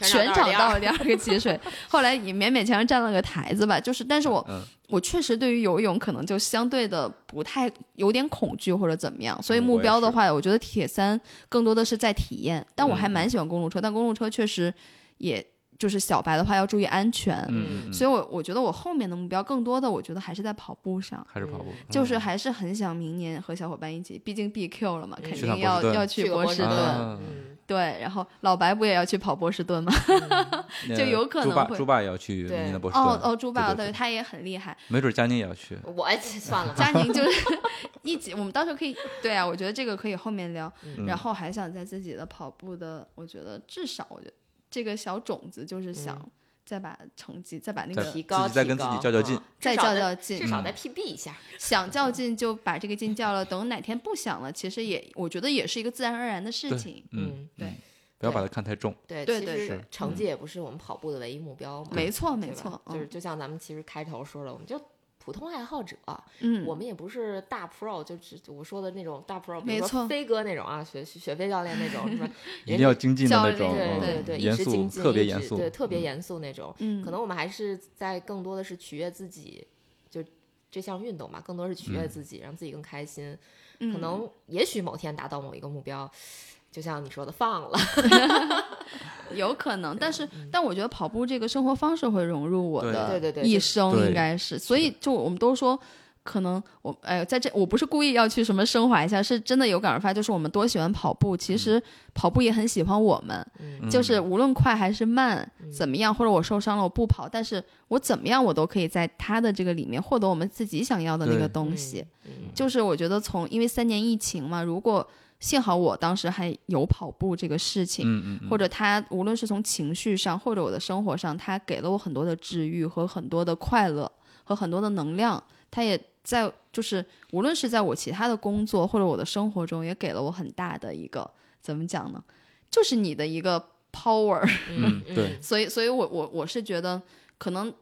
[SPEAKER 3] 全场
[SPEAKER 2] 到
[SPEAKER 3] 倒第二个 起水，后来也勉勉强强占了个台子吧。就是，但是我、
[SPEAKER 1] 嗯
[SPEAKER 3] 我确实对于游泳可能就相对的不太有点恐惧或者怎么样，所以
[SPEAKER 1] 嗯
[SPEAKER 3] 目
[SPEAKER 1] 我也
[SPEAKER 3] 标的
[SPEAKER 1] 是
[SPEAKER 3] 话，我觉得铁三更多的是在体验。但我还
[SPEAKER 1] 嗯
[SPEAKER 3] 蛮喜欢公路车，但公路车确实也就是小白的话要注意安全。
[SPEAKER 1] 嗯，嗯
[SPEAKER 3] 所以我我觉得我后面的目标更多的，我觉得还是在跑步上。
[SPEAKER 1] 还是跑步，嗯
[SPEAKER 3] 就是还是很想明年和小伙伴一起，毕竟 BQ 了嘛，肯
[SPEAKER 2] 去
[SPEAKER 3] 定
[SPEAKER 1] 嗯趟波
[SPEAKER 3] 要
[SPEAKER 1] 士顿
[SPEAKER 3] 要
[SPEAKER 2] 去
[SPEAKER 3] 去
[SPEAKER 2] 过
[SPEAKER 3] 波
[SPEAKER 2] 波士
[SPEAKER 3] 士顿。
[SPEAKER 1] 啊
[SPEAKER 2] 顿，嗯，
[SPEAKER 3] 对，然后老白不也要去跑波士顿吗？
[SPEAKER 1] 那
[SPEAKER 3] 就有可
[SPEAKER 1] 猪
[SPEAKER 3] 能
[SPEAKER 1] 爸
[SPEAKER 3] 会
[SPEAKER 1] 猪爸也要去明
[SPEAKER 2] 对
[SPEAKER 1] 年的波士顿
[SPEAKER 3] 哦哦，猪爸
[SPEAKER 1] 对
[SPEAKER 3] 对，
[SPEAKER 1] 对，
[SPEAKER 3] 他也很厉害。
[SPEAKER 1] 没准佳宁也要去，
[SPEAKER 2] 我算了吧，
[SPEAKER 3] 佳宁就是 一起，我们到时候可以，对啊，我觉得这个可以后面聊。
[SPEAKER 1] 嗯
[SPEAKER 3] 然后还想在自己的跑步的，我觉得至少我觉得这个小种子就是想再把成绩，再把那
[SPEAKER 1] 嗯再
[SPEAKER 3] 个
[SPEAKER 2] 提高
[SPEAKER 1] 自己再
[SPEAKER 2] 提
[SPEAKER 1] 跟自己
[SPEAKER 2] 高
[SPEAKER 1] 较较
[SPEAKER 2] 嗯
[SPEAKER 1] 劲嗯
[SPEAKER 3] 再
[SPEAKER 2] 至少
[SPEAKER 3] 较
[SPEAKER 2] 再
[SPEAKER 3] 较劲
[SPEAKER 2] 至少再 PB 一下，
[SPEAKER 3] 想较劲就把这个劲较了。等哪天不想了，其实也我觉得也是一个自然而然的事
[SPEAKER 1] 对
[SPEAKER 3] 情。
[SPEAKER 1] 嗯，
[SPEAKER 2] 嗯，
[SPEAKER 3] 对，
[SPEAKER 1] 不要把它看太重，
[SPEAKER 2] 对，
[SPEAKER 3] 对
[SPEAKER 2] 其
[SPEAKER 3] 对
[SPEAKER 2] 实
[SPEAKER 1] 是
[SPEAKER 2] 成绩也不是我们跑步的唯一目标嘛，
[SPEAKER 3] 没错没
[SPEAKER 2] 对吧
[SPEAKER 3] 错，嗯
[SPEAKER 2] 就是就像咱们其实开头说了，我们就普通爱好者，
[SPEAKER 3] 嗯，
[SPEAKER 2] 我们也不是大 pro，就是我说的那种大 pro，比
[SPEAKER 3] 没
[SPEAKER 2] 如
[SPEAKER 3] 错
[SPEAKER 2] 说飞哥那种啊，雪雪飞教练那种， 是吧？
[SPEAKER 1] 一定要精进的
[SPEAKER 3] 较
[SPEAKER 1] 那
[SPEAKER 3] 劲
[SPEAKER 1] 种，
[SPEAKER 2] 对
[SPEAKER 1] 嗯
[SPEAKER 2] 对对，一
[SPEAKER 1] 严
[SPEAKER 2] 直
[SPEAKER 1] 肃，
[SPEAKER 2] 精进，
[SPEAKER 1] 特别
[SPEAKER 2] 一
[SPEAKER 1] 严
[SPEAKER 2] 直
[SPEAKER 1] 肃，
[SPEAKER 2] 对，特别
[SPEAKER 1] 嗯
[SPEAKER 2] 严肃那种。
[SPEAKER 3] 嗯
[SPEAKER 2] 可能我们还是在更多的是取悦自己，就这项运动吧，更多是取
[SPEAKER 1] 嗯
[SPEAKER 2] 悦自己，让自己更开心。
[SPEAKER 3] 嗯
[SPEAKER 2] 可能也许某天达到某一个目标，就像你说的放了，
[SPEAKER 3] 有可能，但是但我觉得跑步这个生活方式会融入我
[SPEAKER 1] 嗯对
[SPEAKER 3] 的
[SPEAKER 2] 对对对
[SPEAKER 3] 一
[SPEAKER 2] 就嗯
[SPEAKER 3] 生，
[SPEAKER 1] 对
[SPEAKER 3] 应该是，所以就我们都说。可能我哎，在这我不是故意要去什么升华一下，是真的有感而发，就是我们多喜欢跑步，其实跑步也很喜欢我们，
[SPEAKER 2] 嗯
[SPEAKER 3] 就是无论快还是慢，怎么样，或者我受伤了我不跑，但是我怎么样我都可以在它的这个里面获得我们自己想要的那个
[SPEAKER 1] 对
[SPEAKER 3] 东西。
[SPEAKER 2] 嗯，
[SPEAKER 3] 就是我觉得从因为三年疫情嘛，如果幸好我当时还有跑步这个事情，
[SPEAKER 1] 嗯嗯嗯，
[SPEAKER 3] 或者他无论是从情绪上，或者我的生活上，他给了我很多的治愈和很多的快乐和很多的能量。他也在就是无论是在我其他的工作或者我的生活中，也给了我很大的一个怎么讲呢？就是你的一个 power。
[SPEAKER 1] 嗯对，
[SPEAKER 3] 所以，所以我我我是觉得可能。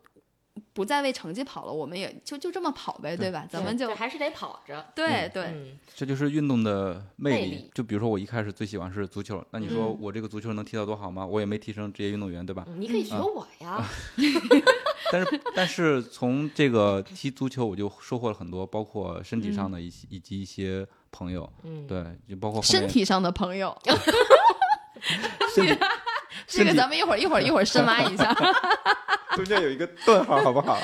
[SPEAKER 3] 不再为成绩跑了，我们也就就这么跑呗，对吧？咱们就
[SPEAKER 2] 这还是得跑着，
[SPEAKER 3] 对对，
[SPEAKER 2] 嗯
[SPEAKER 1] 这就是运动的魅
[SPEAKER 2] 魅
[SPEAKER 1] 力
[SPEAKER 2] 力。
[SPEAKER 1] 就比如说我一开始最喜欢是足球，那你说
[SPEAKER 3] 嗯
[SPEAKER 1] 我这个足球能踢到多好吗？我也没踢成职业运动员，对吧？
[SPEAKER 2] 嗯你可以学我呀，
[SPEAKER 1] 啊但是但是从这个踢足球，我就收获了很多，包括身体
[SPEAKER 3] 嗯
[SPEAKER 1] 上的一些以及一些朋友，
[SPEAKER 2] 嗯，
[SPEAKER 1] 对，就包括后
[SPEAKER 3] 身
[SPEAKER 1] 面
[SPEAKER 3] 体上的朋友，
[SPEAKER 1] 身体身
[SPEAKER 3] 这个
[SPEAKER 1] 体
[SPEAKER 3] 咱们一会儿一会儿一会儿深挖一下。
[SPEAKER 1] 中间有一个顿号，好不好？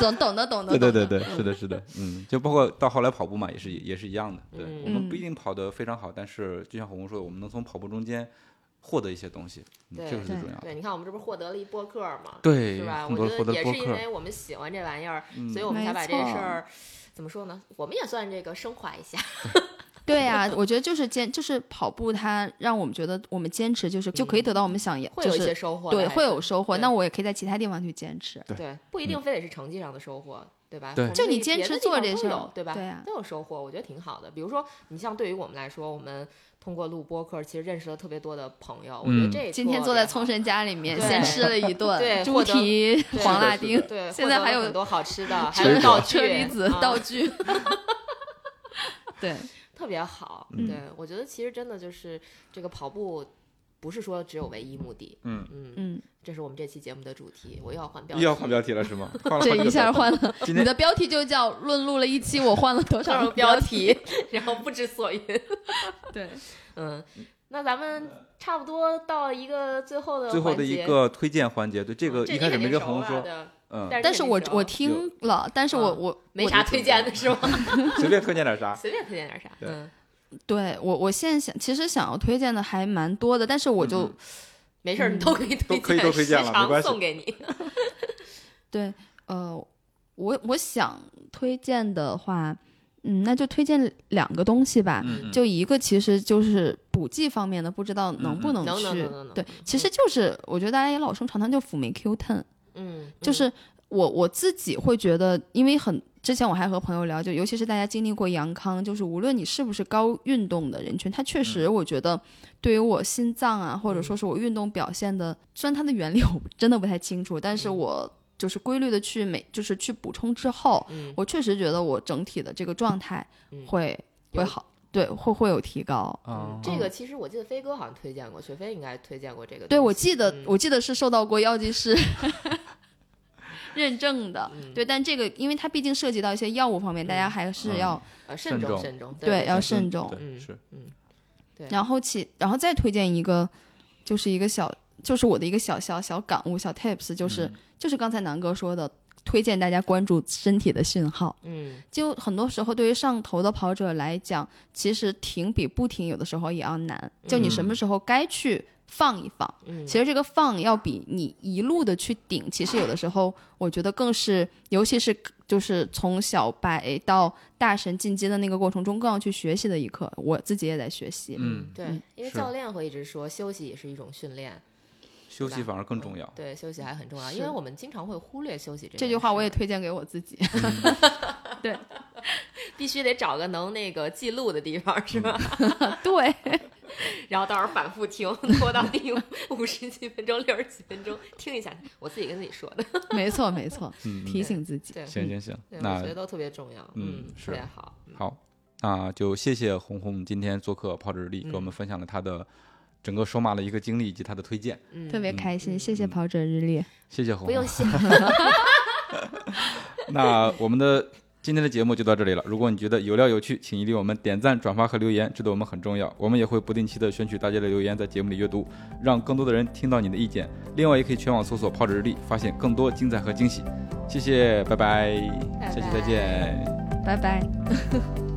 [SPEAKER 3] 懂懂的懂的，
[SPEAKER 1] 对对
[SPEAKER 3] 懂
[SPEAKER 1] 对
[SPEAKER 3] 的，
[SPEAKER 1] 对，是的，是的，嗯，就包括到后来跑步嘛，也是也是一样的。对、
[SPEAKER 2] 嗯
[SPEAKER 1] 我们不一定跑得非常好，但是就像红红说的，我们能从跑步中间获得一些东西，嗯、
[SPEAKER 2] 对
[SPEAKER 1] 这个是最
[SPEAKER 3] 对
[SPEAKER 1] 重要的。
[SPEAKER 2] 对，你看我们这不是获得了一播客嘛，
[SPEAKER 1] 对
[SPEAKER 2] 是吧？
[SPEAKER 1] 很多
[SPEAKER 2] 我
[SPEAKER 1] 获
[SPEAKER 2] 觉
[SPEAKER 1] 得
[SPEAKER 2] 得也
[SPEAKER 1] 播
[SPEAKER 2] 是因
[SPEAKER 1] 客，
[SPEAKER 2] 为我们喜欢这玩意儿，
[SPEAKER 1] 嗯
[SPEAKER 2] 所以我们才把这
[SPEAKER 3] 没错
[SPEAKER 2] 事儿怎么说呢？我们也算这个升华一 下。
[SPEAKER 3] 对呀、我觉得就是坚，就是跑步，它让我们觉得我们坚持就是就可以得到我们想要，
[SPEAKER 2] 嗯会
[SPEAKER 3] 就
[SPEAKER 2] 有一
[SPEAKER 3] 是
[SPEAKER 2] 些收获的，
[SPEAKER 3] 对
[SPEAKER 2] 还
[SPEAKER 3] 会
[SPEAKER 2] 是
[SPEAKER 3] 有收获。
[SPEAKER 2] 对
[SPEAKER 3] 那我也可以在其他地方去坚持。
[SPEAKER 2] 对，不一定非得是成绩上的收获，对吧？
[SPEAKER 1] 对
[SPEAKER 2] 我们
[SPEAKER 3] 就
[SPEAKER 2] 可
[SPEAKER 3] 你
[SPEAKER 2] 以
[SPEAKER 3] 坚
[SPEAKER 2] 别的
[SPEAKER 3] 持
[SPEAKER 2] 地
[SPEAKER 3] 做
[SPEAKER 2] 方
[SPEAKER 3] 这
[SPEAKER 2] 都
[SPEAKER 3] 事儿
[SPEAKER 2] 有对吧？
[SPEAKER 3] 对啊
[SPEAKER 2] 都有收获，我觉得挺好的。比如说，你像对于我们来说，我们通过录播客，其实认识了特别多的朋友。我觉得
[SPEAKER 1] 嗯
[SPEAKER 2] 这
[SPEAKER 3] 今天
[SPEAKER 2] 坐
[SPEAKER 3] 坐在冲绳家里面，
[SPEAKER 2] 对
[SPEAKER 3] 先吃了一顿
[SPEAKER 2] 对
[SPEAKER 3] 猪
[SPEAKER 2] 获得
[SPEAKER 3] 蹄、
[SPEAKER 2] 对
[SPEAKER 3] 黄
[SPEAKER 1] 是的
[SPEAKER 3] 辣
[SPEAKER 1] 是的
[SPEAKER 3] 丁、
[SPEAKER 2] 对，
[SPEAKER 3] 现
[SPEAKER 2] 获
[SPEAKER 3] 在
[SPEAKER 2] 得
[SPEAKER 3] 还
[SPEAKER 2] 了
[SPEAKER 3] 有
[SPEAKER 2] 很多好吃的， 还
[SPEAKER 1] 水
[SPEAKER 2] 有
[SPEAKER 1] 果
[SPEAKER 2] 道具、
[SPEAKER 3] 车厘子、
[SPEAKER 2] 啊
[SPEAKER 3] 道具。 对，
[SPEAKER 2] 特别好。
[SPEAKER 1] 嗯
[SPEAKER 2] 对我觉得其实真的就是这个跑步，不是说只有唯一目的。
[SPEAKER 1] 嗯
[SPEAKER 2] 嗯，
[SPEAKER 3] 嗯，
[SPEAKER 2] 这是我们这期节目的主题，我又要换标
[SPEAKER 1] 又
[SPEAKER 2] 题，
[SPEAKER 1] 要换标题 了是吗？ 换了
[SPEAKER 3] 这
[SPEAKER 1] 换几
[SPEAKER 3] 一
[SPEAKER 1] 个
[SPEAKER 3] 下
[SPEAKER 1] 标题
[SPEAKER 3] 换了，
[SPEAKER 1] 今
[SPEAKER 3] 你
[SPEAKER 1] 天
[SPEAKER 3] 的标题就叫“论录了一期， 我换了多
[SPEAKER 2] 换
[SPEAKER 3] 少
[SPEAKER 2] 了
[SPEAKER 3] 个
[SPEAKER 2] 标
[SPEAKER 3] 题
[SPEAKER 2] 然后不知所云。”？
[SPEAKER 3] 对，
[SPEAKER 2] 嗯，那咱们差不多到一个最后的
[SPEAKER 1] 最后
[SPEAKER 2] 环
[SPEAKER 1] 的一
[SPEAKER 2] 节
[SPEAKER 1] 个推荐环节，对这
[SPEAKER 2] 嗯
[SPEAKER 1] 个
[SPEAKER 2] 这
[SPEAKER 1] 一
[SPEAKER 2] 你
[SPEAKER 1] 开始
[SPEAKER 2] 肯
[SPEAKER 1] 没
[SPEAKER 2] 定
[SPEAKER 1] 跟
[SPEAKER 2] 熟
[SPEAKER 1] 红
[SPEAKER 2] 吧
[SPEAKER 1] 说，
[SPEAKER 2] 对
[SPEAKER 1] 嗯，
[SPEAKER 2] 但
[SPEAKER 3] 但
[SPEAKER 2] 是
[SPEAKER 3] 是
[SPEAKER 2] 肯定
[SPEAKER 3] 我
[SPEAKER 2] 熟
[SPEAKER 3] 我 听了，但是我
[SPEAKER 2] 嗯
[SPEAKER 3] 我
[SPEAKER 2] 没
[SPEAKER 3] 我
[SPEAKER 2] 啥推荐的是吗？
[SPEAKER 1] 随便推荐点啥
[SPEAKER 2] 。随便推荐点啥，
[SPEAKER 1] 对
[SPEAKER 2] 嗯，
[SPEAKER 3] 对我我现在想，其实想要推荐的还蛮多的，但是我就、
[SPEAKER 1] 嗯
[SPEAKER 2] 没事儿，你 都可以推荐，
[SPEAKER 1] 都可以都推荐了
[SPEAKER 2] 时
[SPEAKER 1] 没
[SPEAKER 2] 常
[SPEAKER 1] 关系
[SPEAKER 2] 送给你。
[SPEAKER 3] 对呃，我我想推荐的话，嗯，那就推荐两个东西吧。
[SPEAKER 1] 嗯，嗯
[SPEAKER 3] 就一个其实就是补剂方面的，不知道能不
[SPEAKER 1] 嗯
[SPEAKER 3] 能
[SPEAKER 2] 能
[SPEAKER 3] 去。
[SPEAKER 2] 能能能能
[SPEAKER 3] 对，其实就是我觉得大家也老生常谈，就辅酶 Q ten，
[SPEAKER 2] 嗯，
[SPEAKER 3] 就是我我自己会觉得，因为很之前我还和朋友聊，就尤其是大家经历过阳康，就是无论你是不是高运动的人群，它确实
[SPEAKER 2] 嗯
[SPEAKER 3] 我觉得对于我心脏啊，或者说是我运动表现的，虽然它的原理我真的不太清楚，但是
[SPEAKER 2] 嗯
[SPEAKER 3] 我就是规律的去每就是去补充之后，
[SPEAKER 2] 嗯，
[SPEAKER 3] 我确实觉得我整体的这个状态
[SPEAKER 2] 嗯
[SPEAKER 3] 会
[SPEAKER 2] 有
[SPEAKER 3] 会好，对，会会有提高。
[SPEAKER 1] 啊
[SPEAKER 2] 嗯，这个其实我记得飞哥好像推荐过，雪飞应该推荐过这个东西。
[SPEAKER 3] 对，我记得、
[SPEAKER 2] 嗯
[SPEAKER 3] 我记得是受到过药 剂师认证的，
[SPEAKER 2] 嗯
[SPEAKER 3] 对，但这个因为它毕竟涉及到一些药物方面，大家
[SPEAKER 2] 嗯
[SPEAKER 3] 还是
[SPEAKER 1] 嗯
[SPEAKER 3] 要、
[SPEAKER 2] 呃慎
[SPEAKER 1] 慎重
[SPEAKER 2] 慎重，
[SPEAKER 3] 对
[SPEAKER 2] 对
[SPEAKER 3] 要
[SPEAKER 2] 对
[SPEAKER 3] 慎重
[SPEAKER 1] 对
[SPEAKER 2] 嗯
[SPEAKER 1] 是
[SPEAKER 2] 嗯，
[SPEAKER 3] 然后其然后再推荐一个，就是一个小，就是我的一个小小小感悟、小 tips，就是、
[SPEAKER 1] 嗯
[SPEAKER 3] 就是刚才南哥说的，推荐大家关注身体的讯号。
[SPEAKER 2] 嗯
[SPEAKER 3] 就很多时候对于上头的跑者来讲，其实停比不停有的时候也要难。就你什么时候该去放一放，
[SPEAKER 2] 嗯，
[SPEAKER 3] 其实这个放要比你一路的去顶，其实有的时候我觉得更是，尤其是就是从小白到大神进阶的那个过程中，更要去学习的一课。我自己也在学习，
[SPEAKER 1] 嗯，
[SPEAKER 2] 对
[SPEAKER 3] 嗯，
[SPEAKER 2] 因为
[SPEAKER 1] 是
[SPEAKER 2] 教练会一直说休息也是一种训练，
[SPEAKER 1] 休息反而更重要。
[SPEAKER 2] 对，休息还很重要，
[SPEAKER 3] 是
[SPEAKER 2] 因为我们经常会忽略休息这
[SPEAKER 3] 这
[SPEAKER 2] 件
[SPEAKER 3] 句话
[SPEAKER 2] 事
[SPEAKER 3] 我也
[SPEAKER 2] 儿
[SPEAKER 3] 推荐给我自己。
[SPEAKER 2] 必须得找个能那个记录的地方，是吧？
[SPEAKER 3] 对，
[SPEAKER 2] 然后到时候反复听，拖到第五十几分钟、六十几分钟听一下，我自己跟自己说的，
[SPEAKER 3] 没错没错，
[SPEAKER 1] 嗯，嗯
[SPEAKER 3] 提醒自己。
[SPEAKER 2] 对，
[SPEAKER 1] 行行行，
[SPEAKER 2] 对，
[SPEAKER 1] 那
[SPEAKER 2] 我觉得都特别重要，
[SPEAKER 1] 嗯
[SPEAKER 2] 嗯，
[SPEAKER 1] 是
[SPEAKER 2] 特别好，
[SPEAKER 1] 好，那就谢谢红红今天做客跑者日历，给我
[SPEAKER 2] 嗯
[SPEAKER 1] 们分享了她的整个手马的一个经历以及她的推荐。
[SPEAKER 2] 嗯，
[SPEAKER 3] 特别开心，
[SPEAKER 2] 嗯
[SPEAKER 3] 谢谢跑者日历。
[SPEAKER 1] 谢谢红
[SPEAKER 2] 不用
[SPEAKER 1] 红。
[SPEAKER 2] 谢，
[SPEAKER 1] 那我们的今天的节目就到这里了。如果你觉得有料有趣，请一定我们点赞、转发和留言，这对我们很重要。我们也会不定期的选取大家的留言，在节目里阅读，让更多的人听到你的意见。另外，也可以全网搜索“跑者日历”，发现更多精彩和惊喜。谢谢，拜拜，
[SPEAKER 2] 拜
[SPEAKER 1] 下期再
[SPEAKER 2] 拜
[SPEAKER 1] 见。
[SPEAKER 3] 拜拜。